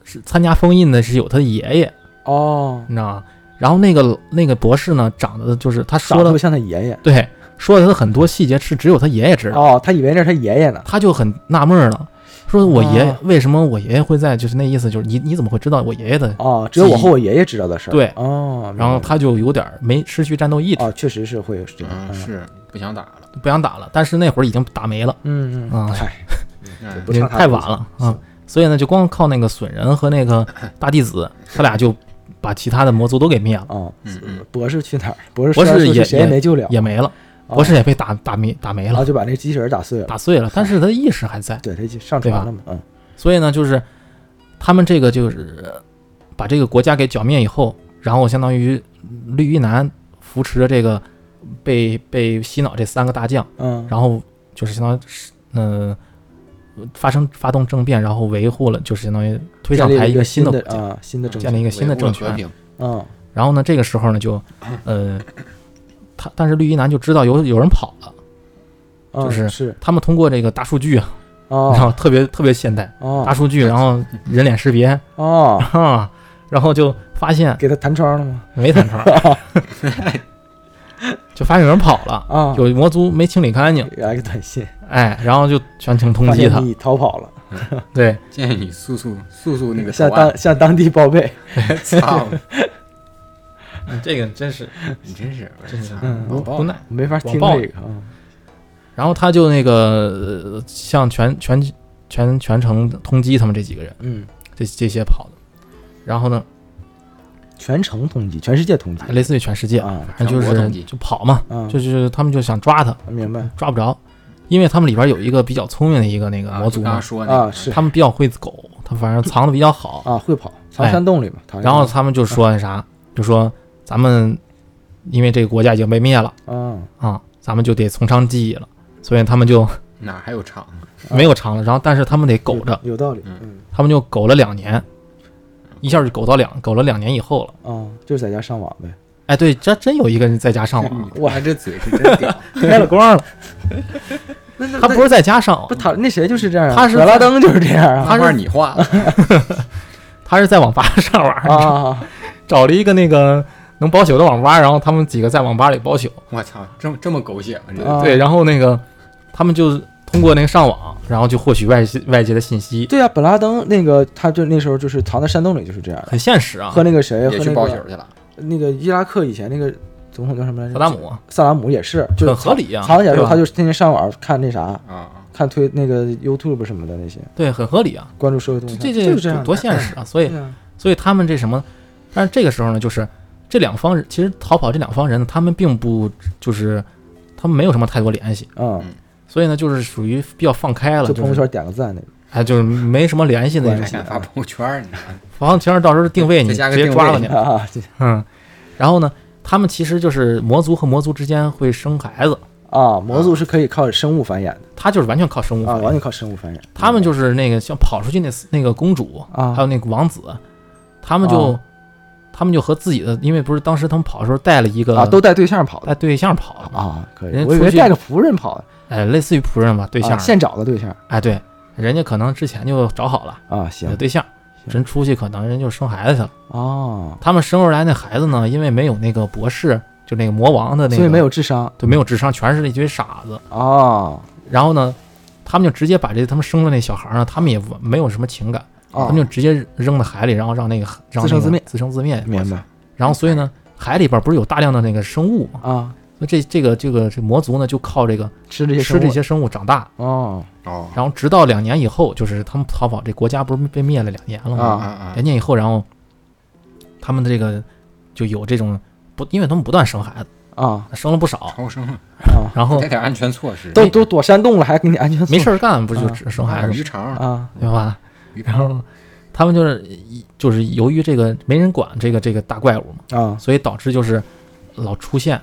[SPEAKER 1] 是参加封印的是有她爷爷，
[SPEAKER 2] 哦，
[SPEAKER 1] 你知道吗？然后那个那个博士呢，长得就是他
[SPEAKER 2] 长
[SPEAKER 1] 说
[SPEAKER 2] 得
[SPEAKER 1] 了
[SPEAKER 2] 不，像他爷爷，
[SPEAKER 1] 对，说了他很多细节是只有他爷爷知道的。
[SPEAKER 2] 哦，他以为那是他爷爷呢，
[SPEAKER 1] 他就很纳闷儿了，说我爷爷
[SPEAKER 2] 啊
[SPEAKER 1] 为什么我爷爷会在，就是那意思就是你你怎么会知道我爷爷的？
[SPEAKER 2] 哦，只有我和我爷爷知道的事儿，
[SPEAKER 1] 对
[SPEAKER 2] 哦，
[SPEAKER 1] 然后
[SPEAKER 2] 明白
[SPEAKER 1] 他就有点儿没失去战斗意志，
[SPEAKER 2] 哦，确实是会有这样，
[SPEAKER 3] 嗯，
[SPEAKER 2] 嗯
[SPEAKER 3] 是不想打了，
[SPEAKER 1] 不想打了。但是那会儿已经打没了，
[SPEAKER 2] 嗯嗯，
[SPEAKER 1] 啊
[SPEAKER 2] 嗨，
[SPEAKER 3] 嗯
[SPEAKER 2] 不差他
[SPEAKER 1] 太晚了啊、
[SPEAKER 2] 行 (laughs)
[SPEAKER 1] 所以呢，就光靠那个损人和那个大弟子，他俩就把其他的魔族都给灭了，
[SPEAKER 2] 啊。
[SPEAKER 3] 嗯嗯
[SPEAKER 2] 博士去哪儿？ (laughs) 博士
[SPEAKER 1] 博士
[SPEAKER 2] 虽然说
[SPEAKER 1] 也
[SPEAKER 2] 是谁也没救了，
[SPEAKER 1] 也没了，
[SPEAKER 2] 啊
[SPEAKER 1] 博士也被打打灭打没
[SPEAKER 2] 然
[SPEAKER 1] 了
[SPEAKER 2] 后，就把那机器人打碎了。
[SPEAKER 1] 打碎了，但是他的意识还在，
[SPEAKER 2] 对，他就上船了嘛，嗯，
[SPEAKER 1] 所以呢，就是他们这个就是把这个国家给剿灭以后，然后相当于绿衣男扶持着这个被被洗脑这三个大将，
[SPEAKER 2] 嗯，
[SPEAKER 1] 然后就是相当于是嗯、发生发动政变，然后维护了，就是相当于推上
[SPEAKER 2] 建立
[SPEAKER 1] 台
[SPEAKER 2] 了一
[SPEAKER 1] 个
[SPEAKER 2] 新
[SPEAKER 1] 的国家，
[SPEAKER 2] 啊新的政
[SPEAKER 1] 建立
[SPEAKER 2] 权，
[SPEAKER 1] 一个新的
[SPEAKER 3] 维护
[SPEAKER 1] 政
[SPEAKER 3] 了
[SPEAKER 1] 权
[SPEAKER 3] 和。平，
[SPEAKER 2] 嗯，
[SPEAKER 1] 然后呢，这个时候呢，就呃，他但是绿衣男就知道有有人跑了，
[SPEAKER 2] 嗯
[SPEAKER 1] 就是
[SPEAKER 2] 是
[SPEAKER 1] 他们通过这个大数据啊，然
[SPEAKER 2] 哦
[SPEAKER 1] 后特别特别现代，大
[SPEAKER 2] 哦
[SPEAKER 1] 数据，然后人脸识别，
[SPEAKER 2] 哦，
[SPEAKER 1] 啊，然后就发现
[SPEAKER 2] 给他弹窗了吗？
[SPEAKER 1] 没弹窗， (laughs) 就发现有人跑了，
[SPEAKER 2] 啊，
[SPEAKER 1] 有魔族没清理干净，
[SPEAKER 2] 来个短信，
[SPEAKER 1] 哎，然后就全程通
[SPEAKER 2] 发
[SPEAKER 1] 缉
[SPEAKER 2] 现
[SPEAKER 1] 他，
[SPEAKER 2] 你逃跑了，
[SPEAKER 1] 对，
[SPEAKER 3] 建议你速速速速那个
[SPEAKER 2] 向
[SPEAKER 3] 投案
[SPEAKER 2] 当向当地报备， (laughs)
[SPEAKER 3] 操，
[SPEAKER 1] 嗯这个真是
[SPEAKER 3] 你真是，我
[SPEAKER 1] 真是
[SPEAKER 3] 操
[SPEAKER 2] 嗯
[SPEAKER 3] 老
[SPEAKER 1] 无
[SPEAKER 3] 爆了
[SPEAKER 1] 奈。
[SPEAKER 2] 没法
[SPEAKER 1] 网
[SPEAKER 2] 听
[SPEAKER 1] 暴
[SPEAKER 2] 这个啊，
[SPEAKER 1] 然后他就那个呃向全全全全程通缉他们这几个人，
[SPEAKER 2] 嗯，
[SPEAKER 1] 这这些跑的，然后呢，
[SPEAKER 2] 全城通缉，全世界通缉
[SPEAKER 1] 类似于全世界，
[SPEAKER 2] 啊，
[SPEAKER 1] 反正就
[SPEAKER 3] 全国通
[SPEAKER 1] 是
[SPEAKER 3] 缉
[SPEAKER 1] 就跑嘛，
[SPEAKER 2] 啊，
[SPEAKER 1] 哎就是他们就想抓他，
[SPEAKER 2] 明白
[SPEAKER 1] 抓不着，因为他们里边有一个比较聪明的一个那个
[SPEAKER 3] 啊
[SPEAKER 1] 魔族
[SPEAKER 3] 我刚
[SPEAKER 1] 嘛
[SPEAKER 3] 刚，说那
[SPEAKER 2] 啊，
[SPEAKER 3] 个
[SPEAKER 2] 是
[SPEAKER 1] 他们比较会狗，他反正藏的比较好，
[SPEAKER 2] 啊，会跑，藏
[SPEAKER 1] 哎
[SPEAKER 2] 山洞里嘛，藏
[SPEAKER 1] 然后他们就说那啥，就说咱们因为这个国家已经被灭了
[SPEAKER 2] 啊，
[SPEAKER 1] 啊，咱们就得从长计议了，所以他们就
[SPEAKER 3] 哪儿还有厂？
[SPEAKER 1] 没有长了。然后但是他们得苟
[SPEAKER 2] 有
[SPEAKER 1] 着，
[SPEAKER 2] 有道理，嗯
[SPEAKER 3] 嗯，
[SPEAKER 1] 他们就苟了两年，一下就苟到两苟了两年以后了。
[SPEAKER 2] 啊，就是在家上网呗，
[SPEAKER 1] 哎，对，这真有一个人在家上
[SPEAKER 3] (laughs)
[SPEAKER 1] 网，
[SPEAKER 3] 我还这嘴是真屌，
[SPEAKER 1] 开了光了。
[SPEAKER 2] 那那
[SPEAKER 1] 他不是在家上
[SPEAKER 2] 不
[SPEAKER 1] 网，
[SPEAKER 2] 他那谁就是这样啊，
[SPEAKER 1] 他是
[SPEAKER 2] 格拉登就是这样啊
[SPEAKER 3] 漫画你画的，
[SPEAKER 1] 他是在网吧上网，
[SPEAKER 2] (laughs) 啊，
[SPEAKER 1] 找了一个那个能包宿的网吧，然后他们几个在网吧里包宿。
[SPEAKER 3] 我操，这么这么狗血吗？这
[SPEAKER 2] 啊
[SPEAKER 3] 个
[SPEAKER 1] 对，然后那个他们就通过那个上网，然后就获取外界外界的信息，
[SPEAKER 2] 对啊，本拉登那个他就那时候就是藏在山洞里就是这样的，
[SPEAKER 1] 很现实啊。
[SPEAKER 2] 和那个谁
[SPEAKER 3] 也
[SPEAKER 2] 和
[SPEAKER 3] 去
[SPEAKER 2] 那
[SPEAKER 3] 包
[SPEAKER 2] 个
[SPEAKER 3] 宿去了，
[SPEAKER 2] 那个伊拉克以前那个总统叫什么来着？
[SPEAKER 1] 萨达姆
[SPEAKER 2] 萨达姆也是，就
[SPEAKER 1] 啊很
[SPEAKER 2] 是
[SPEAKER 1] 合理呀、啊
[SPEAKER 2] 藏起来之
[SPEAKER 1] 对
[SPEAKER 2] 后，
[SPEAKER 1] 吧
[SPEAKER 2] 他就天天上网看那啥，
[SPEAKER 3] 啊，
[SPEAKER 2] 看推那个 YouTube 什么的那些，
[SPEAKER 1] 对，很合理啊，
[SPEAKER 2] 关注社会动
[SPEAKER 1] 这
[SPEAKER 2] 态，
[SPEAKER 1] 这
[SPEAKER 2] 嗯就是这样
[SPEAKER 1] 这
[SPEAKER 2] 的
[SPEAKER 1] 多现实啊！所以
[SPEAKER 2] 对啊
[SPEAKER 1] 所以他们这什么，但是这个时候呢，就是这两方人其实逃跑这两方人呢，他们并不就是他们没有什么太多联系，
[SPEAKER 2] 嗯，
[SPEAKER 1] 所以呢就是属于比较放开了，
[SPEAKER 2] 就
[SPEAKER 1] 就
[SPEAKER 2] 朋友
[SPEAKER 1] 是
[SPEAKER 2] 圈点个赞那种，
[SPEAKER 1] 哎就是没什么联系的那
[SPEAKER 2] 关
[SPEAKER 1] 种
[SPEAKER 2] 系。
[SPEAKER 3] 敢啊发朋友圈，你知道吗
[SPEAKER 1] 王强到时候定位你，
[SPEAKER 3] 再加
[SPEAKER 1] 直
[SPEAKER 3] 个
[SPEAKER 1] 接
[SPEAKER 3] 定
[SPEAKER 1] 抓
[SPEAKER 3] 位
[SPEAKER 1] 了你，
[SPEAKER 2] (laughs) 啊，这
[SPEAKER 1] 嗯，然后呢，他们其实就是魔族和魔族之间会生孩子，
[SPEAKER 2] 啊，魔族是可以靠生物繁衍的
[SPEAKER 1] 他就是完全靠生物
[SPEAKER 2] 啊，
[SPEAKER 1] 繁
[SPEAKER 2] 完
[SPEAKER 1] 衍。
[SPEAKER 2] 全靠生物繁衍，
[SPEAKER 1] 他们就是那个像跑出去那那个公主，
[SPEAKER 2] 啊
[SPEAKER 1] 还有那个王子，他们就、
[SPEAKER 2] 啊
[SPEAKER 1] 他们就和自己的，因为不是当时他们跑的时候带了一个
[SPEAKER 2] 啊，都带对象跑的
[SPEAKER 1] 带对象跑了嘛，
[SPEAKER 2] 啊，可以，
[SPEAKER 1] 人家
[SPEAKER 2] 我以为
[SPEAKER 1] 出去
[SPEAKER 2] 带个仆人跑的，
[SPEAKER 1] 哎，类似于仆人吧，对象，
[SPEAKER 2] 啊现找的对象
[SPEAKER 1] 哎，对，人家可能之前就找好了
[SPEAKER 2] 啊，行
[SPEAKER 1] 有呃对象，
[SPEAKER 2] 行
[SPEAKER 1] 人出去可能人就生孩子去了。
[SPEAKER 2] 哦，
[SPEAKER 1] 他们生出来那孩子呢，因为没有那个博士，就那个魔王的那个，
[SPEAKER 2] 所以没有智商
[SPEAKER 1] 对没有智商，全是一堆傻子。
[SPEAKER 2] 哦
[SPEAKER 1] 然后呢，他们就直接把这他们生的那小孩呢，他们也没有什么情感，他
[SPEAKER 2] 哦
[SPEAKER 1] 们，就直接扔到海里，然后让那个让那个
[SPEAKER 2] 自生自灭
[SPEAKER 1] 自生自灭。
[SPEAKER 2] 明白
[SPEAKER 1] 然后所以呢，海里边不是有大量的那个生物嘛？
[SPEAKER 2] 啊，
[SPEAKER 1] 那这这个这个这魔族呢，就靠这个
[SPEAKER 2] 吃这些
[SPEAKER 1] 吃这
[SPEAKER 2] 生物
[SPEAKER 1] 些生物长大。
[SPEAKER 2] 哦
[SPEAKER 3] 哦
[SPEAKER 1] 然后直到两年以后，就是他们逃跑，这国家不是被灭了两年了吗？
[SPEAKER 2] 啊
[SPEAKER 3] 啊
[SPEAKER 1] 两年以后，然后他们的这个就有这种不，因为他们不断生孩子，
[SPEAKER 2] 啊
[SPEAKER 1] 生了不少，
[SPEAKER 3] 超生了，
[SPEAKER 1] (laughs)
[SPEAKER 2] 啊，
[SPEAKER 1] 然后
[SPEAKER 3] 带点安全措施，
[SPEAKER 2] 都都躲山洞了，还给你安全措施
[SPEAKER 1] 没事儿干，不就
[SPEAKER 2] 嗯
[SPEAKER 1] 只生孩子
[SPEAKER 3] 买
[SPEAKER 1] 吗
[SPEAKER 3] 点鱼肠儿，
[SPEAKER 2] 啊
[SPEAKER 1] 对吧？
[SPEAKER 3] 鱼肠
[SPEAKER 1] 然
[SPEAKER 3] 儿
[SPEAKER 1] 后他们就是一就是由于这个没人管这个这个大怪物嘛，
[SPEAKER 2] 啊
[SPEAKER 1] 所以导致就是老出现，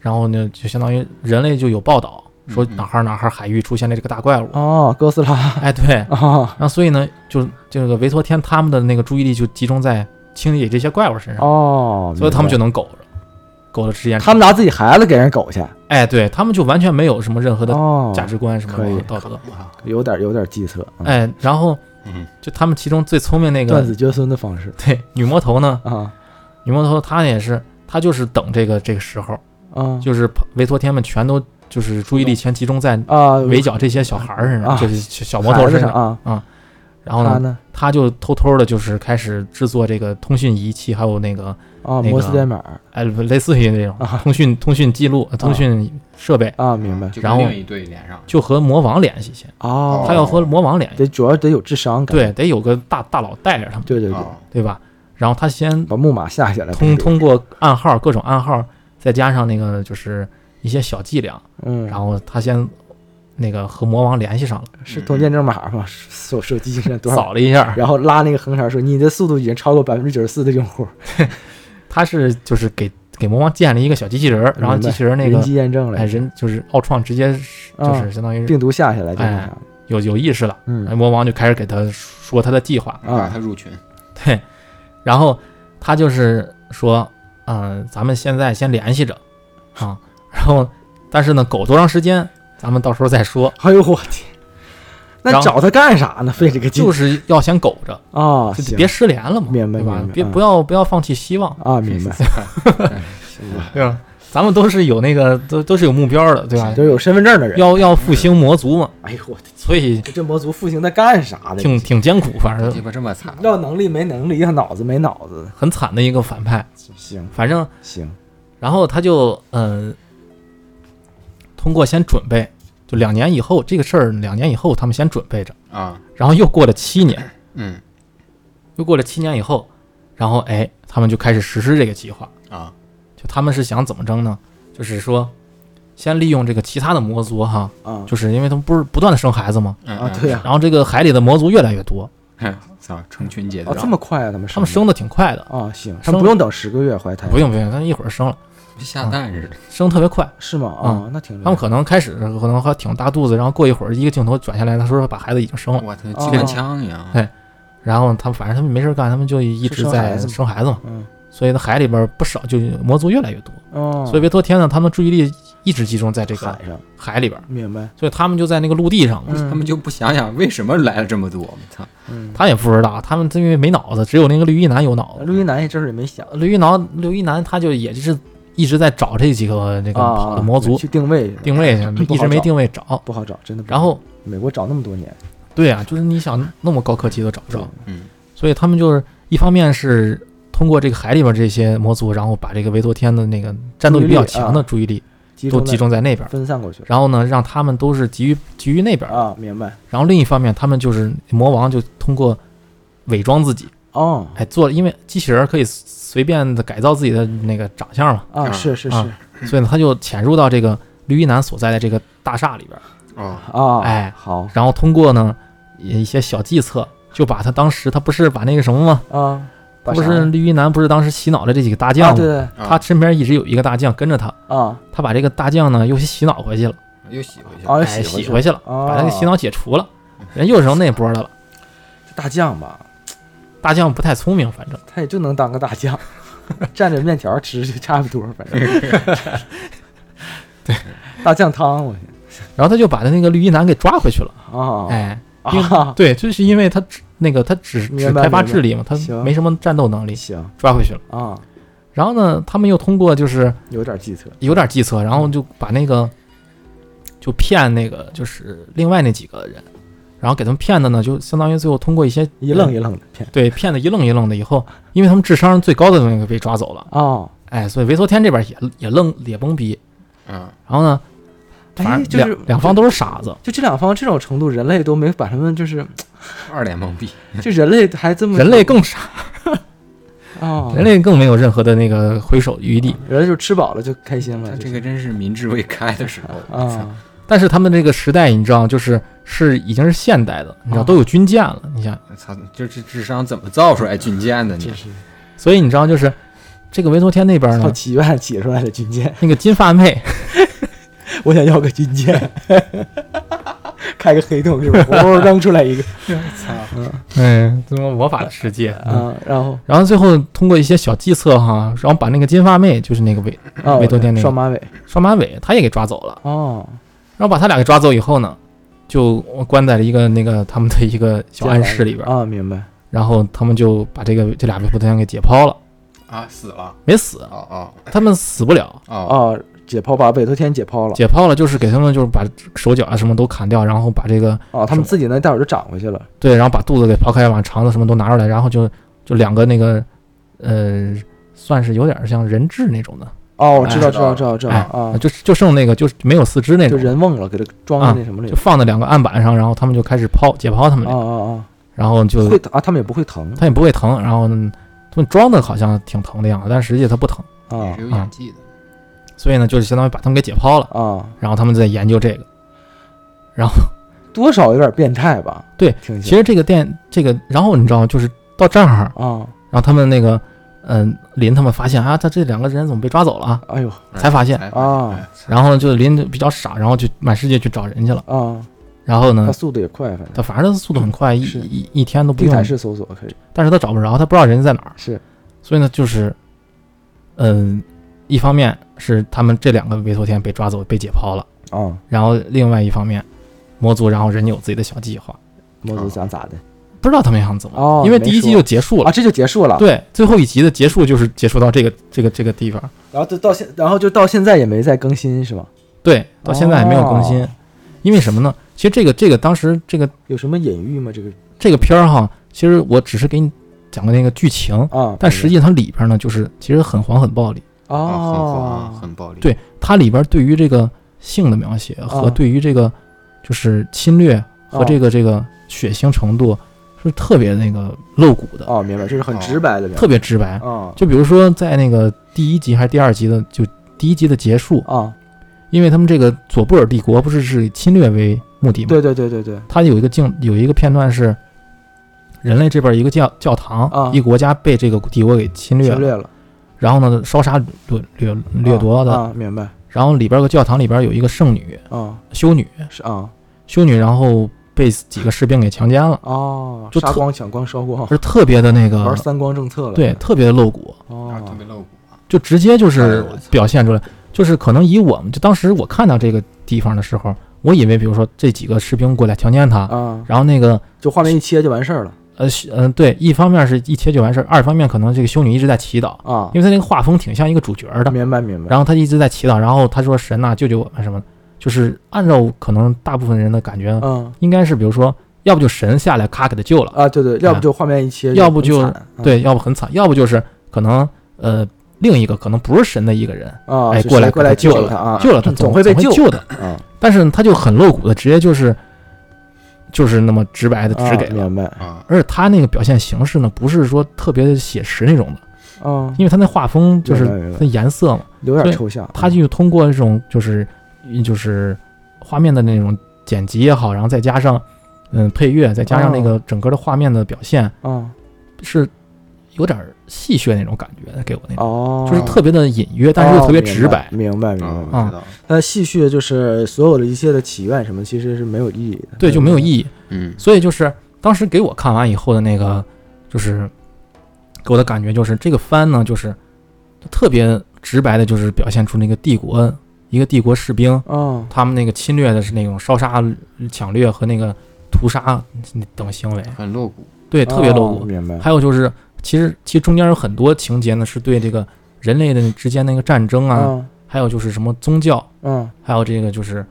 [SPEAKER 1] 然后呢就相当于人类就有报道说
[SPEAKER 3] 嗯嗯
[SPEAKER 1] 哪儿哪儿海域出现了这个大怪物，
[SPEAKER 2] 哦，哥斯拉
[SPEAKER 1] 哎
[SPEAKER 2] (laughs)
[SPEAKER 1] 对，
[SPEAKER 2] 啊
[SPEAKER 1] 然后所以呢就这个维托天他们的那个注意力就集中在清理这些怪物身上，
[SPEAKER 2] 哦，
[SPEAKER 1] 所以他们就
[SPEAKER 2] 明
[SPEAKER 1] 能苟着，苟着时间
[SPEAKER 2] 白
[SPEAKER 1] 长，
[SPEAKER 2] 他们拿自己孩子给人狗去，
[SPEAKER 1] 哎对他们就完全没有什么任何的
[SPEAKER 2] 哦，
[SPEAKER 1] 价值观什
[SPEAKER 2] 可以
[SPEAKER 1] 么道德，
[SPEAKER 3] 哇
[SPEAKER 2] 有点有点计策，嗯，
[SPEAKER 1] 哎然后
[SPEAKER 3] 嗯，
[SPEAKER 1] 就他们其中最聪明那
[SPEAKER 2] 断
[SPEAKER 1] 个
[SPEAKER 2] 子绝孙的方式
[SPEAKER 1] 对女魔头呢。
[SPEAKER 2] 啊
[SPEAKER 1] 女魔头她也是，她就是等这个这个时候，
[SPEAKER 2] 啊
[SPEAKER 1] 就是维托天们全都就是注意力全集中在
[SPEAKER 2] 啊
[SPEAKER 1] 围剿这些小孩儿身上，
[SPEAKER 2] 啊
[SPEAKER 1] 就是小小魔头
[SPEAKER 2] 孩子
[SPEAKER 1] 身
[SPEAKER 2] 上
[SPEAKER 1] 上。
[SPEAKER 2] 啊，
[SPEAKER 1] 然后
[SPEAKER 2] 他
[SPEAKER 1] 呢，
[SPEAKER 2] 呢
[SPEAKER 1] 她就偷偷的，就是开始制作这个通讯仪器，还有那个
[SPEAKER 2] 啊
[SPEAKER 1] 那个
[SPEAKER 2] 摩斯代码
[SPEAKER 1] 哎，类似于那种
[SPEAKER 2] 啊
[SPEAKER 1] 通讯通讯记录、呃通讯设备，
[SPEAKER 2] 啊，明白
[SPEAKER 3] 就
[SPEAKER 1] 然
[SPEAKER 3] 跟
[SPEAKER 1] 后
[SPEAKER 3] 另一队连上，
[SPEAKER 1] 就和魔王联系先，
[SPEAKER 2] 哦，
[SPEAKER 1] 她要和魔王联系，
[SPEAKER 2] 得主要得有智商感，
[SPEAKER 1] 对，得有个大大佬带着他们，
[SPEAKER 2] 对对对哦
[SPEAKER 3] 哦
[SPEAKER 1] 对吧？然后他先
[SPEAKER 2] 把木马下下来，
[SPEAKER 1] 通，通过暗号各种暗号，再加上那个就是一些小伎俩，
[SPEAKER 2] 嗯，
[SPEAKER 1] 然后他先那个和魔王联系上了，
[SPEAKER 2] 是通见证码 (laughs) 吗？手手机现在多少？
[SPEAKER 1] 扫了一下，
[SPEAKER 2] 然后拉那个横条说：“你的速度已经超过百分之九十四的用户。
[SPEAKER 1] 他是就是给给魔王建了一个小机器人儿，然后
[SPEAKER 2] 明白
[SPEAKER 1] 机器人儿”那
[SPEAKER 2] 人
[SPEAKER 1] 个
[SPEAKER 2] 机验证了
[SPEAKER 1] 哎，人就是奥创直接是就
[SPEAKER 2] 啊
[SPEAKER 1] 是相当于是
[SPEAKER 2] 病毒下下来就是
[SPEAKER 1] 哎
[SPEAKER 2] 啥？
[SPEAKER 1] 有有意识了，哎
[SPEAKER 2] 嗯
[SPEAKER 1] 魔王就开始给他说他的计划，
[SPEAKER 3] 啊，他入群，
[SPEAKER 1] 对，然后他就是说，嗯、咱们现在先联系着啊，然后但是呢，苟多长时间，咱们到时候再
[SPEAKER 2] (laughs)
[SPEAKER 1] 说，
[SPEAKER 2] 哎呦我天，那
[SPEAKER 1] 然后
[SPEAKER 2] 找他干啥呢？费这个劲
[SPEAKER 1] 就是要先苟着，
[SPEAKER 2] 啊，
[SPEAKER 1] 就
[SPEAKER 2] 行
[SPEAKER 1] 别失联了嘛，
[SPEAKER 2] 明白
[SPEAKER 1] 对吧
[SPEAKER 2] 明白？
[SPEAKER 1] 别
[SPEAKER 2] 嗯
[SPEAKER 1] 不要不要放弃希望，
[SPEAKER 2] 啊，明白，
[SPEAKER 3] 行吧，
[SPEAKER 1] 对吧？咱们都是有那个都都是有目标的，对吧？
[SPEAKER 2] 都是有身份证的人。
[SPEAKER 1] 要要复兴魔族嘛，
[SPEAKER 2] 哎呦我的，
[SPEAKER 1] 所以
[SPEAKER 2] 这魔族复兴他干啥的？
[SPEAKER 1] 挺挺艰苦，反
[SPEAKER 3] 鸡
[SPEAKER 1] 正
[SPEAKER 3] 巴这么惨，
[SPEAKER 2] 要能力没能力，要脑子没脑子的。
[SPEAKER 1] 很惨的一个反派。
[SPEAKER 2] 行
[SPEAKER 1] 反正
[SPEAKER 2] 行，
[SPEAKER 1] 然后他就嗯、通过先准备，就两年以后这个事儿，两年以后他们先准备着，
[SPEAKER 3] 啊，
[SPEAKER 1] 然后又过了七年，
[SPEAKER 3] 嗯
[SPEAKER 1] 又过了七年以后，然后哎，他们就开始实施这个计划。
[SPEAKER 3] 啊，
[SPEAKER 1] 就他们是想怎么争呢？就是说，先利用这个其他的魔族哈，
[SPEAKER 2] 啊
[SPEAKER 1] 就是因为他们不是不断的生孩子吗？
[SPEAKER 3] 嗯
[SPEAKER 2] 啊，对
[SPEAKER 3] 呀，
[SPEAKER 2] 呀，
[SPEAKER 1] 然后这个海里的魔族越来越多，
[SPEAKER 3] 哼 (laughs) 操，成群结
[SPEAKER 2] 啊
[SPEAKER 3] 队，
[SPEAKER 2] 这么快啊，他们
[SPEAKER 1] 他们生的挺快的，
[SPEAKER 2] 啊，行，他
[SPEAKER 1] 生
[SPEAKER 2] 们不用等十个月怀胎，
[SPEAKER 1] 不用不用，他们一会儿生了，
[SPEAKER 3] 跟下蛋似的，
[SPEAKER 1] 生特别快。
[SPEAKER 2] 是吗？啊，那挺厉
[SPEAKER 1] 嗯他们
[SPEAKER 2] 害
[SPEAKER 1] 可能开始可能还挺大肚子，然后过一会儿一个镜头转下来，他说把孩子已经生了，
[SPEAKER 3] 我操，
[SPEAKER 2] 啊
[SPEAKER 3] 机关枪一样，
[SPEAKER 1] 然后他们反正他们没事儿干，他们就一直
[SPEAKER 2] 生
[SPEAKER 1] 在
[SPEAKER 2] 孩子嘛
[SPEAKER 1] 生孩子嘛，
[SPEAKER 2] 嗯
[SPEAKER 1] 所以那海里边不少就魔族越来越多，
[SPEAKER 2] 哦，
[SPEAKER 1] 所以维托天呢，他们注意力一直集中在这个
[SPEAKER 2] 海上
[SPEAKER 1] 海里边，
[SPEAKER 2] 明白，
[SPEAKER 1] 所以他们就在那个陆地上嘛，
[SPEAKER 2] 嗯
[SPEAKER 3] 他们就不想想为什么来了这么多，我操，
[SPEAKER 2] 嗯，
[SPEAKER 1] 他也不知道，他们因为没脑子，只有那个绿衣男有脑子，
[SPEAKER 2] 陆一男也这是也没想
[SPEAKER 1] 绿衣男绿衣男他就也就是一直在找这几个这个跑
[SPEAKER 2] 啊，
[SPEAKER 1] 的魔族
[SPEAKER 2] 去定位去了
[SPEAKER 1] 定位去，
[SPEAKER 2] 不
[SPEAKER 1] 一
[SPEAKER 2] 好
[SPEAKER 1] 直没
[SPEAKER 2] 找
[SPEAKER 1] 定位找，
[SPEAKER 2] 不好找，真的不好。
[SPEAKER 1] 然后
[SPEAKER 2] 美国找那么多年，
[SPEAKER 1] 对啊，就是你想那么高科技都找不着。
[SPEAKER 3] 嗯
[SPEAKER 1] 所以他们就是一方面是通过这个海里边这些魔族，然后把这个维多天的那个战斗力比较强的注意力
[SPEAKER 2] 集
[SPEAKER 1] 都
[SPEAKER 2] 中
[SPEAKER 1] 集中在那边
[SPEAKER 2] 在，分散过去了
[SPEAKER 1] 然后呢，让他们都是急于急于那边。
[SPEAKER 2] 啊，明白
[SPEAKER 1] 然后另一方面，他们就是魔王就通过伪装自己，
[SPEAKER 2] 哦
[SPEAKER 1] 哎，做因为机器人可以随便的改造自己的那个长相嘛，
[SPEAKER 2] 啊，
[SPEAKER 3] 啊
[SPEAKER 2] 是是是
[SPEAKER 1] 啊所以呢，他就潜入到这个绿衣男所在的这个大厦里边，
[SPEAKER 3] 哦，
[SPEAKER 2] 啊，
[SPEAKER 1] 哎
[SPEAKER 2] 好
[SPEAKER 1] 然后通过呢一些小计策，就把他当时他不是把那个什么吗？
[SPEAKER 2] 啊，
[SPEAKER 1] 他
[SPEAKER 2] 把
[SPEAKER 1] 不
[SPEAKER 2] 啥
[SPEAKER 1] 是绿衣男不是当时洗脑的这几个大
[SPEAKER 2] 啊，
[SPEAKER 1] 将吗
[SPEAKER 2] 对？对
[SPEAKER 3] 啊
[SPEAKER 1] 他身边一直有一个大将跟着他，
[SPEAKER 2] 啊
[SPEAKER 1] 他把这个大将呢又洗脑回去了，
[SPEAKER 3] 又洗回去了，
[SPEAKER 2] 啊，
[SPEAKER 1] 哎，
[SPEAKER 2] 洗
[SPEAKER 1] 洗
[SPEAKER 2] 回
[SPEAKER 1] 回
[SPEAKER 2] 去
[SPEAKER 1] 去了，
[SPEAKER 2] 哦
[SPEAKER 1] 把他给洗脑解除了，人又成那波的了。
[SPEAKER 2] 大将吧，
[SPEAKER 1] 大将不太聪明，反正
[SPEAKER 2] 他也就能当个大将，蘸着面条吃就差不多，反正对 (laughs) 大酱汤我天
[SPEAKER 1] 然后他就把他那个绿衣男给抓回去了，
[SPEAKER 2] 啊
[SPEAKER 1] 哎，因为
[SPEAKER 2] 啊，
[SPEAKER 1] 对，就是因为他只那个他只
[SPEAKER 2] 明
[SPEAKER 1] 只
[SPEAKER 2] 白
[SPEAKER 1] 开发
[SPEAKER 2] 明白
[SPEAKER 1] 智力嘛，他
[SPEAKER 2] 行
[SPEAKER 1] 没什么战斗能力，
[SPEAKER 2] 行
[SPEAKER 1] 抓回去了。
[SPEAKER 2] 啊，
[SPEAKER 1] 然后呢，他们又通过就是
[SPEAKER 2] 有点计策
[SPEAKER 1] 有点计策，然后就把那个就骗那个就是另外那几个人，然后给他们骗的呢，就相当于最后通过一些
[SPEAKER 2] 一愣一愣的骗
[SPEAKER 1] 对，骗的一愣一愣的。以后，因为他们智商最高的那个被抓走了，
[SPEAKER 2] 啊，
[SPEAKER 1] 哎，所以维托天这边也也愣也懵逼。
[SPEAKER 3] 嗯，
[SPEAKER 1] 然后呢，反
[SPEAKER 2] 哎，
[SPEAKER 1] 正
[SPEAKER 2] 就
[SPEAKER 1] 两、
[SPEAKER 2] 是
[SPEAKER 1] 两方都是傻子，
[SPEAKER 2] 就这两方这种程度，人类都没把他们就是，
[SPEAKER 3] 二脸懵逼，
[SPEAKER 2] 就人类还这么
[SPEAKER 1] 人类更傻，
[SPEAKER 2] 啊，
[SPEAKER 1] 人类更没有任何的那个回手余地。
[SPEAKER 2] 人类就吃饱了就开心
[SPEAKER 3] 他
[SPEAKER 2] 了，
[SPEAKER 3] 这
[SPEAKER 2] 就
[SPEAKER 3] 个真是民智未开的时候，我操，
[SPEAKER 2] 啊，
[SPEAKER 1] 但是他们这个时代，你知道，就是是已经是现代的，你知道
[SPEAKER 2] 啊
[SPEAKER 1] 都有军舰了，你想，
[SPEAKER 3] 我操，这这智商怎么造出来军舰的？你
[SPEAKER 2] 真是
[SPEAKER 1] 所以你知道就是这个维托天那边
[SPEAKER 2] 靠
[SPEAKER 1] 呢，
[SPEAKER 2] 祈愿起出来的军舰，
[SPEAKER 1] 那个金发
[SPEAKER 2] (laughs)
[SPEAKER 1] 妹，哎
[SPEAKER 2] 我想要个军舰， (laughs) 开个黑洞是吧？嗷扔出来一个
[SPEAKER 1] 嗯，什么魔法的世界嗯
[SPEAKER 2] 啊，然后
[SPEAKER 1] 然后最后通过一些小计策哈，然后把那个金发妹，就是那个尾
[SPEAKER 2] 啊，
[SPEAKER 1] 维多天那个
[SPEAKER 2] 双马尾
[SPEAKER 1] 双马尾，她也给抓走了。
[SPEAKER 2] 哦，
[SPEAKER 1] 然后把他俩给抓走以后呢，就关在了一个那个他们的一个小暗室里边儿，
[SPEAKER 2] 啊，明白
[SPEAKER 1] 然后他们就把这个这俩维普特人给解剖了，
[SPEAKER 3] 啊，死了，
[SPEAKER 1] 没死，
[SPEAKER 3] 哦
[SPEAKER 1] 他们死不了，
[SPEAKER 3] 哦哦，
[SPEAKER 2] 哦，解剖把委托天解剖了
[SPEAKER 1] 解剖了就是给他们就是把手脚啊什么都砍掉，然后把这个
[SPEAKER 2] 哦，他们自己那大伙儿就长回去了
[SPEAKER 1] 对，然后把肚子给刨开，把肠子什么都拿出来，然后就就两个那个呃，算是有点像人质那种的，
[SPEAKER 2] 哦，我知道
[SPEAKER 3] 哎
[SPEAKER 2] 知道知道知道
[SPEAKER 1] 哎
[SPEAKER 2] 啊，
[SPEAKER 1] 就就剩那个就是没有四肢那
[SPEAKER 2] 就
[SPEAKER 1] 种，
[SPEAKER 2] 人瓮了，给他装
[SPEAKER 1] 啊
[SPEAKER 2] 在那什么里
[SPEAKER 1] 就放在两个案板上，然后他们就开始剖解剖他们
[SPEAKER 2] 啊
[SPEAKER 1] 俩，
[SPEAKER 2] 啊啊，
[SPEAKER 1] 然后就
[SPEAKER 2] 会疼啊，他们也不会疼
[SPEAKER 1] 他也不会疼，然后嗯他们装的好像挺疼的样子，但实际他不疼。
[SPEAKER 3] 也
[SPEAKER 2] 啊
[SPEAKER 3] 是有演技的。
[SPEAKER 1] 所以呢，就是相当于把他们给解剖了，
[SPEAKER 2] 啊，
[SPEAKER 1] 然后他们在研究这个。
[SPEAKER 2] 多少有点变态吧？
[SPEAKER 1] 对
[SPEAKER 2] 听
[SPEAKER 1] 其
[SPEAKER 2] 起来
[SPEAKER 1] 实这个电这个，然后你知道吗就是到这儿，然
[SPEAKER 2] 啊，
[SPEAKER 1] 后他们那个嗯、林他们发现啊，他这两个人怎么被抓走了啊？
[SPEAKER 2] 哎呦
[SPEAKER 1] 才发现，
[SPEAKER 3] 哎
[SPEAKER 2] 啊，
[SPEAKER 3] 哎
[SPEAKER 1] 然后就林就比较傻，然后就满世界去找人去了。
[SPEAKER 2] 啊，
[SPEAKER 1] 然后
[SPEAKER 2] 他
[SPEAKER 1] 呢，
[SPEAKER 2] 速度也快，反正
[SPEAKER 1] 嗯他嗯反正他速度很快，一
[SPEAKER 2] 是
[SPEAKER 1] 一一天都不
[SPEAKER 2] 地
[SPEAKER 1] 用
[SPEAKER 2] 毯式搜索可以
[SPEAKER 1] 但是他找不着，他不知道人家在哪儿，
[SPEAKER 2] 是
[SPEAKER 1] 所以呢，就是，嗯、一方面是他们这两个委托天被抓走被解剖了，
[SPEAKER 2] 啊，
[SPEAKER 1] 然后另外一方面，魔族然后人家有自己的小计划，
[SPEAKER 2] 魔族想
[SPEAKER 1] 啊
[SPEAKER 2] 咋的
[SPEAKER 1] 不知道他们想怎么，
[SPEAKER 2] 哦
[SPEAKER 1] 因为第一
[SPEAKER 2] 没
[SPEAKER 1] 季
[SPEAKER 2] 说
[SPEAKER 1] 就结束了，
[SPEAKER 2] 啊？这就结束了，
[SPEAKER 1] 对，最后一集的结束就是结束到这个这个这个地方，
[SPEAKER 2] 然后就到现，然后就到现在也没再更新是吧？
[SPEAKER 1] 对，到现在还没有更新，
[SPEAKER 2] 哦
[SPEAKER 1] 因为什么呢？其实这个这个当时这个
[SPEAKER 2] 有什么隐喻吗？这个
[SPEAKER 1] 这个片儿哈，其实我只是给你讲了那个剧情，
[SPEAKER 2] 啊，
[SPEAKER 1] 但实际它里边呢就是其实很黄很暴力。
[SPEAKER 3] 啊，很
[SPEAKER 2] 哦
[SPEAKER 3] 黄，，很暴力。
[SPEAKER 1] 对它里边对于这个性的描写和
[SPEAKER 2] 啊
[SPEAKER 1] 对于这个就是侵略和
[SPEAKER 2] 啊
[SPEAKER 1] 这个这个血腥程度是特别那个露骨的，
[SPEAKER 2] 哦，明白，就是很直白的表
[SPEAKER 1] 特别直白。
[SPEAKER 2] 啊
[SPEAKER 1] 就比如说在那个第一集还是第二集的，就第一集的结束，
[SPEAKER 2] 啊，
[SPEAKER 1] 因为他们这个佐布尔帝国不是是以侵略为目的嘛，
[SPEAKER 2] 对对对对对，
[SPEAKER 1] 它有一个镜有一个片段是。人类这边一个教教堂，
[SPEAKER 2] 啊
[SPEAKER 1] 一国家被这个帝国给侵略了，
[SPEAKER 2] 侵略了，
[SPEAKER 1] 然后呢烧杀掠掠掠夺的，
[SPEAKER 2] 啊，啊明白
[SPEAKER 1] 然后里边有个教堂里边有一个圣女
[SPEAKER 2] 啊，
[SPEAKER 1] 修女，
[SPEAKER 2] 是啊
[SPEAKER 1] 修女，然后被几个士兵给强奸了，
[SPEAKER 2] 哦，
[SPEAKER 1] 就
[SPEAKER 2] 杀
[SPEAKER 1] 特
[SPEAKER 2] 光抢光烧光，
[SPEAKER 1] 是特别的那个
[SPEAKER 2] 玩，三光政策了，
[SPEAKER 1] 对，特别的露骨，
[SPEAKER 3] 然啊后特
[SPEAKER 2] 哦，
[SPEAKER 3] 别露骨。
[SPEAKER 1] 就直接就
[SPEAKER 3] 哎
[SPEAKER 1] 是
[SPEAKER 3] 呦我操
[SPEAKER 1] 表现出来，就是可能以我们就当时我看到这个地方的时候，我以为比如说这几个士兵过来强奸她，
[SPEAKER 2] 啊，
[SPEAKER 1] 然后那个
[SPEAKER 2] 就画面一切就完事儿了
[SPEAKER 1] 呃是嗯、对，一方面是一切就完事儿，二方面可能这个修女一直在祈祷，
[SPEAKER 2] 啊，
[SPEAKER 1] 因为她那个画风挺像一个主角的，
[SPEAKER 2] 明白明白，
[SPEAKER 1] 然后她一直在祈祷，然后她说神呐、救救我们什么的，就是按照可能大部分人的感觉，
[SPEAKER 2] 嗯
[SPEAKER 1] 应该是比如说要不就神下来咔给她救了。
[SPEAKER 2] 啊，对对，要不就画面一切，
[SPEAKER 1] 嗯要不就
[SPEAKER 2] 很惨嗯
[SPEAKER 1] 对，要不很惨，要不就是可能呃另一个可能不是神的一个人
[SPEAKER 2] 啊，
[SPEAKER 1] 哎
[SPEAKER 2] 是
[SPEAKER 1] 过来
[SPEAKER 2] 谁过
[SPEAKER 1] 给他
[SPEAKER 2] 来
[SPEAKER 1] 救了
[SPEAKER 2] 他啊，
[SPEAKER 1] 救了他，
[SPEAKER 2] 总会被
[SPEAKER 1] 救
[SPEAKER 2] 救
[SPEAKER 1] 的。
[SPEAKER 2] 啊，
[SPEAKER 1] 但是他就很露骨的，直接就是就是那么直白的
[SPEAKER 2] 啊
[SPEAKER 1] 直给了。
[SPEAKER 2] 明白
[SPEAKER 3] 啊，
[SPEAKER 1] 而且他那个表现形式呢，不是说特别写实那种的，
[SPEAKER 2] 啊，
[SPEAKER 1] 因为他那画风就是
[SPEAKER 2] 明白明白嗯
[SPEAKER 1] 它颜色嘛，
[SPEAKER 2] 有
[SPEAKER 1] 所
[SPEAKER 2] 点
[SPEAKER 1] 以
[SPEAKER 2] 抽象，
[SPEAKER 1] 他就通过这种就是就是画面的那种剪辑也好，然后再加上嗯配乐，再加上那
[SPEAKER 2] 哦
[SPEAKER 1] 个整个的画面的表现，
[SPEAKER 2] 啊
[SPEAKER 1] 是有点儿戏谑那种感觉，给我那种。
[SPEAKER 2] 哦，
[SPEAKER 1] 就是特别的隐约，但是又特别直白
[SPEAKER 2] 哦。明白明白。明
[SPEAKER 3] 嗯
[SPEAKER 2] 白
[SPEAKER 1] 啊
[SPEAKER 3] 我知道。
[SPEAKER 2] 它戏谑就是所有的一切的祈愿什么，其实是没有意义的，
[SPEAKER 1] 对，就没有意
[SPEAKER 2] 义。
[SPEAKER 1] 义。
[SPEAKER 3] 嗯，
[SPEAKER 1] 所以就是当时给我看完以后的那个，就是给我的感觉就是这个番呢，就是特别直白的，就是表现出那个帝国一个帝国士兵
[SPEAKER 2] 啊
[SPEAKER 1] 他们那个侵略的是那种烧杀抢掠和那个屠杀等行为，
[SPEAKER 3] 很露骨。
[SPEAKER 1] 对，特别露
[SPEAKER 2] 哦
[SPEAKER 1] 骨。
[SPEAKER 2] 明白。
[SPEAKER 1] 还有就是，其实其实中间有很多情节呢，是对这个人类的之间那个战争啊，
[SPEAKER 2] 嗯
[SPEAKER 1] 还有就是什么宗教，
[SPEAKER 2] 嗯，
[SPEAKER 1] 还有这个就是，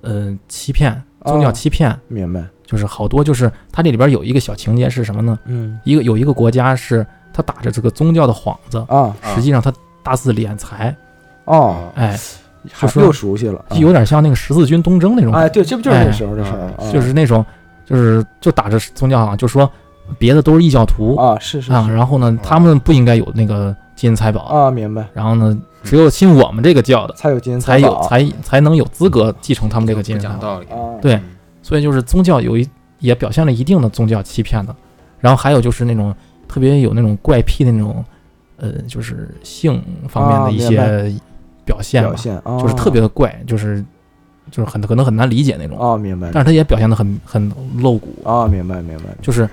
[SPEAKER 1] 呃，欺骗，宗教
[SPEAKER 2] 哦
[SPEAKER 1] 欺骗，
[SPEAKER 2] 明白。
[SPEAKER 1] 就是好多就是它这里边有一个小情节是什么呢？
[SPEAKER 2] 嗯
[SPEAKER 1] 一个有一个国家是它打着这个宗教的幌子，
[SPEAKER 2] 啊
[SPEAKER 3] 啊
[SPEAKER 1] 实际上它大肆敛财，
[SPEAKER 2] 哦，
[SPEAKER 1] 哎，
[SPEAKER 2] 还
[SPEAKER 1] 说
[SPEAKER 2] 又熟悉了。啊
[SPEAKER 1] 有点像那个十字军东征那种
[SPEAKER 2] 哎，
[SPEAKER 1] 感觉，
[SPEAKER 2] 对，这不就是那时候的事儿
[SPEAKER 3] 哎
[SPEAKER 2] 啊？
[SPEAKER 1] 就是那种就是就打着宗教啊，就说别的都是异教徒
[SPEAKER 2] 啊，是是
[SPEAKER 1] 啊，
[SPEAKER 2] 是
[SPEAKER 1] 然后呢，他们不应该有那个金银财宝，
[SPEAKER 2] 啊，明白。
[SPEAKER 1] 然后呢，只有信我们这个教的
[SPEAKER 2] 才有金
[SPEAKER 1] 才有
[SPEAKER 2] 宝
[SPEAKER 1] 才才能有资格继承他们这个金银
[SPEAKER 3] 不
[SPEAKER 1] 财
[SPEAKER 3] 讲
[SPEAKER 1] 宝。
[SPEAKER 3] 道理。
[SPEAKER 2] 啊，
[SPEAKER 1] 对
[SPEAKER 3] 嗯，
[SPEAKER 1] 所以就是宗教有一也表现了一定的宗教欺骗的，然后还有就是那种特别有那种怪癖的那种，呃，就是性方面
[SPEAKER 2] 啊
[SPEAKER 1] 的一
[SPEAKER 2] 明白
[SPEAKER 1] 些表现吧，
[SPEAKER 2] 表现啊，
[SPEAKER 1] 就是特别的怪，就是就是很可能很难理解那种，
[SPEAKER 2] 啊，明白
[SPEAKER 1] 但是他也表现的很很露骨，
[SPEAKER 2] 啊，明白明白。
[SPEAKER 1] 就是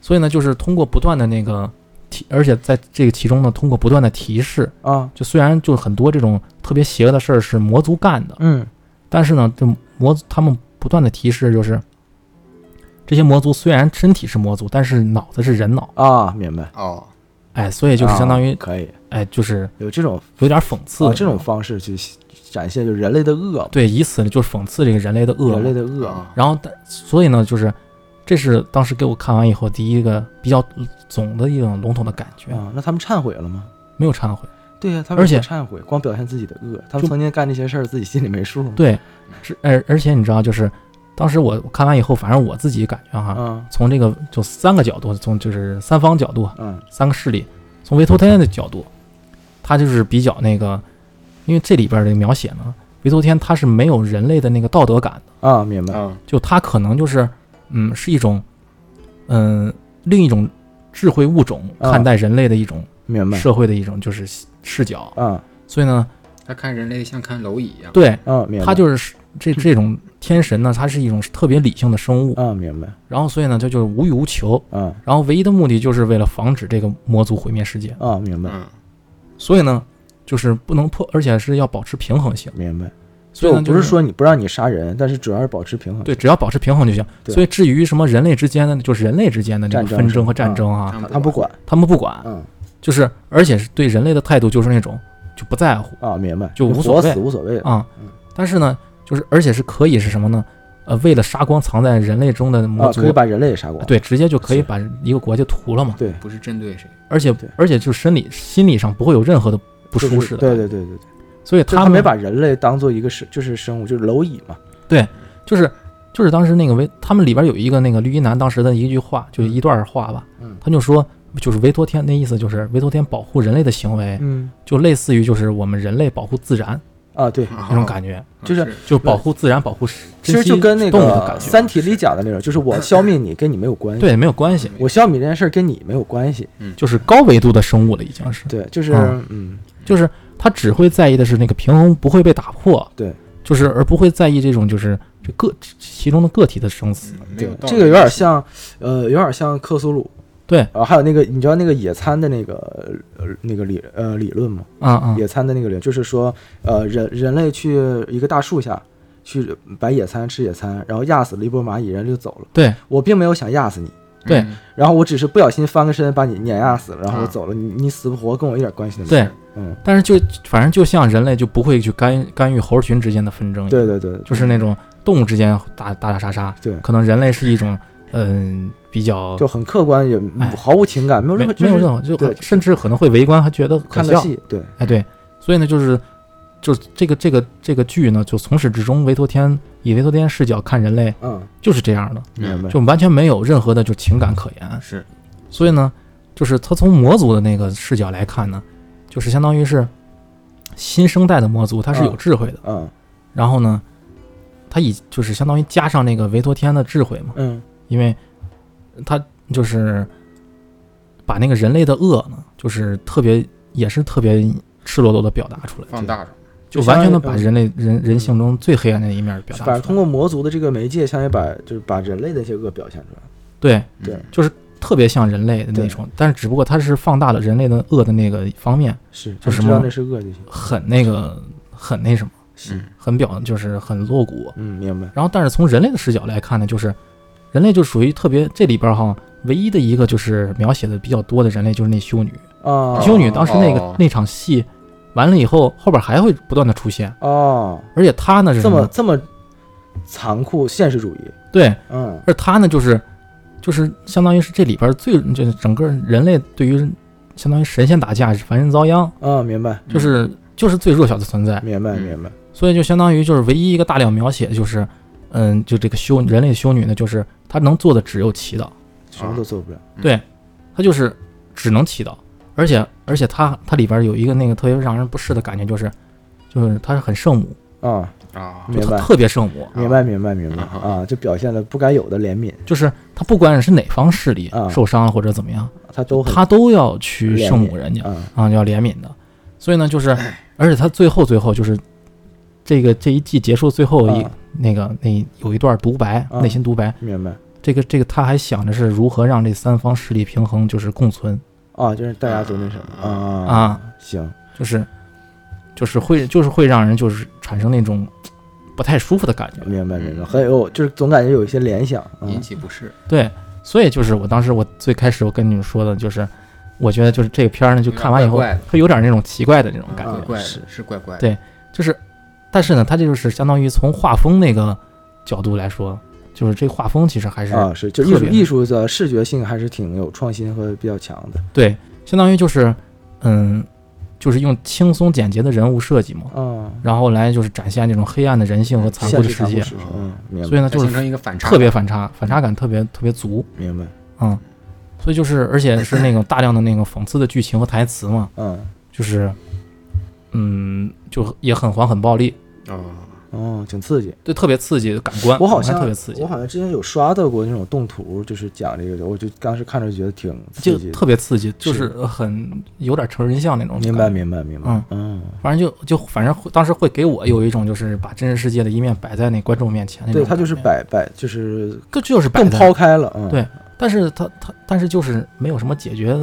[SPEAKER 1] 所以呢，就是通过不断的那个提，而且在这个其中呢，通过不断的提示，
[SPEAKER 2] 啊，
[SPEAKER 1] 就虽然就很多这种特别邪恶的事儿是魔族干的，
[SPEAKER 2] 嗯
[SPEAKER 1] 但是呢，这魔族他们不断的提示就是，这些魔族虽然身体是魔族，但是脑子是人脑，
[SPEAKER 2] 啊，明白。
[SPEAKER 3] 哦，
[SPEAKER 1] 哎，所以就是相当于、
[SPEAKER 2] 啊可以
[SPEAKER 1] 哎，就是
[SPEAKER 2] 有这种
[SPEAKER 1] 有点讽刺、
[SPEAKER 2] 啊这种方式去展现，就是人类的恶，
[SPEAKER 1] 对，以此就是讽刺这个人类的恶。
[SPEAKER 2] 人类的恶
[SPEAKER 3] 啊
[SPEAKER 1] 然后但所以呢，就是这是当时给我看完以后第一个比较总的一种笼统的感觉，
[SPEAKER 2] 啊。那他们忏悔了吗？
[SPEAKER 1] 没有忏悔，
[SPEAKER 2] 对呀、他们
[SPEAKER 1] 而且
[SPEAKER 2] 不忏悔，光表现自己的恶，他们
[SPEAKER 1] 就
[SPEAKER 2] 曾经干这些事儿，自己心里没数吗？
[SPEAKER 1] 对，是而而且你知道就是。当时我看完以后，反正我自己感觉哈，
[SPEAKER 2] 嗯
[SPEAKER 1] 从这个就三个角度，从就是三方角度，
[SPEAKER 2] 嗯
[SPEAKER 1] 三个势力，从维头天的角度，他就是比较那个，因为这里边儿的描写呢，维头天他是没有人类的那个道德感的，
[SPEAKER 2] 啊，明白，
[SPEAKER 3] 嗯
[SPEAKER 1] 就他可能就是嗯是一种嗯、另一种智慧物种
[SPEAKER 2] 啊
[SPEAKER 1] 看待人类的一种
[SPEAKER 2] 明白，
[SPEAKER 1] 社会的一种就是视角，
[SPEAKER 2] 啊
[SPEAKER 1] 所以呢，
[SPEAKER 3] 他看人类像看蝼蚁一样，
[SPEAKER 1] 对
[SPEAKER 2] 啊，明白，
[SPEAKER 1] 他就是这这种天神呢，他是一种特别理性的生物，
[SPEAKER 2] 啊，明白，
[SPEAKER 1] 然后所以呢，他就是无欲无求，
[SPEAKER 2] 啊
[SPEAKER 1] 然后唯一的目的就是为了防止这个魔族毁灭世界，
[SPEAKER 2] 啊，明白，
[SPEAKER 3] 嗯，
[SPEAKER 1] 所以呢，就是不能破，而且是要保持平衡性。
[SPEAKER 2] 明白。
[SPEAKER 1] 所以
[SPEAKER 2] 我
[SPEAKER 1] 呢，
[SPEAKER 2] 不
[SPEAKER 1] 就是
[SPEAKER 2] 说你不让你杀人，但是主要是保持平衡。
[SPEAKER 1] 对，只要保持平衡就行。
[SPEAKER 2] 对
[SPEAKER 1] 所以至于什么人类之间的，就是人类之间的这个
[SPEAKER 2] 战争
[SPEAKER 1] 纷
[SPEAKER 2] 是吧
[SPEAKER 1] 争和战争啊，
[SPEAKER 3] 他
[SPEAKER 2] 他他不管，
[SPEAKER 1] 他们不管，
[SPEAKER 2] 嗯
[SPEAKER 1] 就是而且是对人类的态度就是那种就不在乎
[SPEAKER 2] 啊，明白，
[SPEAKER 1] 就无所
[SPEAKER 2] 活
[SPEAKER 1] 谓
[SPEAKER 2] 死无所谓了。
[SPEAKER 1] 啊
[SPEAKER 2] 嗯。
[SPEAKER 1] 但是呢，就是而且是可以是什么呢？呃，为了杀光藏在人类中的魔
[SPEAKER 2] 啊，
[SPEAKER 1] 族
[SPEAKER 2] 可以，把人类也杀光。
[SPEAKER 1] 对，直接就可以
[SPEAKER 2] 是
[SPEAKER 1] 把一个国家屠了嘛。
[SPEAKER 2] 对，
[SPEAKER 3] 不是针对谁，
[SPEAKER 1] 而且
[SPEAKER 2] 对
[SPEAKER 1] 而且就生理心理上不会有任何的不舒适的
[SPEAKER 2] 对
[SPEAKER 1] 感觉。
[SPEAKER 2] 对对对对，
[SPEAKER 1] 所以
[SPEAKER 2] 就
[SPEAKER 1] 他
[SPEAKER 2] 没
[SPEAKER 1] 们
[SPEAKER 2] 把人类当做一个生，就是生物，就是蝼蚁嘛。
[SPEAKER 1] 就是就是当时那个维他们里边有一个那个绿衣男当时的一句话，就是一段话吧，
[SPEAKER 2] 嗯
[SPEAKER 1] 他就说就是维托天那意思就是维托天保护人类的行为，
[SPEAKER 2] 嗯
[SPEAKER 1] 就类似于就是我们人类保护自然
[SPEAKER 2] 啊，对，
[SPEAKER 1] 那种感觉，
[SPEAKER 3] 嗯
[SPEAKER 2] 就是
[SPEAKER 1] 就保护自然保护
[SPEAKER 2] 其
[SPEAKER 1] 珍
[SPEAKER 2] 实
[SPEAKER 1] 惜
[SPEAKER 2] 就跟那
[SPEAKER 1] 动物
[SPEAKER 2] 个
[SPEAKER 1] 的感
[SPEAKER 2] 《
[SPEAKER 1] 觉，
[SPEAKER 2] 三体》里讲的那种，就是我消灭你跟你没有关系，
[SPEAKER 1] 对没有关系，
[SPEAKER 3] 嗯
[SPEAKER 2] 我消灭这件事儿跟你没有关系。
[SPEAKER 1] 就是高维度的生物了已经是，
[SPEAKER 2] 对，就是
[SPEAKER 1] 嗯
[SPEAKER 2] 嗯，
[SPEAKER 1] 就是他只会在意的是那个平衡不会被打破，
[SPEAKER 2] 对，
[SPEAKER 1] 就是而不会在意这种就是这个其中的个体的生死，
[SPEAKER 3] 嗯没
[SPEAKER 2] 对
[SPEAKER 3] 有，道理
[SPEAKER 2] 这个有点像呃，有点像克苏鲁。
[SPEAKER 1] 对
[SPEAKER 2] 啊，还有那个，你知道那个野餐的那个呃那个理呃理论吗？
[SPEAKER 1] 啊啊
[SPEAKER 2] 野餐的那个理论，就是说，呃，人人类去一个大树下去摆野餐吃野餐，然后压死了一波蚂蚁，人就走了。
[SPEAKER 1] 对
[SPEAKER 2] 我并没有想压死你，
[SPEAKER 1] 对
[SPEAKER 3] 嗯
[SPEAKER 2] 然后我只是不小心翻个身把你碾压死了，然后我
[SPEAKER 3] 啊
[SPEAKER 2] 走了，你你死不活跟我一点关系都没有。
[SPEAKER 1] 对。
[SPEAKER 2] 嗯，
[SPEAKER 1] 但是就反正就像人类就不会去干干预猴群之间的纷争，
[SPEAKER 2] 对对对，
[SPEAKER 1] 就是那种动物之间打打打杀杀，
[SPEAKER 2] 对
[SPEAKER 1] 可能人类是一种嗯比较
[SPEAKER 2] 就很客观，也
[SPEAKER 1] 哎
[SPEAKER 2] 毫无情感，没有
[SPEAKER 1] 没
[SPEAKER 2] 任何就
[SPEAKER 1] 没有
[SPEAKER 2] 是
[SPEAKER 1] 任何就呃
[SPEAKER 2] 对
[SPEAKER 1] 甚至可能会围观，还觉得可
[SPEAKER 2] 看个
[SPEAKER 1] 笑，
[SPEAKER 2] 戏，对，
[SPEAKER 1] 哎对，所以呢就是就是这个这个这个剧呢，就从始至终维托天以维托天视角看人类
[SPEAKER 2] 嗯，
[SPEAKER 1] 就是这样的，
[SPEAKER 2] 明白，
[SPEAKER 1] 就完全没有任何的就情感可言，
[SPEAKER 3] 是
[SPEAKER 1] 所以呢，就是他从魔族的那个视角来看呢，就是相当于是新生代的魔族，它是有
[SPEAKER 2] 嗯
[SPEAKER 1] 智慧的。
[SPEAKER 2] 嗯
[SPEAKER 1] 然后呢，他以就是相当于加上那个维托天的智慧嘛，
[SPEAKER 2] 嗯
[SPEAKER 1] 因为他就是把那个人类的恶呢，就是特别也是特别赤裸裸的表达出来，
[SPEAKER 3] 放大了，
[SPEAKER 1] 就
[SPEAKER 2] 就
[SPEAKER 1] 完全的
[SPEAKER 2] 相当
[SPEAKER 1] 把
[SPEAKER 2] 于嗯
[SPEAKER 1] 人类人人性中最黑暗的一面表达出来。
[SPEAKER 2] 反正通过魔族的这个媒介，相当于把就是把人类的一些恶表现出来。
[SPEAKER 1] 对，
[SPEAKER 3] 嗯
[SPEAKER 2] 对
[SPEAKER 1] 特别像人类的那
[SPEAKER 2] 对
[SPEAKER 1] 种，但是只不过它是放大了人类的恶的那个方面，
[SPEAKER 2] 是，
[SPEAKER 1] 就什
[SPEAKER 2] 知道
[SPEAKER 1] 么
[SPEAKER 2] 那是恶就行。
[SPEAKER 1] 很那个很那什么，
[SPEAKER 2] 是，
[SPEAKER 3] 嗯
[SPEAKER 1] 很表就是很露骨。
[SPEAKER 2] 嗯，明白。
[SPEAKER 1] 然后，但是从人类的视角来看呢，就是人类就属于特别这里边儿哈，唯一的一个就是描写的比较多的人类就是那修女。
[SPEAKER 2] 啊，
[SPEAKER 1] 修女当时那个、
[SPEAKER 3] 哦
[SPEAKER 1] 那场戏完了以后，后边还会不断的出现，
[SPEAKER 2] 哦，
[SPEAKER 1] 而且她呢是
[SPEAKER 2] 这
[SPEAKER 1] 什
[SPEAKER 2] 么
[SPEAKER 1] 么？
[SPEAKER 2] 这么残酷现实主义，
[SPEAKER 1] 对，
[SPEAKER 2] 嗯
[SPEAKER 1] 而她呢就是就是相当于是这里边儿最就是整个人类对于相当于神仙打架，凡人遭殃，
[SPEAKER 2] 啊，明白
[SPEAKER 1] 就
[SPEAKER 3] 嗯
[SPEAKER 1] 是、就是最弱小的存在。
[SPEAKER 2] 明白
[SPEAKER 3] 嗯
[SPEAKER 2] 明白，
[SPEAKER 1] 所以就相当于就是唯一一个大量描写的就是，嗯，就这个修人类修女呢，就是她能做的只有祈祷。
[SPEAKER 2] 什么都做不了。
[SPEAKER 1] 他就是只能祈祷，而且而且他他里边有一个那个特别让人不适的感觉，就是就是他是很圣母，
[SPEAKER 2] 啊，
[SPEAKER 3] 啊，
[SPEAKER 1] 就
[SPEAKER 2] 明
[SPEAKER 1] 他
[SPEAKER 2] 白
[SPEAKER 1] 特别圣母，
[SPEAKER 2] 明白明白明白
[SPEAKER 3] 啊
[SPEAKER 2] 啊，就表现了不该有的怜悯，
[SPEAKER 1] 就是他不管是哪方势力
[SPEAKER 2] 啊
[SPEAKER 1] 受伤了或者怎么样，
[SPEAKER 2] 他都很
[SPEAKER 1] 他都要去圣母人家
[SPEAKER 2] 啊，
[SPEAKER 1] 啊，要怜悯的。所以呢，就是而且他最后最后就是这个这一季结束最后一
[SPEAKER 2] 啊
[SPEAKER 1] 那个那有一段独白，
[SPEAKER 2] 啊
[SPEAKER 1] 内心独白。
[SPEAKER 2] 明白
[SPEAKER 1] 这个这个他还想着是如何让这三方势力平衡，就是共存。
[SPEAKER 2] 啊，就是大家都那什么啊
[SPEAKER 1] 啊，
[SPEAKER 2] 行，
[SPEAKER 1] 就是就是会就是会让人就是产生那种不太舒服的感觉。
[SPEAKER 2] 明白明白，很有就是总感觉有一些联想啊
[SPEAKER 1] 嗯
[SPEAKER 3] 引起不适，
[SPEAKER 1] 对，所以就是我当时我最开始我跟你们说的就是，我觉得就是这个片儿呢，就看完以后
[SPEAKER 3] 怪怪的啊
[SPEAKER 1] 会有点那种奇怪的那种感
[SPEAKER 3] 怪
[SPEAKER 1] 觉，
[SPEAKER 3] 怪的
[SPEAKER 2] 是
[SPEAKER 3] 是怪怪的，
[SPEAKER 1] 对就是但是呢，它这就是相当于从画风那个角度来说，就是这画风其实还是
[SPEAKER 2] 啊，是就艺
[SPEAKER 1] 特
[SPEAKER 2] 术
[SPEAKER 1] 别
[SPEAKER 2] 艺术的视觉性还是挺有创新和比较强的
[SPEAKER 1] 对，相当于就是嗯，就是用轻松简洁的人物设计嘛，
[SPEAKER 2] 啊，
[SPEAKER 1] 然后来就是展现这种黑暗的人性和残酷
[SPEAKER 2] 现
[SPEAKER 1] 的
[SPEAKER 2] 实
[SPEAKER 1] 世
[SPEAKER 2] 残酷
[SPEAKER 1] 界，
[SPEAKER 2] 史实嗯，明
[SPEAKER 1] 所
[SPEAKER 2] 白
[SPEAKER 1] 以呢
[SPEAKER 3] 它
[SPEAKER 1] 就
[SPEAKER 3] 形
[SPEAKER 1] 是
[SPEAKER 3] 成一个反差，
[SPEAKER 1] 特别反差，反差感特别特别足。
[SPEAKER 2] 明白，
[SPEAKER 1] 嗯，所以就是，而且是那种大量的那个讽刺的剧情和台词嘛，
[SPEAKER 2] 嗯，
[SPEAKER 1] 就是，嗯，就也很黄很暴力，
[SPEAKER 3] 哦，
[SPEAKER 2] 哦，挺刺激。
[SPEAKER 1] 对，特别刺激，感官
[SPEAKER 2] 我好
[SPEAKER 1] 感
[SPEAKER 2] 像
[SPEAKER 1] 啊官特别刺激
[SPEAKER 2] 我，好像之前有刷到过那种动图，就是讲这个的，我就当时看着觉得挺
[SPEAKER 1] 就
[SPEAKER 2] 刺激的。
[SPEAKER 1] 特别刺激，就是是很有点成人像那种。
[SPEAKER 2] 明白，？明白，明白
[SPEAKER 1] 嗯。
[SPEAKER 2] 嗯，
[SPEAKER 1] 反正就就反正会当时会给我有一种就是把真实世界的一面摆在那观众面前那种
[SPEAKER 2] 对
[SPEAKER 1] 感觉。
[SPEAKER 2] 他就是摆摆，就是
[SPEAKER 1] 这就是摆
[SPEAKER 2] 更
[SPEAKER 1] 在
[SPEAKER 2] 抛开了。嗯，
[SPEAKER 1] 对但是他他但是就是没有什么解决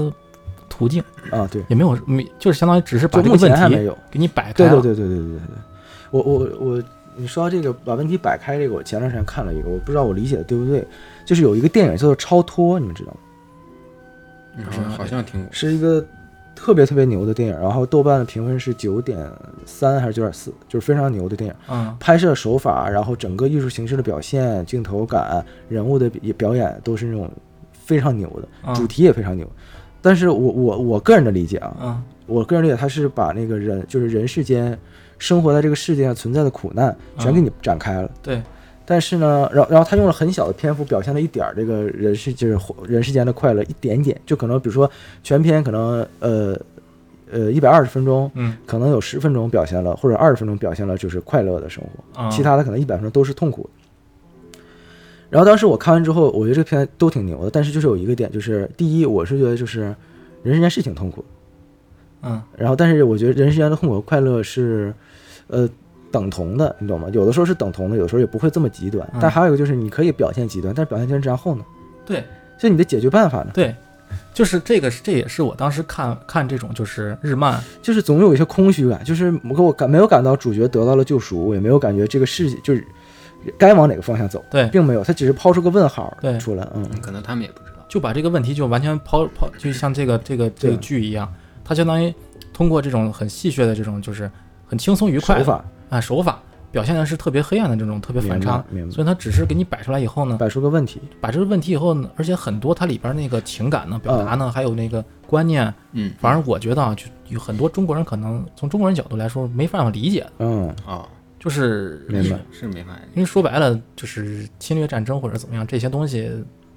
[SPEAKER 1] 途径，
[SPEAKER 2] 啊，对，
[SPEAKER 1] 也没有没就是相当于只是把
[SPEAKER 2] 就
[SPEAKER 1] 这
[SPEAKER 2] 目
[SPEAKER 1] 个问
[SPEAKER 2] 前还没
[SPEAKER 1] 题
[SPEAKER 2] 有。
[SPEAKER 1] 给你摆开
[SPEAKER 2] 对
[SPEAKER 1] 了。
[SPEAKER 2] 对对对对对对对，我我我，你说到这个把问题摆开这个，我前段时间看了一个，我不知道我理解的对不对，就是有一个电影叫做《超脱》，你们知道吗？
[SPEAKER 1] 嗯
[SPEAKER 3] 好像好像听过，
[SPEAKER 2] 是一个特别特别牛的电影，然后豆瓣的评分是九点三还是九点四，就是非常牛的电影。
[SPEAKER 1] 嗯，
[SPEAKER 2] 拍摄手法，然后整个艺术形式的表现、镜头感、人物的也表演都是那种非常牛的，
[SPEAKER 1] 嗯
[SPEAKER 2] 主题也非常牛。但是我我我个人的理解啊，
[SPEAKER 1] 嗯
[SPEAKER 2] 我个人理解，他是把那个人，就是人世间生活在这个世界上存在的苦难，全给你展开了。
[SPEAKER 1] 嗯对，
[SPEAKER 2] 但是呢，然后然后他用了很小的篇幅表现了一点儿这个人世就是人世间的快乐，一点点，就可能比如说全篇可能呃呃一百二十分钟，
[SPEAKER 1] 嗯，
[SPEAKER 2] 可能有十分钟表现了或者二十分钟表现了就是快乐的生活，
[SPEAKER 1] 嗯
[SPEAKER 2] 其他的可能一百分钟都是痛苦的然后当时我看完之后，我觉得这片都挺牛的，但是就是有一个点，就是第一，我是觉得就是人世间是挺痛苦的。
[SPEAKER 1] 嗯
[SPEAKER 2] 然后，但是我觉得人世间的痛苦和快乐是，呃，等同的，你懂吗？有的时候是等同的，有的时候也不会这么极端。
[SPEAKER 1] 嗯
[SPEAKER 2] 但还有一个就是，你可以表现极端，但是表现极端之后呢？
[SPEAKER 1] 对，
[SPEAKER 2] 就你的解决办法呢？
[SPEAKER 1] 对，就是这个是，这也是我当时看看这种就是日漫，
[SPEAKER 2] 就是总有一些空虚感，就是我给我感没有感到主角得到了救赎，也没有感觉这个世界就是该往哪个方向走，
[SPEAKER 1] 对，
[SPEAKER 2] 并没有，他只是抛出个问号
[SPEAKER 1] 对
[SPEAKER 2] 出来，嗯，
[SPEAKER 3] 可能他们也不知道。
[SPEAKER 1] 就把这个问题就完全抛抛，就像这个这个这个
[SPEAKER 2] 对
[SPEAKER 1] 剧一样，它相当于通过这种很戏谑的这种就是很轻松愉快
[SPEAKER 2] 手
[SPEAKER 1] 的
[SPEAKER 2] 法
[SPEAKER 1] 啊手法，表现的是特别黑暗的这种特别反差。，
[SPEAKER 2] 明白明嗯白，
[SPEAKER 1] 所以它只是给你摆出来以后呢，
[SPEAKER 2] 摆出个问题，
[SPEAKER 1] 把这个问题以后呢，而且很多它里边那个情感呢、表达
[SPEAKER 2] 嗯
[SPEAKER 1] 呢，还有那个观念，
[SPEAKER 3] 嗯，
[SPEAKER 1] 反正我觉得啊，就有很多中国人可能从中国人角度来说没办法理解，
[SPEAKER 2] 嗯，
[SPEAKER 3] 哦，
[SPEAKER 1] 就是
[SPEAKER 2] 明白
[SPEAKER 3] 是没法
[SPEAKER 1] 因为说白了就是侵略战争或者怎么样这些东西，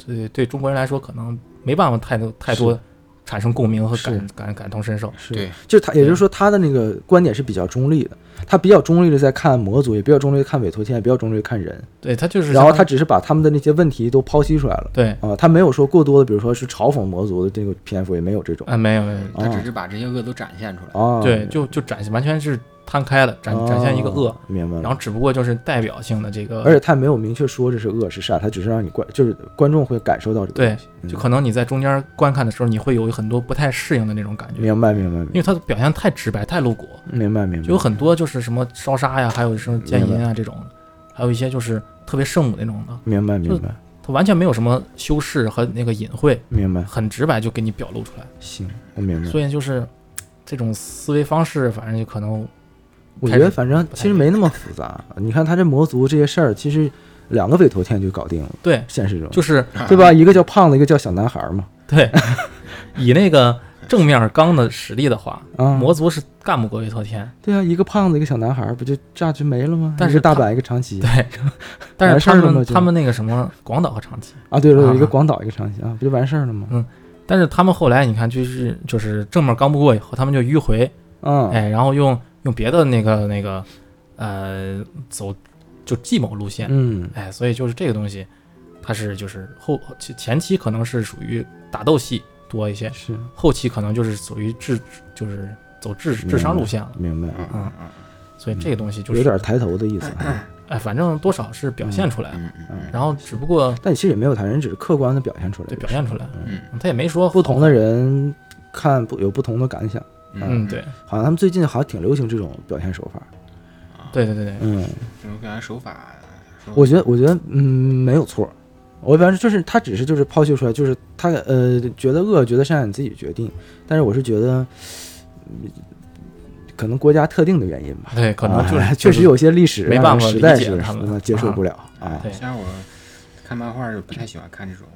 [SPEAKER 1] 对对中国人来说可能没办法太多太多产生共鸣和感感感同身受。
[SPEAKER 2] 是
[SPEAKER 3] 对，
[SPEAKER 2] 就是他，也就是说他的那个观点是比较中立的，他比较中立的在看魔族，也比较中立地看委托天，也比较中立地看人，
[SPEAKER 1] 对他就是
[SPEAKER 2] 然
[SPEAKER 1] 相
[SPEAKER 2] 后
[SPEAKER 1] 当
[SPEAKER 2] 他
[SPEAKER 1] 于
[SPEAKER 2] 只是把他们的那些问题都剖析出来了
[SPEAKER 1] 对
[SPEAKER 2] 啊、他没有说过多的，比如说是嘲讽魔族的这个篇幅也没有这种
[SPEAKER 1] 啊没有没有
[SPEAKER 3] 他只是把这些恶都展现出来。
[SPEAKER 2] 啊，
[SPEAKER 1] 对就就展现完全是摊开了展展现一个恶
[SPEAKER 2] 啊，，明白了。
[SPEAKER 1] 然后只不过就是代表性的这
[SPEAKER 2] 而
[SPEAKER 1] 个，
[SPEAKER 2] 且他也没有明确说这是恶是善，他只是让你观就是观众会感受到这个
[SPEAKER 1] 对
[SPEAKER 2] 东西，嗯
[SPEAKER 1] 就可能你在中间观看的时候，你会有很多不太适应的那种感觉，
[SPEAKER 2] 明白明白
[SPEAKER 1] 因为他表现太直白太露骨，
[SPEAKER 2] 明白明白，
[SPEAKER 1] 就有很多就是什么烧杀呀，还有什么奸
[SPEAKER 2] 明
[SPEAKER 1] 淫啊这种的，还有一些就是特别圣母那种的。
[SPEAKER 2] 明白明白
[SPEAKER 1] 他完全没有什么修饰和那个隐晦，
[SPEAKER 2] 明白，
[SPEAKER 1] 很直白就给你表露出来。
[SPEAKER 2] 行，我明白。
[SPEAKER 1] 所以就是嘖这种思维方式，反正就可能
[SPEAKER 2] 我
[SPEAKER 1] 开
[SPEAKER 2] 觉
[SPEAKER 1] 始
[SPEAKER 2] 得反正
[SPEAKER 1] 不太
[SPEAKER 2] 其实没那么复杂，你看他这魔族这些事儿，其实两个委托天就搞定了， (laughs)
[SPEAKER 1] 对，
[SPEAKER 2] 现实中
[SPEAKER 1] 就是
[SPEAKER 2] 对吧？一个叫胖子，一个叫小男孩嘛，
[SPEAKER 1] 对， (laughs) 以那个正面刚的实力的话，
[SPEAKER 2] 啊，
[SPEAKER 1] 魔族是干不过韦特天，
[SPEAKER 2] 对啊，一个胖子，一个小男孩，不就榨汁没了吗？
[SPEAKER 1] 但
[SPEAKER 2] 一
[SPEAKER 1] 是
[SPEAKER 2] 个大
[SPEAKER 1] 他
[SPEAKER 2] 阪，一个长崎
[SPEAKER 1] 对，但
[SPEAKER 2] 完
[SPEAKER 1] 是
[SPEAKER 2] 事
[SPEAKER 1] 他
[SPEAKER 2] 儿了吗
[SPEAKER 1] 们
[SPEAKER 2] 就
[SPEAKER 1] 他们那个什么广岛和长崎，
[SPEAKER 2] 啊，对了，有一个
[SPEAKER 1] 啊
[SPEAKER 2] 广岛，一个长崎啊，不就完事儿了吗？
[SPEAKER 1] 但是他们后来你看就是就是正面刚不过以后，他们就迂回，
[SPEAKER 2] 嗯，
[SPEAKER 1] 哎，然后用用别的那个那个呃走就计谋路线，
[SPEAKER 2] 嗯，
[SPEAKER 1] 哎，所以就是这个东西，它是就是后前前期可能是属于打斗戏多一些，
[SPEAKER 2] 是
[SPEAKER 1] 后期可能就是属于智就是走智
[SPEAKER 2] 明白
[SPEAKER 1] 智商路线了。
[SPEAKER 2] 明白，
[SPEAKER 3] 嗯
[SPEAKER 1] 嗯所以这个东西就
[SPEAKER 2] 有
[SPEAKER 1] 是
[SPEAKER 2] 点抬头的意思啊。
[SPEAKER 1] 哎，反正多少是表现出来了，
[SPEAKER 3] 嗯嗯
[SPEAKER 1] 然后只不过
[SPEAKER 2] 但其实也没有抬头，人只是客观的表现出来。
[SPEAKER 1] 对表现出来，
[SPEAKER 3] 嗯
[SPEAKER 1] 他也没说
[SPEAKER 2] 不同的人看不有不同的感想，
[SPEAKER 1] 嗯，对
[SPEAKER 2] 好像他们最近好像挺流行这种表现手法。
[SPEAKER 1] 对对对对，
[SPEAKER 2] 嗯，
[SPEAKER 3] 这种表现手法，说
[SPEAKER 2] 我觉得，我觉得，嗯，没有错。我反正就是他只是就是抛弃出来，就是他呃觉得恶觉得善你自己决定，但是我是觉得，嗯可能国家特定的原因吧，
[SPEAKER 1] 对，可能就是、
[SPEAKER 2] 啊 (laughs)
[SPEAKER 1] 就
[SPEAKER 2] 确
[SPEAKER 1] 是
[SPEAKER 2] 实有些历史
[SPEAKER 1] 没
[SPEAKER 2] 让
[SPEAKER 1] 办
[SPEAKER 2] 人
[SPEAKER 1] 法
[SPEAKER 2] 实
[SPEAKER 1] 理
[SPEAKER 2] 在
[SPEAKER 1] 解
[SPEAKER 2] 是
[SPEAKER 1] 他们
[SPEAKER 2] 嗯接受不了啊，
[SPEAKER 1] 对
[SPEAKER 3] 像我看漫画就不太喜欢看这种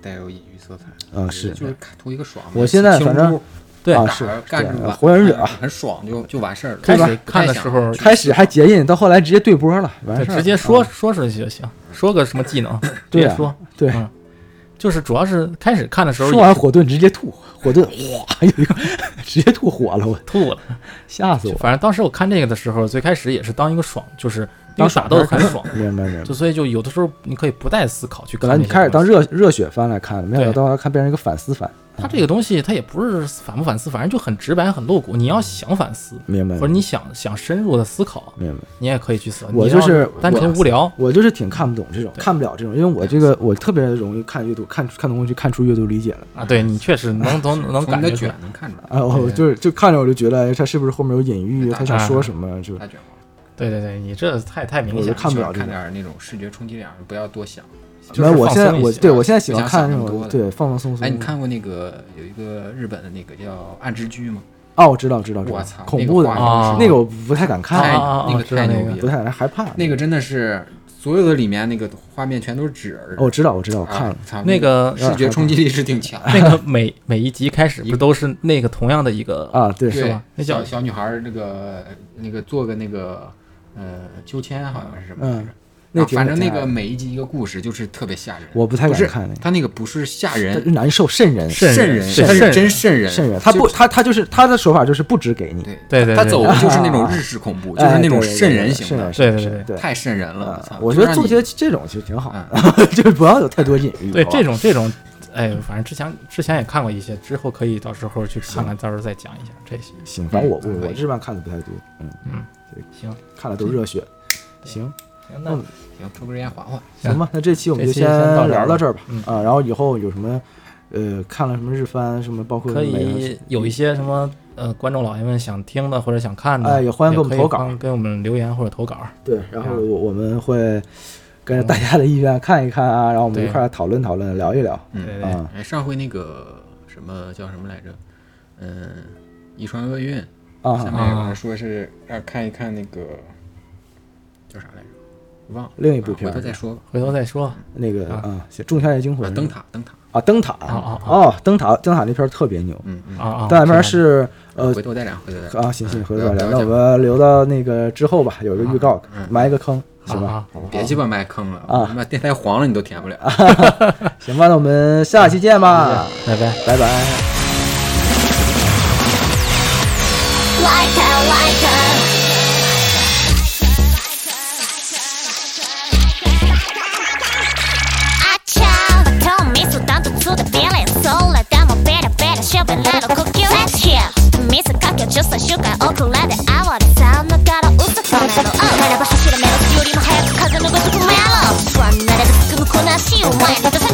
[SPEAKER 3] 带有隐喻色彩的，
[SPEAKER 2] 嗯是
[SPEAKER 3] 就是看图一个爽嘛。
[SPEAKER 2] 我现在反正
[SPEAKER 3] 轻松
[SPEAKER 1] 对
[SPEAKER 2] 啊
[SPEAKER 3] 打
[SPEAKER 2] 是
[SPEAKER 3] 干
[SPEAKER 2] 对
[SPEAKER 3] 什么
[SPEAKER 2] 火影忍
[SPEAKER 1] 啊
[SPEAKER 2] 者
[SPEAKER 3] 很爽就就完事儿了。
[SPEAKER 1] 开
[SPEAKER 2] 吧
[SPEAKER 1] 始看的时候
[SPEAKER 2] 啊开始还结印，到后来直接对波了，完
[SPEAKER 1] 对
[SPEAKER 2] 啊事儿
[SPEAKER 1] 直接
[SPEAKER 2] 了 (laughs)
[SPEAKER 1] 说说出去就行，说个什么技能，直
[SPEAKER 2] 对
[SPEAKER 1] 接
[SPEAKER 2] 啊
[SPEAKER 1] 说，
[SPEAKER 2] 对
[SPEAKER 1] 嗯就是主要是开始看的时候
[SPEAKER 2] 说完火遁直接吐，火遁哗 (laughs) 有一个直接吐火了，我
[SPEAKER 1] 吐了，
[SPEAKER 2] 吓死我！
[SPEAKER 1] 反正当时我看这个的时候，最开始也是当一个爽，就是
[SPEAKER 2] 当
[SPEAKER 1] 当打斗很爽，
[SPEAKER 2] 明白明白
[SPEAKER 1] 就。所以就有的时候你可以不带思考去看
[SPEAKER 2] 本
[SPEAKER 1] 这些东
[SPEAKER 2] 来你
[SPEAKER 1] 西。
[SPEAKER 2] 开始当热热血番来看的，没想
[SPEAKER 1] 对
[SPEAKER 2] 到到看变成一个反思番。
[SPEAKER 1] 他这个东西，它也不是反不反思，反正就很直白、很露骨。你要
[SPEAKER 2] 嗯
[SPEAKER 1] 想反思，
[SPEAKER 2] 明白，
[SPEAKER 1] 或者你想想深入的思考，
[SPEAKER 2] 明白。
[SPEAKER 1] 你也可以去思考。
[SPEAKER 2] 我
[SPEAKER 1] 你
[SPEAKER 2] 就
[SPEAKER 1] 要
[SPEAKER 2] 是
[SPEAKER 1] 单纯无聊，
[SPEAKER 2] 我就是挺看不懂这种，看不了这种，因为我这个我特别容易看阅读，看看东西看出阅读理解来。
[SPEAKER 1] 啊，对你确实能能能
[SPEAKER 3] 从
[SPEAKER 1] 感
[SPEAKER 3] 你的
[SPEAKER 1] 觉出
[SPEAKER 3] 卷
[SPEAKER 1] 来。
[SPEAKER 3] 能看出来，
[SPEAKER 2] 啊，我就是就看着我就觉得，哎，他是不是后面有隐喻？
[SPEAKER 3] 大
[SPEAKER 2] 他想说什么？就
[SPEAKER 3] 大卷毛。
[SPEAKER 1] 对对对，你这太太明
[SPEAKER 2] 我
[SPEAKER 1] 显
[SPEAKER 2] 就
[SPEAKER 1] 了。
[SPEAKER 2] 看不了
[SPEAKER 3] 喜欢
[SPEAKER 2] 这
[SPEAKER 3] 看
[SPEAKER 2] 个。
[SPEAKER 3] 点儿那种视觉冲击点儿，不要多想。
[SPEAKER 1] 就是
[SPEAKER 2] 那我
[SPEAKER 1] 放
[SPEAKER 2] 现在
[SPEAKER 1] 松一
[SPEAKER 2] 我
[SPEAKER 1] 些
[SPEAKER 2] 对我现在喜欢
[SPEAKER 3] 不想
[SPEAKER 2] 看
[SPEAKER 3] 想
[SPEAKER 2] 那
[SPEAKER 3] 那么
[SPEAKER 2] 种
[SPEAKER 3] 多
[SPEAKER 2] 对放放松松。
[SPEAKER 3] 哎，你看过那个有一个日本的那个叫《暗之居》吗？
[SPEAKER 2] 哦，我知道知道知道
[SPEAKER 3] 我操，
[SPEAKER 2] 恐怖的
[SPEAKER 3] 那
[SPEAKER 1] 个画
[SPEAKER 3] 面啊
[SPEAKER 2] 那个我不太敢
[SPEAKER 3] 太
[SPEAKER 2] 看，
[SPEAKER 1] 啊啊
[SPEAKER 3] 那个
[SPEAKER 1] 知道
[SPEAKER 3] 太
[SPEAKER 1] 那
[SPEAKER 3] 牛
[SPEAKER 1] 个
[SPEAKER 3] 逼
[SPEAKER 2] 不
[SPEAKER 3] 了，
[SPEAKER 2] 太敢害怕。
[SPEAKER 3] 那个真的是所有的里面那个画面全都是纸儿。
[SPEAKER 2] 哦，我知道我知道，我
[SPEAKER 3] 啊
[SPEAKER 2] 看了。
[SPEAKER 3] 操
[SPEAKER 1] 那个
[SPEAKER 3] 视觉冲击力是挺强的。
[SPEAKER 1] 那个每每一集开始不都是那个同样的一个
[SPEAKER 2] 啊，对，
[SPEAKER 1] 是
[SPEAKER 3] 对
[SPEAKER 1] 吧那叫
[SPEAKER 3] 小小女孩儿那个那个做个那个呃秋千，好像是什么来着
[SPEAKER 2] 嗯？那
[SPEAKER 3] 啊
[SPEAKER 2] 挺
[SPEAKER 3] 反正那
[SPEAKER 2] 挺
[SPEAKER 3] 个
[SPEAKER 2] 吓人
[SPEAKER 3] 每一集一个故事，就是特别吓人。
[SPEAKER 2] 我不太
[SPEAKER 3] 不是
[SPEAKER 2] 敢看那个，
[SPEAKER 3] 他那个不是吓
[SPEAKER 2] 但
[SPEAKER 3] 人
[SPEAKER 2] 是，难受瘆人
[SPEAKER 1] 瘆人
[SPEAKER 3] 人，
[SPEAKER 1] 瘆
[SPEAKER 3] 他是
[SPEAKER 1] 人
[SPEAKER 3] 真瘆人，
[SPEAKER 2] 瘆人。他不
[SPEAKER 3] 就是
[SPEAKER 2] 他他就是他的手法就是不止给你，
[SPEAKER 3] 对
[SPEAKER 1] 对对
[SPEAKER 3] 他
[SPEAKER 1] 对
[SPEAKER 3] 走的就是那种
[SPEAKER 2] 啊
[SPEAKER 3] 日式恐怖，就
[SPEAKER 2] 哎
[SPEAKER 3] 是那种
[SPEAKER 2] 对对对
[SPEAKER 3] 瘆人
[SPEAKER 2] 对
[SPEAKER 3] 型的，
[SPEAKER 1] 对对
[SPEAKER 2] 瘆人
[SPEAKER 1] 对
[SPEAKER 2] 对。
[SPEAKER 3] 太瘆人了。操
[SPEAKER 2] 啊我觉得做
[SPEAKER 3] 就
[SPEAKER 2] 些
[SPEAKER 3] 是
[SPEAKER 2] 这种其实挺好
[SPEAKER 3] 让你，
[SPEAKER 2] (laughs) 就是不要有太多隐喻。
[SPEAKER 1] 嗯
[SPEAKER 2] 啊
[SPEAKER 1] 对
[SPEAKER 2] 好吧
[SPEAKER 1] 这种这种，哎，反正之前之前也看过一些，之后可以到时候去看看，到时候再讲一下这些。
[SPEAKER 2] 行，反正我
[SPEAKER 3] 嗯
[SPEAKER 2] 我
[SPEAKER 3] 可
[SPEAKER 2] 我
[SPEAKER 3] 以
[SPEAKER 2] 这边看的不太多，嗯，
[SPEAKER 1] 行，
[SPEAKER 2] 看了都热血。行，
[SPEAKER 1] 那
[SPEAKER 2] 嗯
[SPEAKER 3] 行，抽根烟缓缓。
[SPEAKER 2] 行吧，那这期我们
[SPEAKER 1] 这
[SPEAKER 2] 就
[SPEAKER 1] 期先到这儿
[SPEAKER 2] 聊到这儿吧
[SPEAKER 1] 嗯，
[SPEAKER 2] 啊，然后以后有什么，呃，看了什么日番，什么包括
[SPEAKER 1] 可
[SPEAKER 2] 美国
[SPEAKER 1] 以有一些什么呃，观众老爷们想听的或者想看的，
[SPEAKER 2] 哎也欢迎给我们
[SPEAKER 1] 可以
[SPEAKER 2] 投稿
[SPEAKER 1] 帮给我们留言或者投稿。
[SPEAKER 2] 对，然后
[SPEAKER 1] 嗯
[SPEAKER 2] 我我们会跟着大家的意愿看一看啊，然后我们
[SPEAKER 1] 对
[SPEAKER 2] 一块儿讨论讨论，聊一聊
[SPEAKER 1] 对对
[SPEAKER 3] 嗯，
[SPEAKER 1] 对，
[SPEAKER 2] 啊。
[SPEAKER 3] 哎，上回那个什么叫什么来着？嗯，遗传厄运，下
[SPEAKER 2] 啊，
[SPEAKER 3] 面有人说是让看一看那个叫啥来着，忘了。
[SPEAKER 2] 另一部
[SPEAKER 3] 啊
[SPEAKER 2] 片
[SPEAKER 3] 回头
[SPEAKER 2] 儿
[SPEAKER 3] 再说吧。
[SPEAKER 1] 回头嗯再说。
[SPEAKER 2] 那个
[SPEAKER 1] 啊
[SPEAKER 2] 啊，写《仲夏夜惊
[SPEAKER 3] 啊
[SPEAKER 2] 魂》
[SPEAKER 3] 灯塔，灯塔，
[SPEAKER 2] 啊，灯塔
[SPEAKER 1] 啊啊
[SPEAKER 2] 哦，灯塔灯塔那片儿特别牛，
[SPEAKER 3] 嗯嗯。
[SPEAKER 1] 啊啊，
[SPEAKER 2] 灯塔那片
[SPEAKER 1] 知道
[SPEAKER 2] 儿是呃
[SPEAKER 3] 回头再聊，回头再聊。
[SPEAKER 2] 啊，行行，回头再
[SPEAKER 3] 嗯
[SPEAKER 2] 聊。
[SPEAKER 3] 了
[SPEAKER 2] 那我
[SPEAKER 3] 解
[SPEAKER 2] 们留到那个之后吧，有一个预告
[SPEAKER 3] 嗯，
[SPEAKER 2] 埋一个坑，行
[SPEAKER 1] 啊
[SPEAKER 2] 吧？
[SPEAKER 1] 啊
[SPEAKER 3] 别鸡巴卖坑了，
[SPEAKER 2] 啊
[SPEAKER 3] 他妈电台黄了你都填不了。
[SPEAKER 2] 行吧，那我们下期见吧，
[SPEAKER 1] 拜拜。
[SPEAKER 2] 拜拜。
[SPEAKER 4] like a like a I child told me so down to the feeling so let them a better better shop and let a cookie let's hear miss a cookie just a sugar or let it I want sound no gotta use the phone and oh let a 走るメロディよりも早く風のごとくメロン不安ならば進むこの足を前に出さ